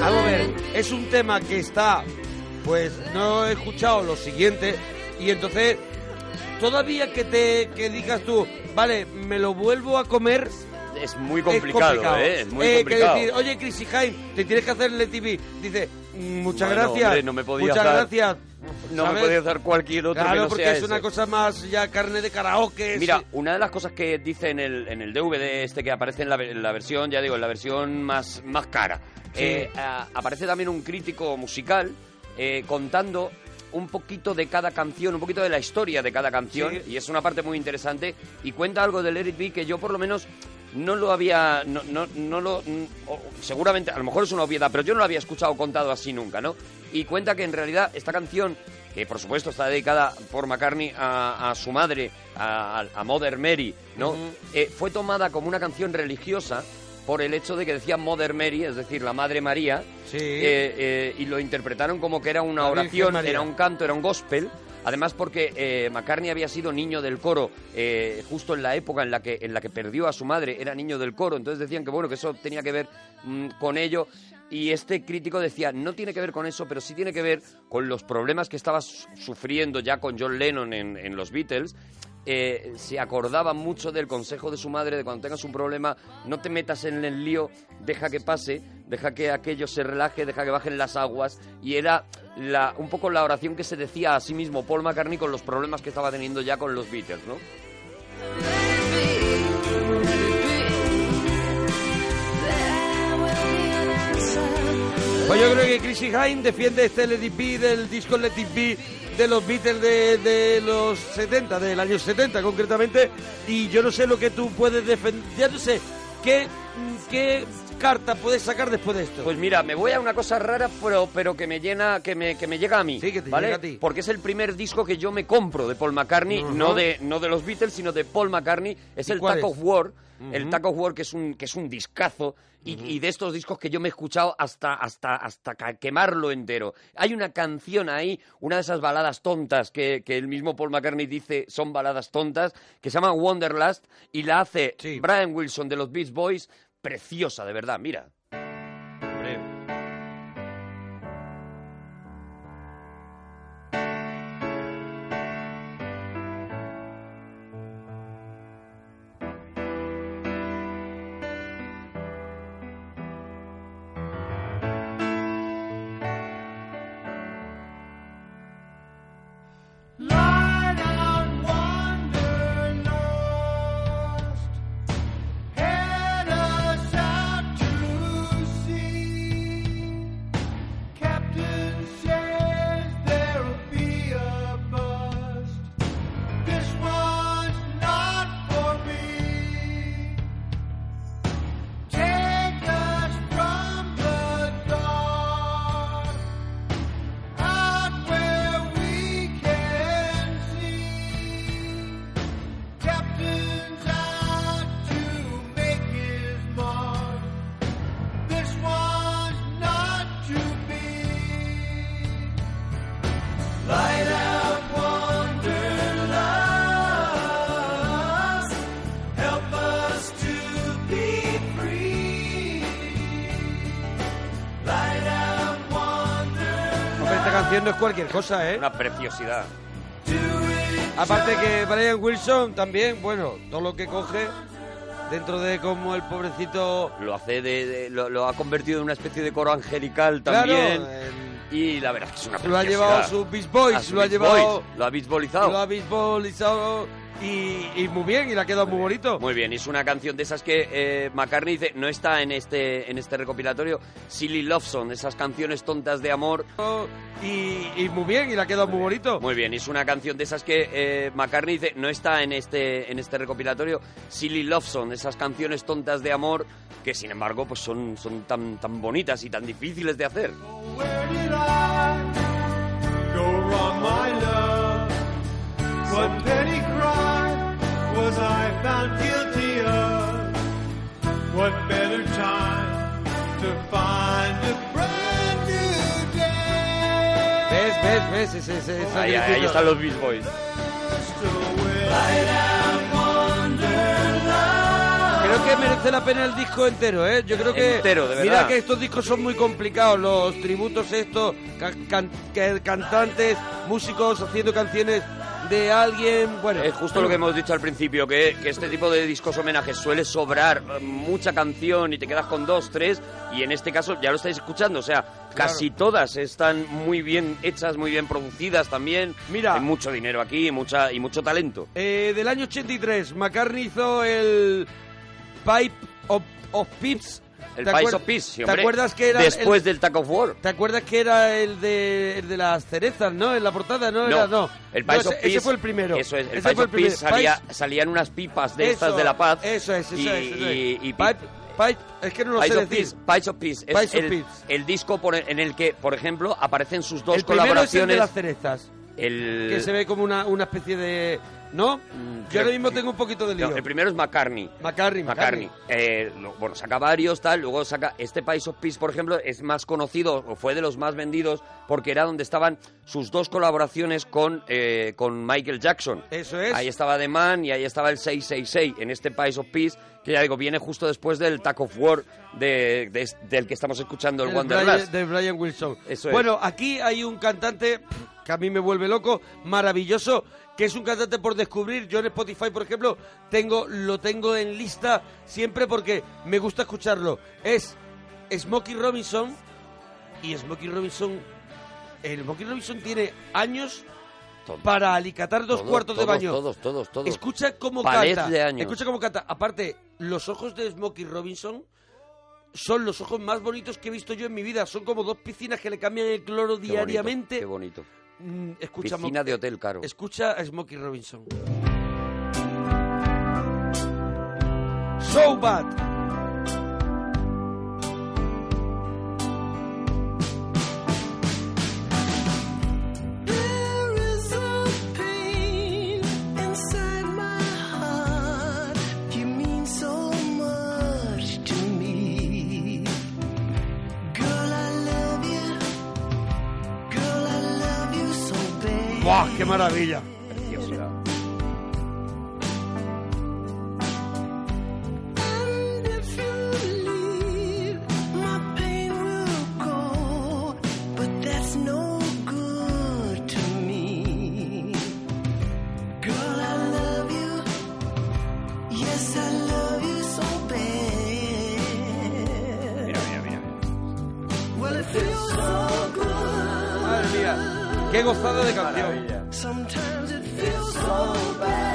A: Vamos a ver, es un tema que está, pues no he escuchado lo siguiente y entonces todavía que te que digas tú, vale, me lo vuelvo a comer.
B: Es muy complicado, ¿eh? Es muy
A: que
B: complicado.
A: decir, oye, Chrissy Hine, te tienes que hacer el TV. Dice, "Mm, muchas
B: Bueno,
A: gracias.
B: hombre, no me podías
A: muchas
B: dar-
A: gracias.
B: no me
A: ¿sabes?
B: podías dar cualquier otro que
A: Claro,
B: no
A: porque
B: sea
A: es una
B: ese.
A: cosa más ya carne de karaoke.
B: Mira,
A: sí.
B: una de las cosas que dice en el, en el DVD este que aparece en la, ve- en la versión, ya digo, en la versión más, más cara,
A: Sí.
B: eh, a- aparece también un crítico musical eh, contando un poquito de cada canción, un poquito de la historia de cada canción,
A: Sí.
B: y es una parte muy interesante, y cuenta algo del Eric B que yo por lo menos no lo había, no, no, no lo, mm, o- seguramente, a lo mejor es una obviedad, pero yo no lo había escuchado contado así nunca, ¿no? Y cuenta que en realidad esta canción, que por supuesto está dedicada por McCartney a, a su madre, a, a- a Mother Mary, ¿no?
A: Ujú.
B: Eh, fue tomada como una canción religiosa por el hecho de que decía Mother Mary, es decir, la Madre María,
A: Sí.
B: eh, eh, y lo interpretaron como que era una
A: La Virgen
B: oración,
A: María.
B: era un canto, era un gospel. Además porque eh, McCartney había sido niño del coro eh, justo en la época en la, que, en la que perdió a su madre, era niño del coro, entonces decían que bueno, que eso tenía que ver mm, con ello. Y este crítico decía, no tiene que ver con eso, pero sí tiene que ver con los problemas que estaba su- sufriendo ya con John Lennon en, en los Beatles. Eh, se acordaba mucho del consejo de su madre de cuando tengas un problema, no te metas en el lío, deja que pase, deja que aquello se relaje, deja que bajen las aguas. Y era la, un poco la oración que se decía a sí mismo Paul McCartney con los problemas que estaba teniendo ya con los Beatles, ¿no?
A: Pues yo creo que Chrissy Hine defiende este Let It Be del disco Let It Be de los Beatles de, de los 70, del año 70 concretamente. Y yo no sé lo que tú puedes defender. Ya no sé, ¿qué, qué carta puedes sacar después de esto?
B: Pues mira, me voy a una cosa rara, pero, pero que me llena, que me, que me llega a mí. Sí, que
A: te
B: ¿vale?
A: llega a ti.
B: Porque es el primer disco que yo me compro de Paul McCartney,
A: Ujú.
B: no, de, no de los Beatles, sino de Paul McCartney. Es
A: ¿Y
B: el
A: cuál
B: Tack
A: es?
B: of War. El
A: Ujú.
B: Tack of War, que es un, que es un discazo. Y, y de estos discos que yo me he escuchado hasta, hasta, hasta ca- quemarlo entero. Hay una canción ahí, una de esas baladas tontas que, que el mismo Paul McCartney dice son baladas tontas, que se llama Wanderlust y la hace Brian Wilson de los Beach Boys. Preciosa, de verdad, mira.
G: Lie down, wander lost, head us out to sea. Captain says there'll be a bust. This one's not for me. Take us from the dark out where we can see. Captain's out to make his mark. This one's not to be. Light out, wanderlust. Help us to be free. Light out, wanderlust.
A: Hombre, esta canción no es cualquier cosa, ¿eh?
B: Una preciosidad.
A: Aparte que Brian Wilson también, bueno, todo lo que coge dentro de como el pobrecito...
B: lo hace de, de- lo, lo ha convertido en una especie de coro angelical
A: Claro,
B: también y la verdad es que es una
A: Lo ha
B: preciosidad.
A: llevado a sus Beach Boys,
B: A sus
A: lo ha
B: Beach
A: llevado-
B: Boys, lo ha bisbolizado
A: Lo ha beisbolizado y, y muy bien, y le ha quedado muy bonito.
B: muy bien es una canción de esas que eh, McCartney dice no está en este en este recopilatorio Silly Love Song esas canciones tontas de amor
A: y, y muy bien y le ha quedado muy bonito
B: muy bien es una canción de esas que eh, McCartney dice no está en este en este recopilatorio Silly Love Song esas canciones tontas de amor que sin embargo pues son son tan tan bonitas y tan difíciles de hacer
G: Where did I go wrong, my love? What petty crime was I found guilty of? What better time to find a brand new day?
A: ¿Ves, ves, ves? Ese, ese- ese-
B: ahí, ahí están los Beach Boys
G: Light out, wanderlust.
A: creo que merece la pena el disco entero, ¿eh? Yo creo que...
B: Entero, de
A: Mira
B: verdad.
A: que estos discos son muy complicados, los tributos estos, ca- can- que- cantantes, músicos haciendo canciones de alguien, bueno...
B: Es justo lo que hemos dicho al principio, que, que este tipo de discos homenajes suele sobrar eh, mucha canción y te quedas con dos, tres, y en este caso ya lo estáis escuchando, o sea, casi todas están muy bien hechas, muy bien producidas también. Mira. Hay mucho dinero aquí y, mucha, y mucho talento.
A: Eh, del año 83, McCartney hizo el Pipe of, of Pips.
B: El
A: ¿Te
B: Pies
A: acuer-
B: of Peace, sí,
A: ¿Te
B: hombre.
A: acuerdas que era
B: Después
A: el-
B: del Taco of War.
A: ¿Te acuerdas que era el de, el de las cerezas, no? En la portada, ¿no?
B: No,
A: Era- no.
B: el
A: No,
B: Pies
A: ese,
B: of
A: ese
B: Peace-
A: fue el primero.
B: Eso es, el
A: Ese
B: Pies
A: fue
B: of Peace
A: primer-
B: salía-
A: Pies-
B: salían unas pipas de
A: Eso,
B: estas de la paz.
A: Eso es, eso
B: y,
A: es. eso es.
B: y- y-
A: Pipe- Pipe- es que no lo
B: Pies
A: sé
B: of
A: decir.
B: Peace, Pies of Peace es
A: Pies of
B: el,
A: Peace.
B: el disco por el- en el que, por ejemplo, aparecen sus dos
A: el primero es el de
B: colaboraciones.
A: las cerezas,
B: el- Mm,
A: que se ve como una, una especie de... ¿No? Yo
B: creo-
A: ahora mismo tengo un poquito de
B: no,
A: lío.
B: el primero es McCartney.
A: McCartney,
B: McCartney. Eh, no, bueno, saca varios, tal. Luego saca. Este Pies of Peace, por ejemplo, es más conocido o fue de los más vendidos porque era donde estaban sus dos colaboraciones con, eh, con Michael Jackson.
A: Eso es.
B: Ahí estaba The Man y ahí estaba el 666 en este Pies of Peace, que ya digo, viene justo después del Tack of War de, de es- del que estamos escuchando, el,
A: Del
B: Wanderlust.
A: Brian- del Brian Wilson.
B: Eso es.
A: Bueno, aquí hay un cantante pff, que a mí me vuelve loco, maravilloso, que es un cantante por descubrir. Yo en Spotify, por ejemplo, tengo lo tengo en lista siempre porque me gusta escucharlo. Es Smokey Robinson y Smokey Robinson el Smokey Robinson tiene años para alicatar dos
B: Todos,
A: cuartos de
B: todos,
A: baño.
B: Todos, todos, todos.
A: Escucha cómo
B: Palés
A: canta.
B: de años.
A: Escucha cómo canta. Aparte, los ojos de Smokey Robinson son los ojos más bonitos que he visto yo en mi vida. Son como dos piscinas que le cambian el cloro
B: Qué bonito,
A: diariamente.
B: Qué bonito.
A: Mm, Escucha, Mo-
B: Piscina de hotel, caro.
A: escucha a Smokey Robinson. So bad.
S: There is a pain inside my heart. You mean so much to me. Girl, I love you. Girl, I love you so bad.
A: ¡Buah, qué maravilla!
S: And if you leave, my pain will go. But that's no good to me. Girl, I love you. Yes, I love you so bad. Well, it feels so good.
A: Madre mía, qué gozada de canción.
S: Sometimes it feels so bad.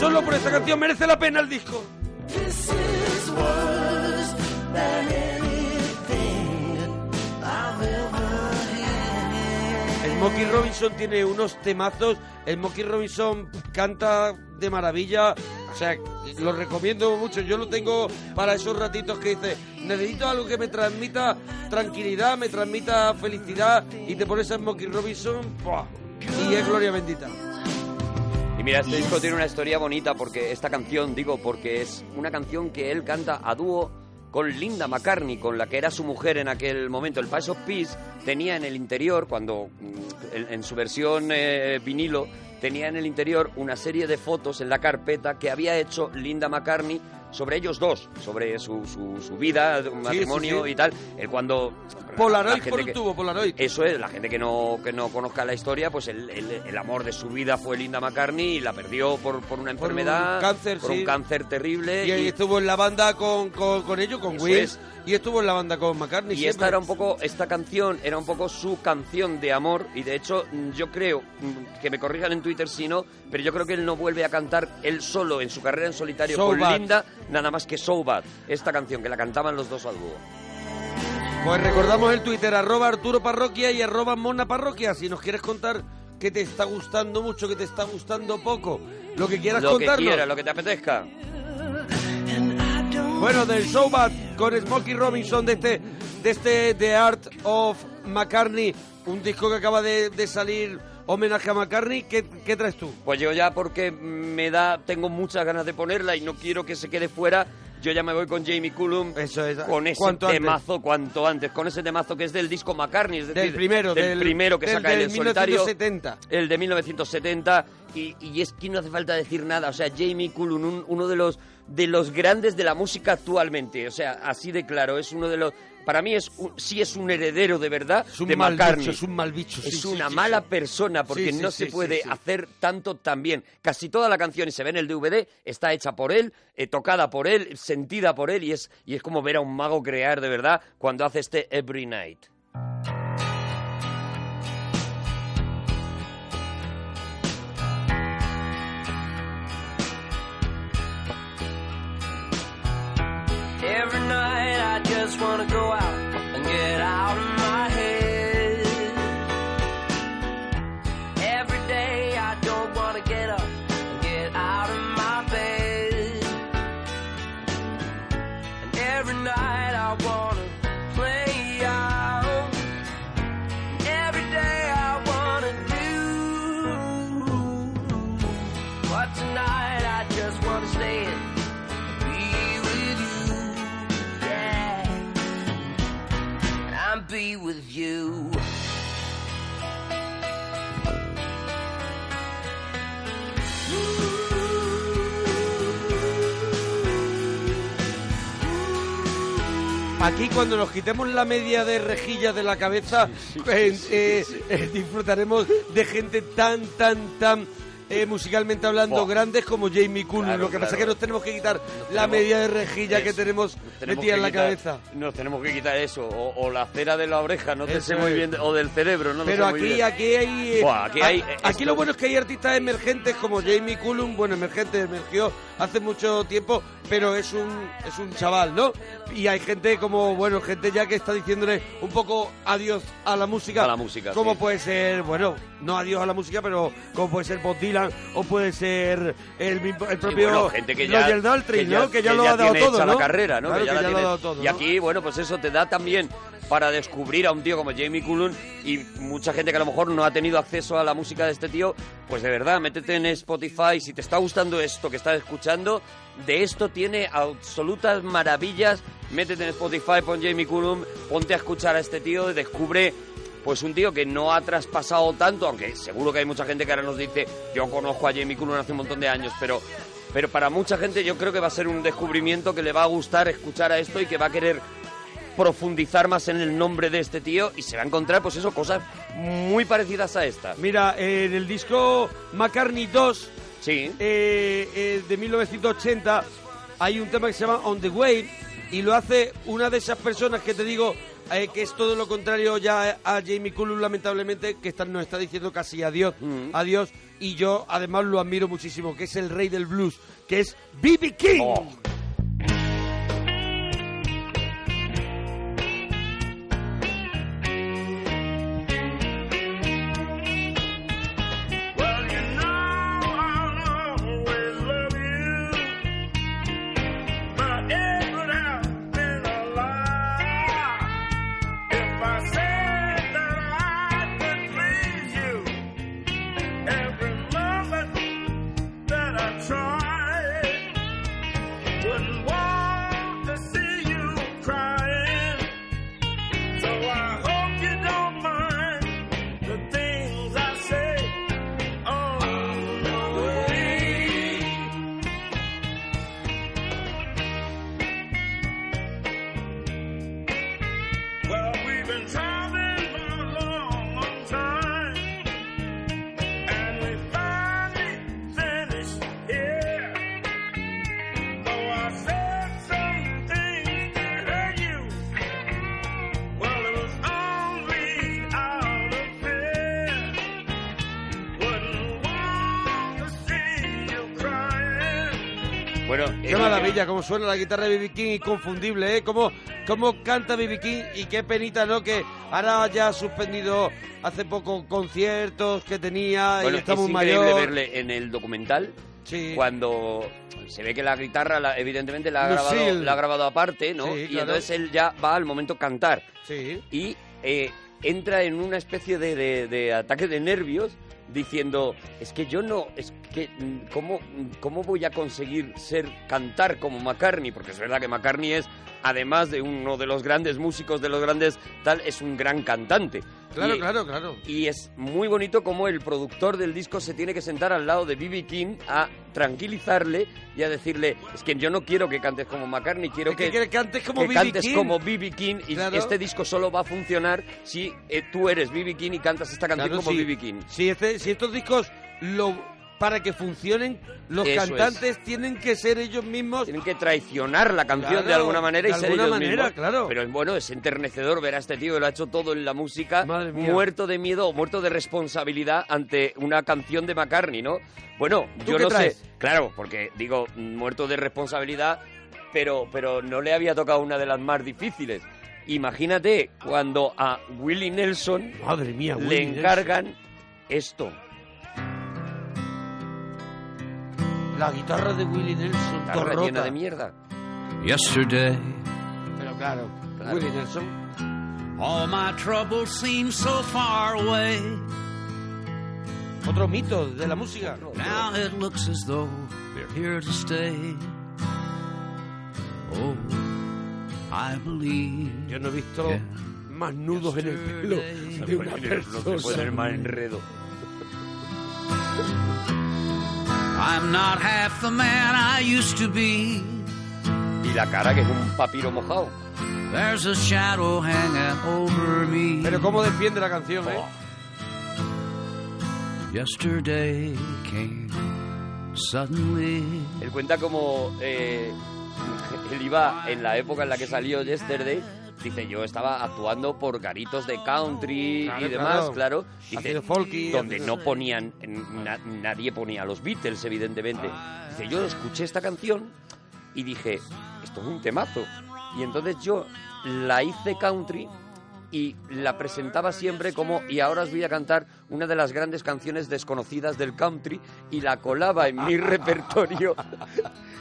A: Solo por esta canción merece la pena el disco.
S: This is worse than anything I've ever had.
A: Smokey Robinson tiene unos temazos. Smokey Robinson canta de maravilla. O sea, lo recomiendo mucho. Yo lo tengo para esos ratitos que dices, necesito algo que me transmita tranquilidad, me transmita felicidad. Y te pones a Smokey Robinson ¡buah! y es gloria bendita.
B: Y mira, este disco tiene una historia bonita porque esta canción, digo, porque es una canción que él canta a dúo con Linda McCartney, con la que era su mujer en aquel momento. El Pies of Peace tenía en el interior, cuando mm, en, en su versión eh, vinilo, tenía en el interior una serie de fotos en la carpeta que había hecho Linda McCartney sobre ellos dos, sobre su, su- su vida, un
A: Sí, sí,
B: matrimonio
A: sí.
B: y tal. El cuando la
A: Polaroid
B: gente
A: por un
B: que-
A: tubo, Polaroid.
B: eso es, la gente que no, que no conozca la historia, pues el, el- el amor de su vida fue Linda McCartney y la perdió por, por una
A: Por un
B: enfermedad.
A: cáncer,
B: por
A: sí.
B: un cáncer terrible.
A: Y ahí estuvo en la banda con, con, con ellos, con
B: Eh, Eso
A: Wills.
B: es.
A: Y estuvo en la banda con McCartney.
B: Y esta
A: siempre.
B: era un poco, esta canción era un poco su canción de amor y de hecho mm, yo creo, mm, que me corrijan en Twitter si no, pero yo creo que él no vuelve a cantar él solo en su carrera en solitario
A: So
B: con
A: Bad.
B: Linda, nada más que So Bad, esta canción que la cantaban los dos al dúo.
A: Pues recordamos el Twitter, arroba Arturo Parroquia y arroba Mona Parroquia. Si nos quieres contar que te está gustando mucho, que te está gustando poco, lo que quieras
B: Lo que
A: contarnos.
B: quieras, lo que te apetezca.
A: Bueno, del Showbat con Smokey Robinson de este, de este The Art of McCartney, un disco que acaba de, de salir homenaje a McCartney. ¿Qué, qué traes tú?
B: Pues yo ya porque me da, tengo muchas ganas de ponerla y no quiero que se quede fuera. Yo ya me voy con Jamie Cullum. Con ese
A: cuanto antes.
B: temazo cuanto antes. Con ese temazo que es del disco McCartney. Es decir,
A: Del primero,
B: del,
A: del-
B: primero que
A: del-
B: saca
A: del
B: él en solitario.
A: 1970.
B: El de 1970. Y, y es que no hace falta decir nada. O sea, Jamie Cullum, un- uno de los de los grandes de la música actualmente. O sea, así de claro, es uno de los... Para mí es un- sí es un heredero de verdad
A: un
B: de
A: mal
B: McCartney.
A: bicho, es un mal bicho, sí,
B: Es
A: sí,
B: una
A: sí,
B: mala
A: sí.
B: persona porque
A: Sí, sí,
B: no
A: sí,
B: se
A: sí,
B: puede
A: sí.
B: hacer tanto tan bien. Casi toda la canción, y se ve en el DVD, está hecha por él, eh, tocada por él, sentida por él, y es, y es como ver a un mago crear de verdad cuando hace este Every Night.
G: Every night I just wanna go out and get out of my head. Every day I don't wanna get up and get out of my bed. And every night I wanna play out. And every day I wanna do. But tonight I just wanna stay in. Be with you, yeah. I'll be with you.
A: Aquí cuando nos quitemos la media de rejilla de la cabeza, eh, eh, eh, disfrutaremos de gente tan, tan, tan eh, musicalmente hablando
B: Buah.
A: grandes como Jamie Cullum.
B: Claro,
A: Lo que pasa es
B: claro.
A: que nos tenemos que quitar la
B: tenemos-
A: media de rejilla que
B: Eso.
A: tenemos,
B: Nos tenemos
A: metida
B: que
A: en la
B: quitar-
A: cabeza.
B: Nos tenemos que quitar eso, o, o la cera de la oreja, no te
A: Eso
B: sé muy
A: es.
B: bien, o del cerebro, no lo
A: Pero
B: sé muy
A: aquí,
B: bien.
A: aquí hay, eh,
B: Buah, aquí hay,
A: a-
B: eh,
A: aquí
B: esto-
A: lo bueno es que hay artistas emergentes como Jamie Cullum, bueno, emergente, emergió hace mucho tiempo, pero es un, es un chaval, ¿no? Y hay gente como, bueno, gente ya que está diciéndole un poco adiós a la música.
B: A la música,
A: Como
B: sí.
A: puede ser, bueno, no adiós a la música, pero como puede ser Bob Dylan o puede ser el, mismo- el propio
B: bueno, gente que ya,
A: Roger Daltrey,
B: que
A: ¿no? Que ya lo ha dado
B: tiene
A: todo,
B: hecha
A: ¿no?
B: la carrera, ¿no?
A: Claro que ya lo ha
B: tiene.
A: dado todo,
B: Y
A: ¿no?
B: aquí, bueno, pues eso te da también para descubrir a un tío como Jamie Cullum y mucha gente que a lo mejor no ha tenido acceso a la música de este tío, pues de verdad, métete en Spotify, si te está gustando esto que estás escuchando, de esto tiene absolutas maravillas, métete en Spotify, pon Jamie Cullum, ponte a escuchar a este tío y descubre pues un tío que no ha traspasado tanto, aunque seguro que hay mucha gente que ahora nos dice, yo conozco a Jamie Cullum hace un montón de años, pero, pero para mucha gente yo creo que va a ser un descubrimiento que le va a gustar escuchar a esto y que va a querer profundizar más en el nombre de este tío y se va a encontrar, pues eso, cosas muy parecidas a esta.
A: Mira, eh, en el disco McCartney 2 eh, eh, de 1980 hay un tema que se llama On the Way y lo hace una de esas personas que te digo eh, que es todo lo contrario ya a Jamie Cullum, lamentablemente, que está- nos está diciendo casi adiós, adiós. Y yo además lo admiro muchísimo, que es el rey del blues, que es B.B. King.
G: Well, you know I'll always love you, but it would have been a lie if I said that I could please you every moment that I tried. Wouldn't want to see you crying, so I hope you don't mind the things I say. Well, it was only out of fear.
B: Bueno,
A: Qué maravilla, cómo suena la guitarra de B.B. King, inconfundible, ¿eh? Cómo, cómo canta B.B. King y qué penita, ¿no? Que ahora ya ha suspendido hace poco conciertos que tenía
B: Bueno,
A: y está
B: es
A: muy
B: increíble
A: mayor.
B: verle en el documental cuando se ve que la guitarra, la- evidentemente, la ha,
A: Lucille.
B: grabado, la ha grabado aparte, ¿no?
A: Sí,
B: y
A: claro.
B: entonces él ya va al momento a cantar.
A: Sí.
B: Y eh, entra en una especie de, de- de ataque de nervios diciendo, es que yo no, es que, mm, ¿cómo, mm, cómo voy a conseguir ser, cantar como McCartney? Porque es verdad que McCartney es, además de uno de los grandes músicos, de los grandes tal, es un gran cantante.
A: Claro,
B: Y-
A: claro, claro.
B: y es muy bonito como el productor del disco se tiene que sentar al lado de B.B. King a tranquilizarle y a decirle, es que yo no quiero que cantes como McCartney, quiero que,
A: quiere que cantes como
B: que
A: B.B.
B: cantes
A: King".
B: como B.B. King y
A: Claro.
B: este disco solo va a funcionar si eh, tú eres B.B. King y cantas esta canción
A: Claro,
B: como
A: sí.
B: B.B. King.
A: Si, este- si estos discos, lo, para que funcionen, los
B: Eso es.
A: cantantes tienen que ser ellos mismos.
B: Tienen que traicionar la canción
A: Claro,
B: de alguna manera y
A: de
B: ser
A: alguna
B: ellos
A: manera,
B: mismos.
A: claro.
B: Pero bueno, es enternecedor ver a este tío que lo ha hecho todo en la música,
A: mía.
B: muerto de miedo o muerto de responsabilidad ante una canción de McCartney, ¿no? Bueno,
A: ¿Tú
B: yo
A: qué
B: no
A: traes?
B: sé, claro, porque digo, muerto de responsabilidad, pero, pero no le había tocado una de las más difíciles. Imagínate cuando a Willie Nelson
A: Madre mía,
B: le
A: Willie
B: encargan esto.
A: La guitarra de Willie Nelson,
B: Guitarra
A: todo
B: llena
A: rota.
B: de mierda.
H: Yesterday,
A: Pero claro, Willie Nelson.
H: all my troubles seem so far away.
A: Otro mito de la música.
H: Now it looks as though they're here to stay. Oh, I believe.
A: Yo no he visto más nudos en el pelo de una persona.
H: No se puede ver más enredo. I'm not half the man I used to be.
B: Y la cara que es un papiro mojado.
H: There's a shadow hanging over me.
A: Pero cómo defiende la canción, ¿eh?
H: Yesterday came suddenly.
B: Él cuenta como eh, él iba en la época en la que salió Yesterday. Dice, yo estaba actuando por garitos de country
A: Claro,
B: y demás,
A: claro.
B: claro. Dice,
A: Haciendo folky, eh,
B: donde
A: haciendo-
B: no ponían, na- nadie ponía a los Beatles, evidentemente. Dice, yo escuché esta canción y dije, esto es un temazo. Y entonces yo la hice country y la presentaba siempre como, y ahora os voy a cantar una de las grandes canciones desconocidas del country, y la colaba en mi repertorio.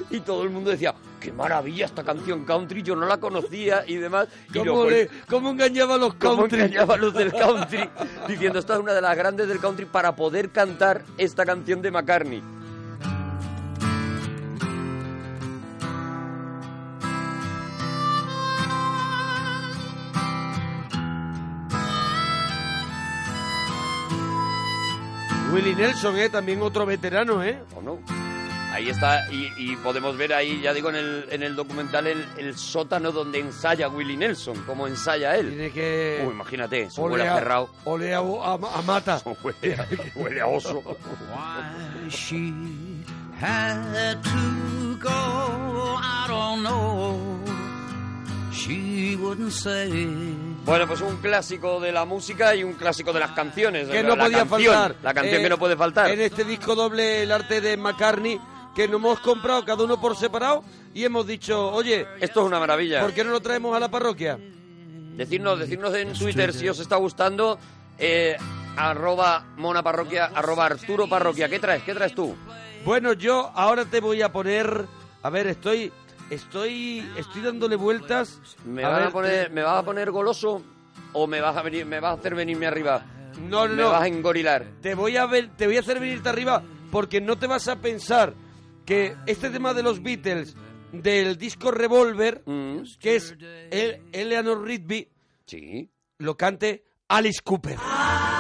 B: Y todo el mundo decía, qué maravilla esta canción country, yo no la conocía y demás. y
A: ¿Cómo le-
B: engañaba a los
A: country?
B: engañaba a los del country, diciendo, esta es una de las grandes del country para poder cantar esta canción de McCartney.
A: Willie Nelson, ¿eh? También otro veterano, ¿eh?
B: ¿O no? Ahí está, y, y podemos ver ahí, ya digo, en el, en el documental, el, el sótano donde ensaya Willie Nelson, cómo ensaya él.
A: Tiene que...
B: Uy, imagínate, se
A: Eh, Ole
B: huele a
A: a-
B: cerrado.
A: Ole a, a- a mata.
B: Huele a, huele a oso.
H: Why she had to go, I don't know. She wouldn't say.
B: Bueno, pues un clásico de la música y un clásico de las canciones.
A: que
B: la-
A: no
B: la
A: podía
B: canción,
A: faltar.
B: La canción
A: Eh,
B: que no puede faltar.
A: En este disco doble, el arte de McCartney, que nos hemos comprado cada uno por separado y hemos dicho, oye,
B: esto es una maravilla.
A: ¿Por qué no lo traemos a la parroquia?
B: Decidnos, decidnos en Twitter si os está gustando. eh, arroba Mona Parroquia, arroba Arturo Parroquia. ¿Qué traes? ¿Qué traes tú?
A: Bueno, yo ahora te voy a poner. A ver, estoy. Estoy. Estoy dándole vueltas.
B: ¿Me,
A: A
B: van
A: ver,
B: a poner,
A: te-
B: ¿Me vas a poner goloso o me vas a venir, me vas a hacer venirme arriba?
A: No, no,
B: me
A: no.
B: vas a engorilar.
A: Te voy a ver, te voy a hacer venirte arriba porque no te vas a pensar que este tema de los Beatles del disco Revolver,
B: Mm.
A: que es el Eleanor Rigby, lo cante Alice Cooper.
B: Ah,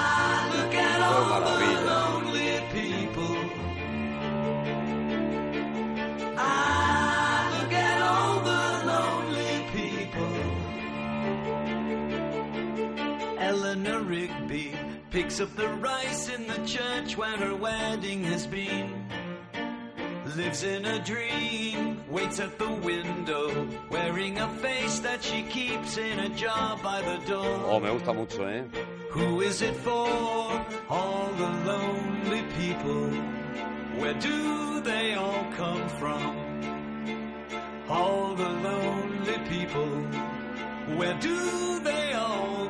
G: Eleanor Rigby picks up the rice in the church where her wedding has been. Lives in a dream, waits at the window, wearing a face that she keeps in a jar by the door.
B: Oh, me gusta mucho, ¿eh?
G: Who is it for? All the lonely people. Where do they all come from? All the lonely people. Where do they all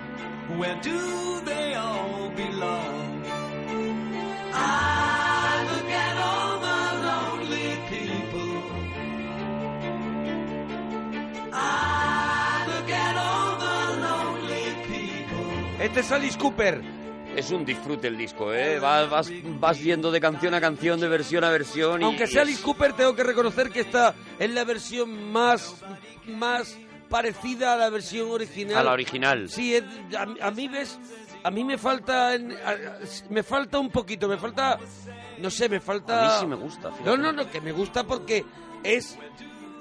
T: where do they all belong? I look at all the lonely people. I look at all the lonely people.
B: Este es Alice Cooper. Es un disfrute el disco, ¿eh? Va- Vas, vas yendo de canción a canción, de versión a versión. y-
A: Aunque sea
B: y es-
A: Alice Cooper, tengo que reconocer que esta es la versión más, más parecida a la versión original.
B: A la original.
A: Sí, es- a, a mí ves, a mí me falta, en- a- me falta un poquito, me falta, no sé, me falta.
B: A mí sí me gusta, fíjate.
A: No, no, no, que me gusta porque es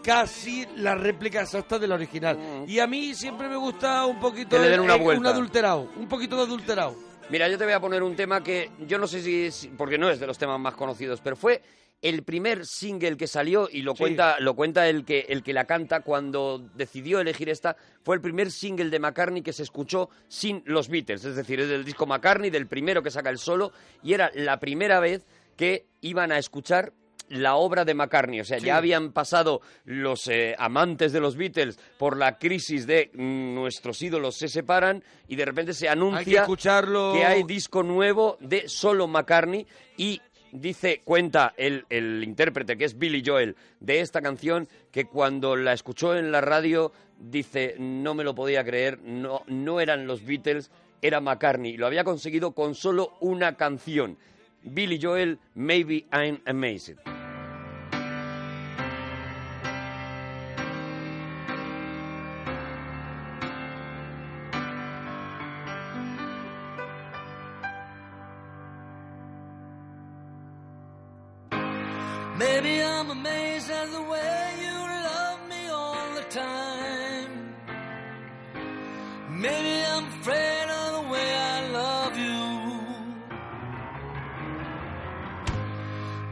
A: casi la réplica exacta de la original. Y a mí siempre me gusta un poquito
B: Mm. Que le den
A: el-
B: una
A: el- un
B: vuelta.
A: adulterado, un poquito de adulterado.
B: Mira, yo te voy a poner un tema que yo no sé si es, porque no es de los temas más conocidos, pero fue el primer single que salió y lo
A: Sí.
B: cuenta lo cuenta el que el que la canta cuando decidió elegir esta fue el primer single de McCartney que se escuchó sin los Beatles, es decir, es del disco McCartney del primero que saca el solo y era la primera vez que iban a escuchar la obra de McCartney, o sea,
A: Sí.
B: ya habían pasado los eh, amantes de los Beatles por la crisis de mm, nuestros ídolos se separan y de repente se anuncia
A: Hay que escucharlo.
B: que hay disco nuevo de solo McCartney y dice, cuenta el, el intérprete que es Billy Joel de esta canción que cuando la escuchó en la radio dice, no me lo podía creer, no, no eran los Beatles, era McCartney. Lo había conseguido con solo una canción. Billy Joel, Maybe I'm Amazed.
G: Maybe I'm amazed at the way you love me all the time. Maybe I'm afraid of the way I love you.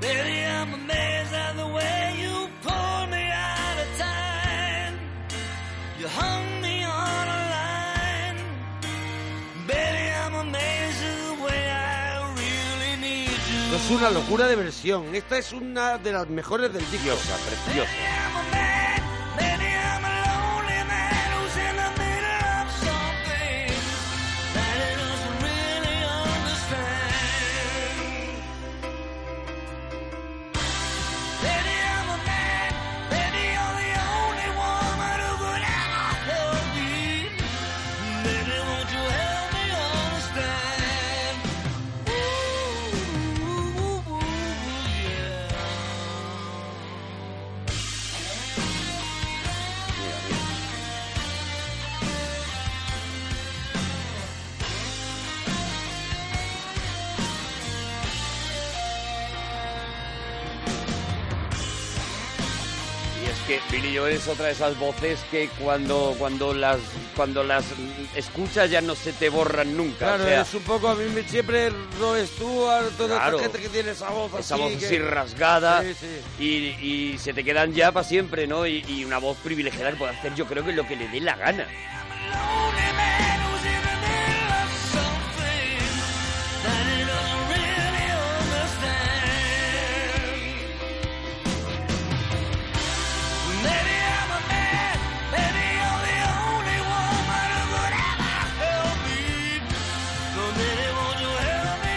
G: Maybe I'm amazed at the way you pulled me out of time. You hung me on a line. Baby, I'm amazed at the way I really need you.
A: Esto es una locura de versión. Esta es una de las mejores del disco. Preciosa,
B: preciosa.
G: Maybe I'm a lonely man who's in the middle of something that he doesn't really understand. Maybe I'm a man, maybe you're the only woman who could ever help me. Maybe won't you help me understand? Ooh, ooh, ooh, yeah.
B: Y es que Billy Joel es otra de esas voces que cuando, cuando, las, cuando las mm, escuchas ya no se te borran nunca.
A: Claro,
B: o sea,
A: es un poco a mí me- siempre Rod Stewart, toda
B: Claro.
A: esta gente que tiene esa voz
B: esa
A: así.
B: voz
A: Pues que-
B: así rasgada
A: Sí, sí.
B: Y, y se te quedan ya para siempre, ¿no? Y, y una voz privilegiada que puede hacer yo creo que lo que le dé la gana.
G: that he doesn't really understand. Maybe I'm a man, maybe you're the only woman who could ever help me. So maybe won't you help me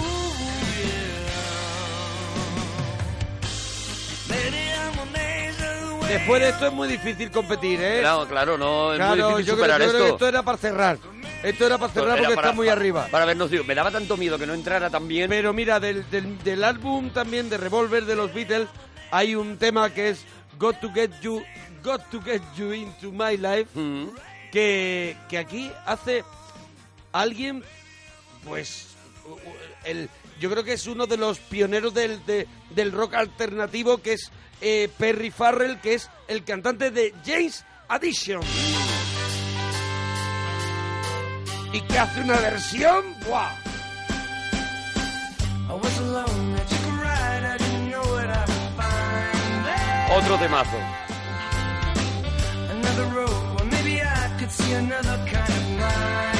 G: understand? Ooh, yeah. Maybe I'm amazed at the way
A: Después de esto es muy difícil competir, ¿eh?
B: Claro, claro, no es
A: Claro,
B: muy difícil
A: yo, creo,
B: superar
A: yo creo que
B: esto.
A: esto era para cerrar. Esto era para cerrar
B: Era
A: porque
B: para-
A: está muy
B: para-
A: arriba.
B: Para vernos, digo, me daba tanto miedo que no entrara tan bien.
A: Pero mira, del, del, del álbum también de Revolver de los Beatles hay un tema que es Got to Get You, Got to Get You Into My Life,
B: Mm.
A: que, que aquí hace alguien, pues, u- u- el, yo creo que es uno de los pioneros del, de- del rock alternativo, que es eh, Perry Farrell, que es el cantante de James Addiction. Y que hace una versión, ¡buah!
G: I was alone, I took a ride, I didn't know what I would find there.
B: Otro temazo.
G: Another road, or maybe I could see another kind of night.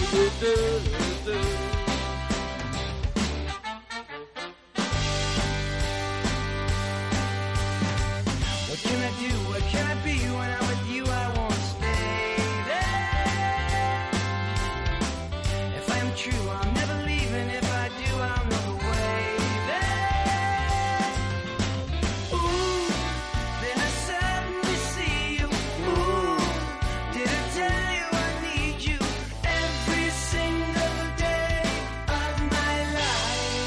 T: do, do.
G: What can I do? What can I be? When I'm with you, I won't stay there. If I'm true, I'm never leaving. If I do, I'll know the way there. Ooh, then I suddenly see you. Ooh, did I tell you I need you every single day of my life?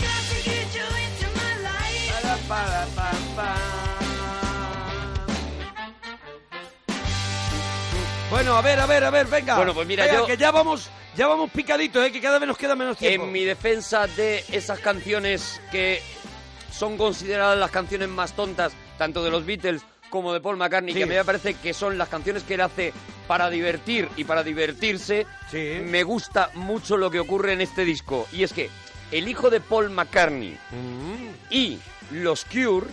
G: Got to get you into my life.
A: Bueno, a ver, a ver, a ver, venga.
B: Bueno, pues mira,
A: Venga,
B: yo-
A: que ya vamos, ya vamos picaditos, eh, que cada vez nos queda menos tiempo.
B: En mi defensa de esas canciones que son consideradas las canciones más tontas, tanto de los Beatles como de Paul McCartney,
A: Sí.
B: que a mí me parece que son las canciones que él hace para divertir y para divertirse, me gusta mucho lo que ocurre en este disco. Y es que el hijo de Paul McCartney
G: Mm-hmm.
B: y los Cure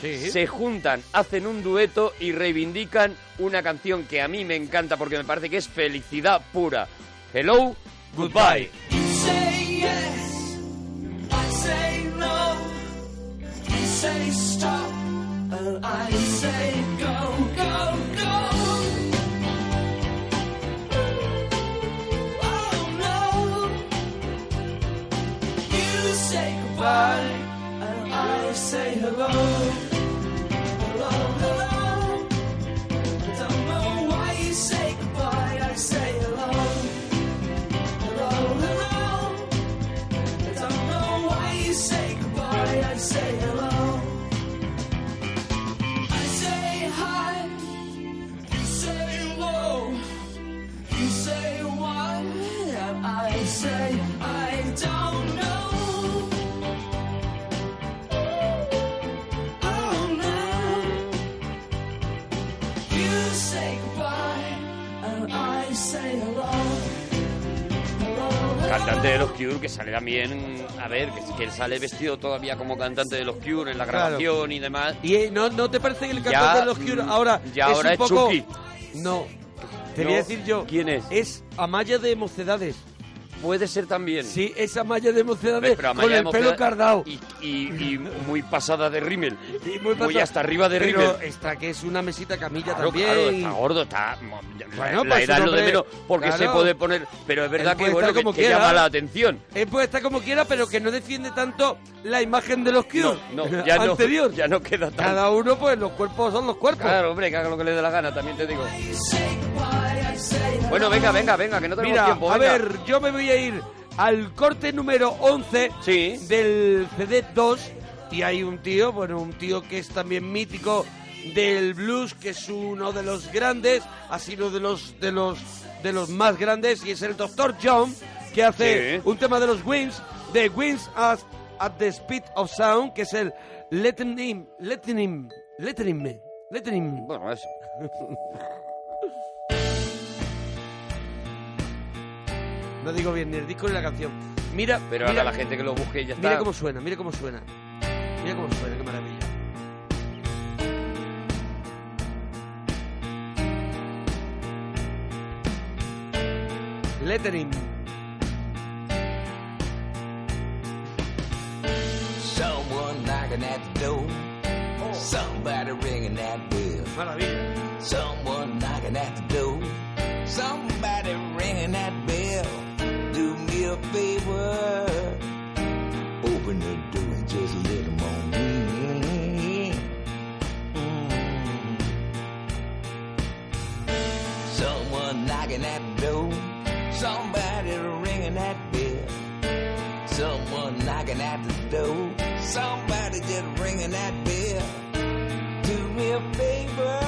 B: se juntan, hacen un dueto y reivindican una canción que a mí me encanta porque me parece que es felicidad pura. Hello, goodbye.
G: You say yes, I say no. You say stop, and I say go, go, go. Oh no. You say goodbye, and I say hello. Hello, hello. I don't know why you say goodbye, I say hello. Hello, hello. I don't know why you say goodbye. I say hello. I say hi. You say low. You say why, and I say I don't know. Oh no. You say goodbye, and I say hello.
B: Cantante de los Cure que sale también, a ver, que, que él sale vestido todavía como cantante de los Cure en la
A: Claro.
B: grabación y demás.
A: Y eh, no, no te parece que el cantante de los Cure
B: mm,
A: ahora
B: ya
A: es
B: ahora
A: un
B: es
A: poco
B: Chucky.
A: No. Te
B: No.
A: voy a decir yo. ¿Quién es? Es Amaya de Mocedades.
B: Puede ser también.
A: Sí, es Amaya de Mocedades
B: Pero Amaya
A: con
B: de
A: el
B: Mocedades-
A: pelo cardado.
B: Y, y- y muy pasada de rímel.
A: Muy
B: muy
A: pasado.
B: hasta arriba de
A: Pero
B: rímel.
A: está que es una mesita camilla
B: Claro,
A: también.
B: claro, está gordo, está... mo- la-
A: Bueno,
B: la
A: pues
B: edad
A: un
B: es lo de
A: hombre-
B: menos, porque se
A: claro.
B: puede poner... Pero es verdad
A: Él
B: que,
A: puede
B: bueno,
A: estar
B: que,
A: como
B: que
A: quiera. ¿eh?
B: llama la atención.
A: Él puede estar como quiera, pero que no defiende tanto la imagen de los Cure.
B: No, ya no,
A: anterior.
B: ya no queda tanto.
A: Cada uno, pues, los cuerpos son los cuerpos.
B: Claro, hombre, que haga lo que le dé la gana, también te digo.
A: Bueno, venga, venga,
B: venga, que no tenemos
A: Mira,
B: tiempo,
A: a
B: venga.
A: ver, yo me voy a ir al corte número 11 del CD2 y hay un tío, bueno, un tío que es también mítico del blues, que es uno de los grandes, ha sido de los de los de los más grandes y es el Dr. John que hace
B: Sí.
A: un tema de los Wings, de Wings at, at the Speed of Sound, que es el Letting Him, Letting Him, Letting Him, Letting Him.
B: Bueno, eso.
A: No digo bien ni el disco ni la canción. Mira,
B: Pero
A: mira,
B: ahora la gente que lo busque y ya está.
A: Mira cómo suena, mira cómo suena. Mira cómo suena, qué maravilla. Lettering.
U: Someone knocking at the door. Somebody ringing that bell.
A: Maravilla.
U: Someone knocking at the door. Somebody ringing that bell. Do me a favor. Open the door and just let 'em on in. Mm. Someone knocking at the door. Somebody ringing that bell. Someone knocking at the door. Somebody just ringing that bell. Do me a favor.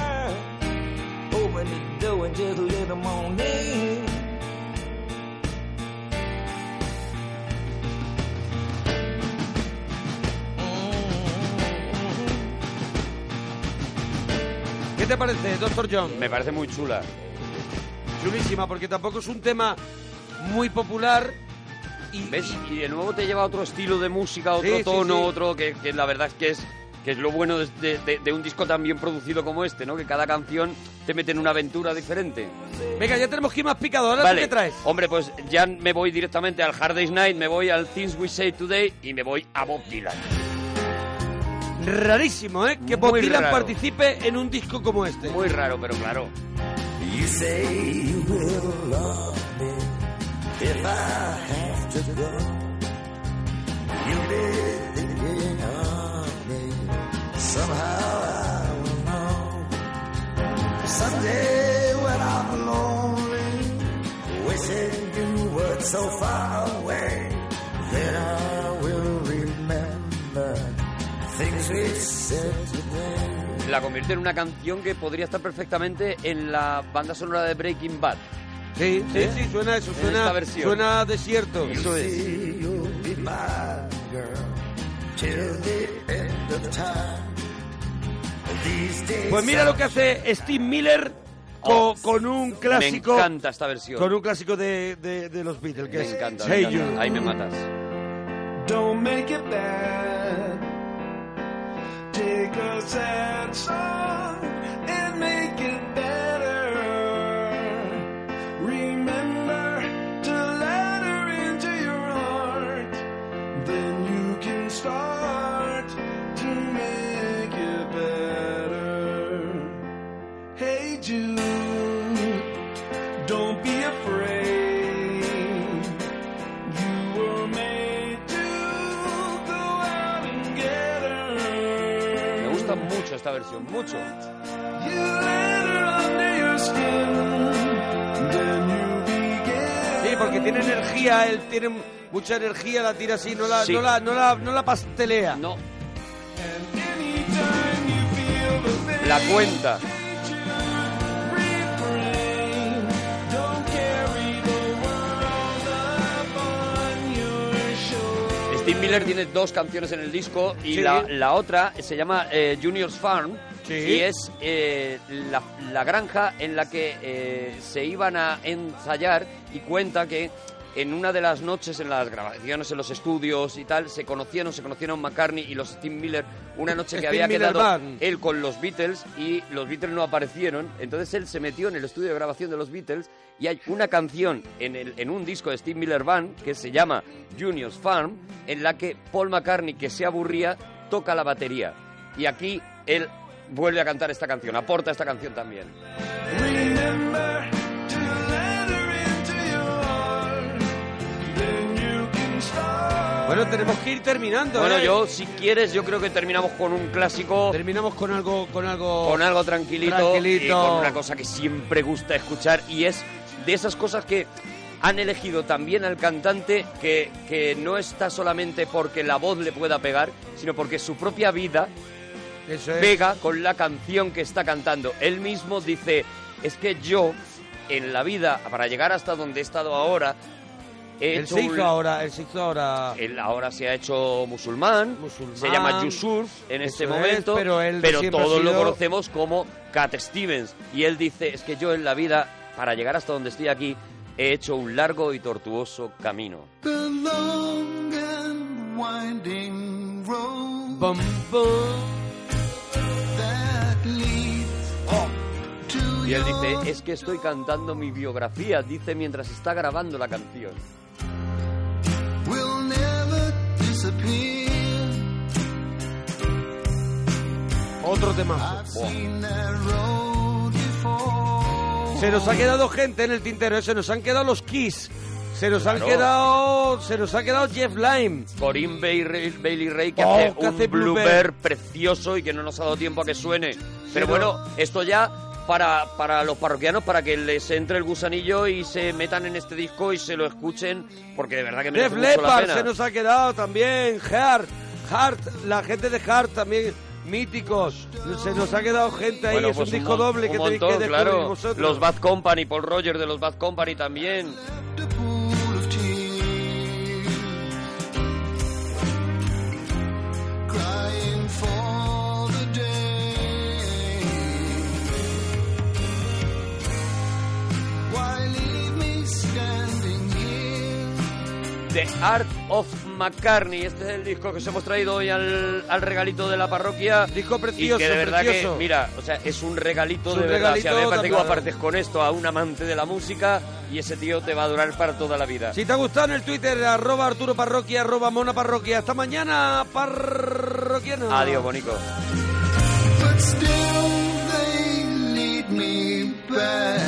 U: Open the door and just let 'em on in.
A: ¿Qué te parece, Doctor John?
B: Me parece muy chula.
A: Chulísima, porque tampoco es un tema muy popular. Y,
B: ¿Ves? Y de nuevo te lleva a otro estilo de música, otro
A: Sí, sí,
B: tono,
A: sí.
B: otro que, que la verdad es que es que es lo bueno de, de- de- de un disco tan bien producido como este, ¿no? Que cada canción te mete en una aventura diferente.
A: Venga, ya tenemos que ir más picado. Ahora
B: Vale.
A: tú qué traes.
B: Hombre, pues ya me voy directamente al Hard Day's Night, me voy al Things We Say Today y me voy a Bob Dylan.
A: Rarísimo, ¿eh? Que Bob
B: Muy
A: Dylan
B: raro.
A: participe en un disco como este.
B: Muy raro, pero claro.
V: You say you will love me if I have to go. You live thinking of me. Somehow I will know. Someday when I'm lonely, wishing you were so far away, then I will remember things we said today.
B: La convierte en una canción que podría estar perfectamente en la banda sonora de Breaking Bad. ¿Eh?
A: Sí, sí, sí, suena eso,
B: En
A: suena,
B: esta versión.
A: suena desierto.
B: Eso es.
V: You'll be my girl till the end of time. These days
A: Pues mira lo que hace Steve Miller co- con, un clásico.
B: Oh, Me encanta esta versión.
A: Con un clásico de, de- de los Beatles, que
B: Me
A: es
B: encanta, me
A: Hey
B: encanta.
A: You.
B: Ahí me matas.
G: Don't make it bad. Take a sad song and make it better. Remember to let her into your heart. Then you can start to make it better. Hey Jude, don't be afraid. You were made to go out and get her.
B: Me gusta mucho esta versión, mucho.
A: Sí, porque tiene energía, él tiene mucha energía, la tira así, no la,
B: Sí.
A: no la, no la, no la pastelea.
B: No. La cuenta. Steve Miller tiene dos canciones en el disco y
A: Sí.
B: la, la otra se llama eh, Junior's Farm
A: Sí.
B: y es eh, la, la granja en la que eh, se iban a ensayar y cuenta que en una de las noches en las grabaciones, en los estudios y tal, se conocieron, se conocieron McCartney y los Steve Miller una noche que
A: Steve
B: había
A: Miller
B: quedado
A: Band.
B: él con los Beatles y los Beatles no aparecieron. Entonces él se metió en el estudio de grabación de los Beatles y hay una canción en, el- en un disco de Steve Miller Band que se llama Junior's Farm, en la que Paul McCartney, que se aburría, toca la batería. Y aquí él vuelve a cantar esta canción, aporta esta canción también.
A: Bueno, tenemos que ir terminando.
B: Bueno,
A: ¿eh?
B: yo, si quieres, yo creo que terminamos con un clásico.
A: Terminamos con algo, con algo.
B: con algo tranquilito,
A: Tranquilito.
B: y con una cosa que siempre gusta escuchar y es de esas cosas que han elegido también al cantante que, que no está solamente porque la voz le pueda pegar, sino porque su propia vida
A: Eso es.
B: pega con la canción que está cantando. Él mismo dice, es que yo en la vida, para llegar hasta donde he estado ahora, he
A: Él
B: hecho
A: se
B: un-
A: hizo ahora, él se hizo ahora.
B: él ahora se ha hecho musulmán, se llama Yusuf en este
A: Eso es,
B: momento,
A: pero él
B: pero
A: siempre ha
B: todos lo
A: sido-
B: conocemos como Cat Stevens. Y él dice, es que yo en la vida, para llegar hasta donde estoy aquí, he hecho un largo y tortuoso camino.
D: The long and winding road that leads to
B: Y él
D: your
B: dice, es que estoy cantando mi biografía, dice mientras está grabando la canción.
D: will never disappear.
A: Otro tema.
D: Seen that road before.
A: Se nos ha quedado gente en el tintero, ¿eh? se nos han quedado los Kiss. Se nos han
B: Claro.
A: quedado. Se nos ha quedado Jeff Lime.
B: Corinne Bailey, Bailey Ray que
A: Oh,
B: hace
A: que
B: un
A: hace
B: blooper,
A: blooper.
B: precioso y que no nos ha dado tiempo a que suene. Pero
A: Pero-
B: bueno, esto ya para, para los parroquianos, para que les entre el gusanillo y se metan en este disco y se lo escuchen, porque de verdad que merece
A: Def
B: mucho la
A: Leppard
B: pena.
A: se nos ha quedado también. Heart, Heart, la gente de Heart también. Míticos. Se nos ha quedado gente ahí.
B: Bueno,
A: es
B: pues
A: un disco
B: mon-
A: doble
B: un
A: que tenéis que
B: montón,
A: descubrir
B: claro.
A: vosotros.
B: Los Bad Company, Paul Rogers de los Bad Company también.
D: Crying for the day. Why leave me standing here?
B: The Art of McCartney. Este es el disco que os hemos traído hoy al, al regalito de la parroquia.
A: Disco precioso,
B: Y que de verdad
A: precioso.
B: que, mira, o sea, es un regalito
A: Es
B: de
A: un
B: verdad. O sea,
A: regalito
B: me parece que
A: también.
B: apartes con esto a un amante de la música y ese tío te va a durar para toda la vida.
A: Si te ha gustado en el Twitter, arroba Arturo Parroquia, arroba Mona Parroquia. Hasta mañana, parroquianos.
B: Adiós, bonito.
D: But still they lead me back.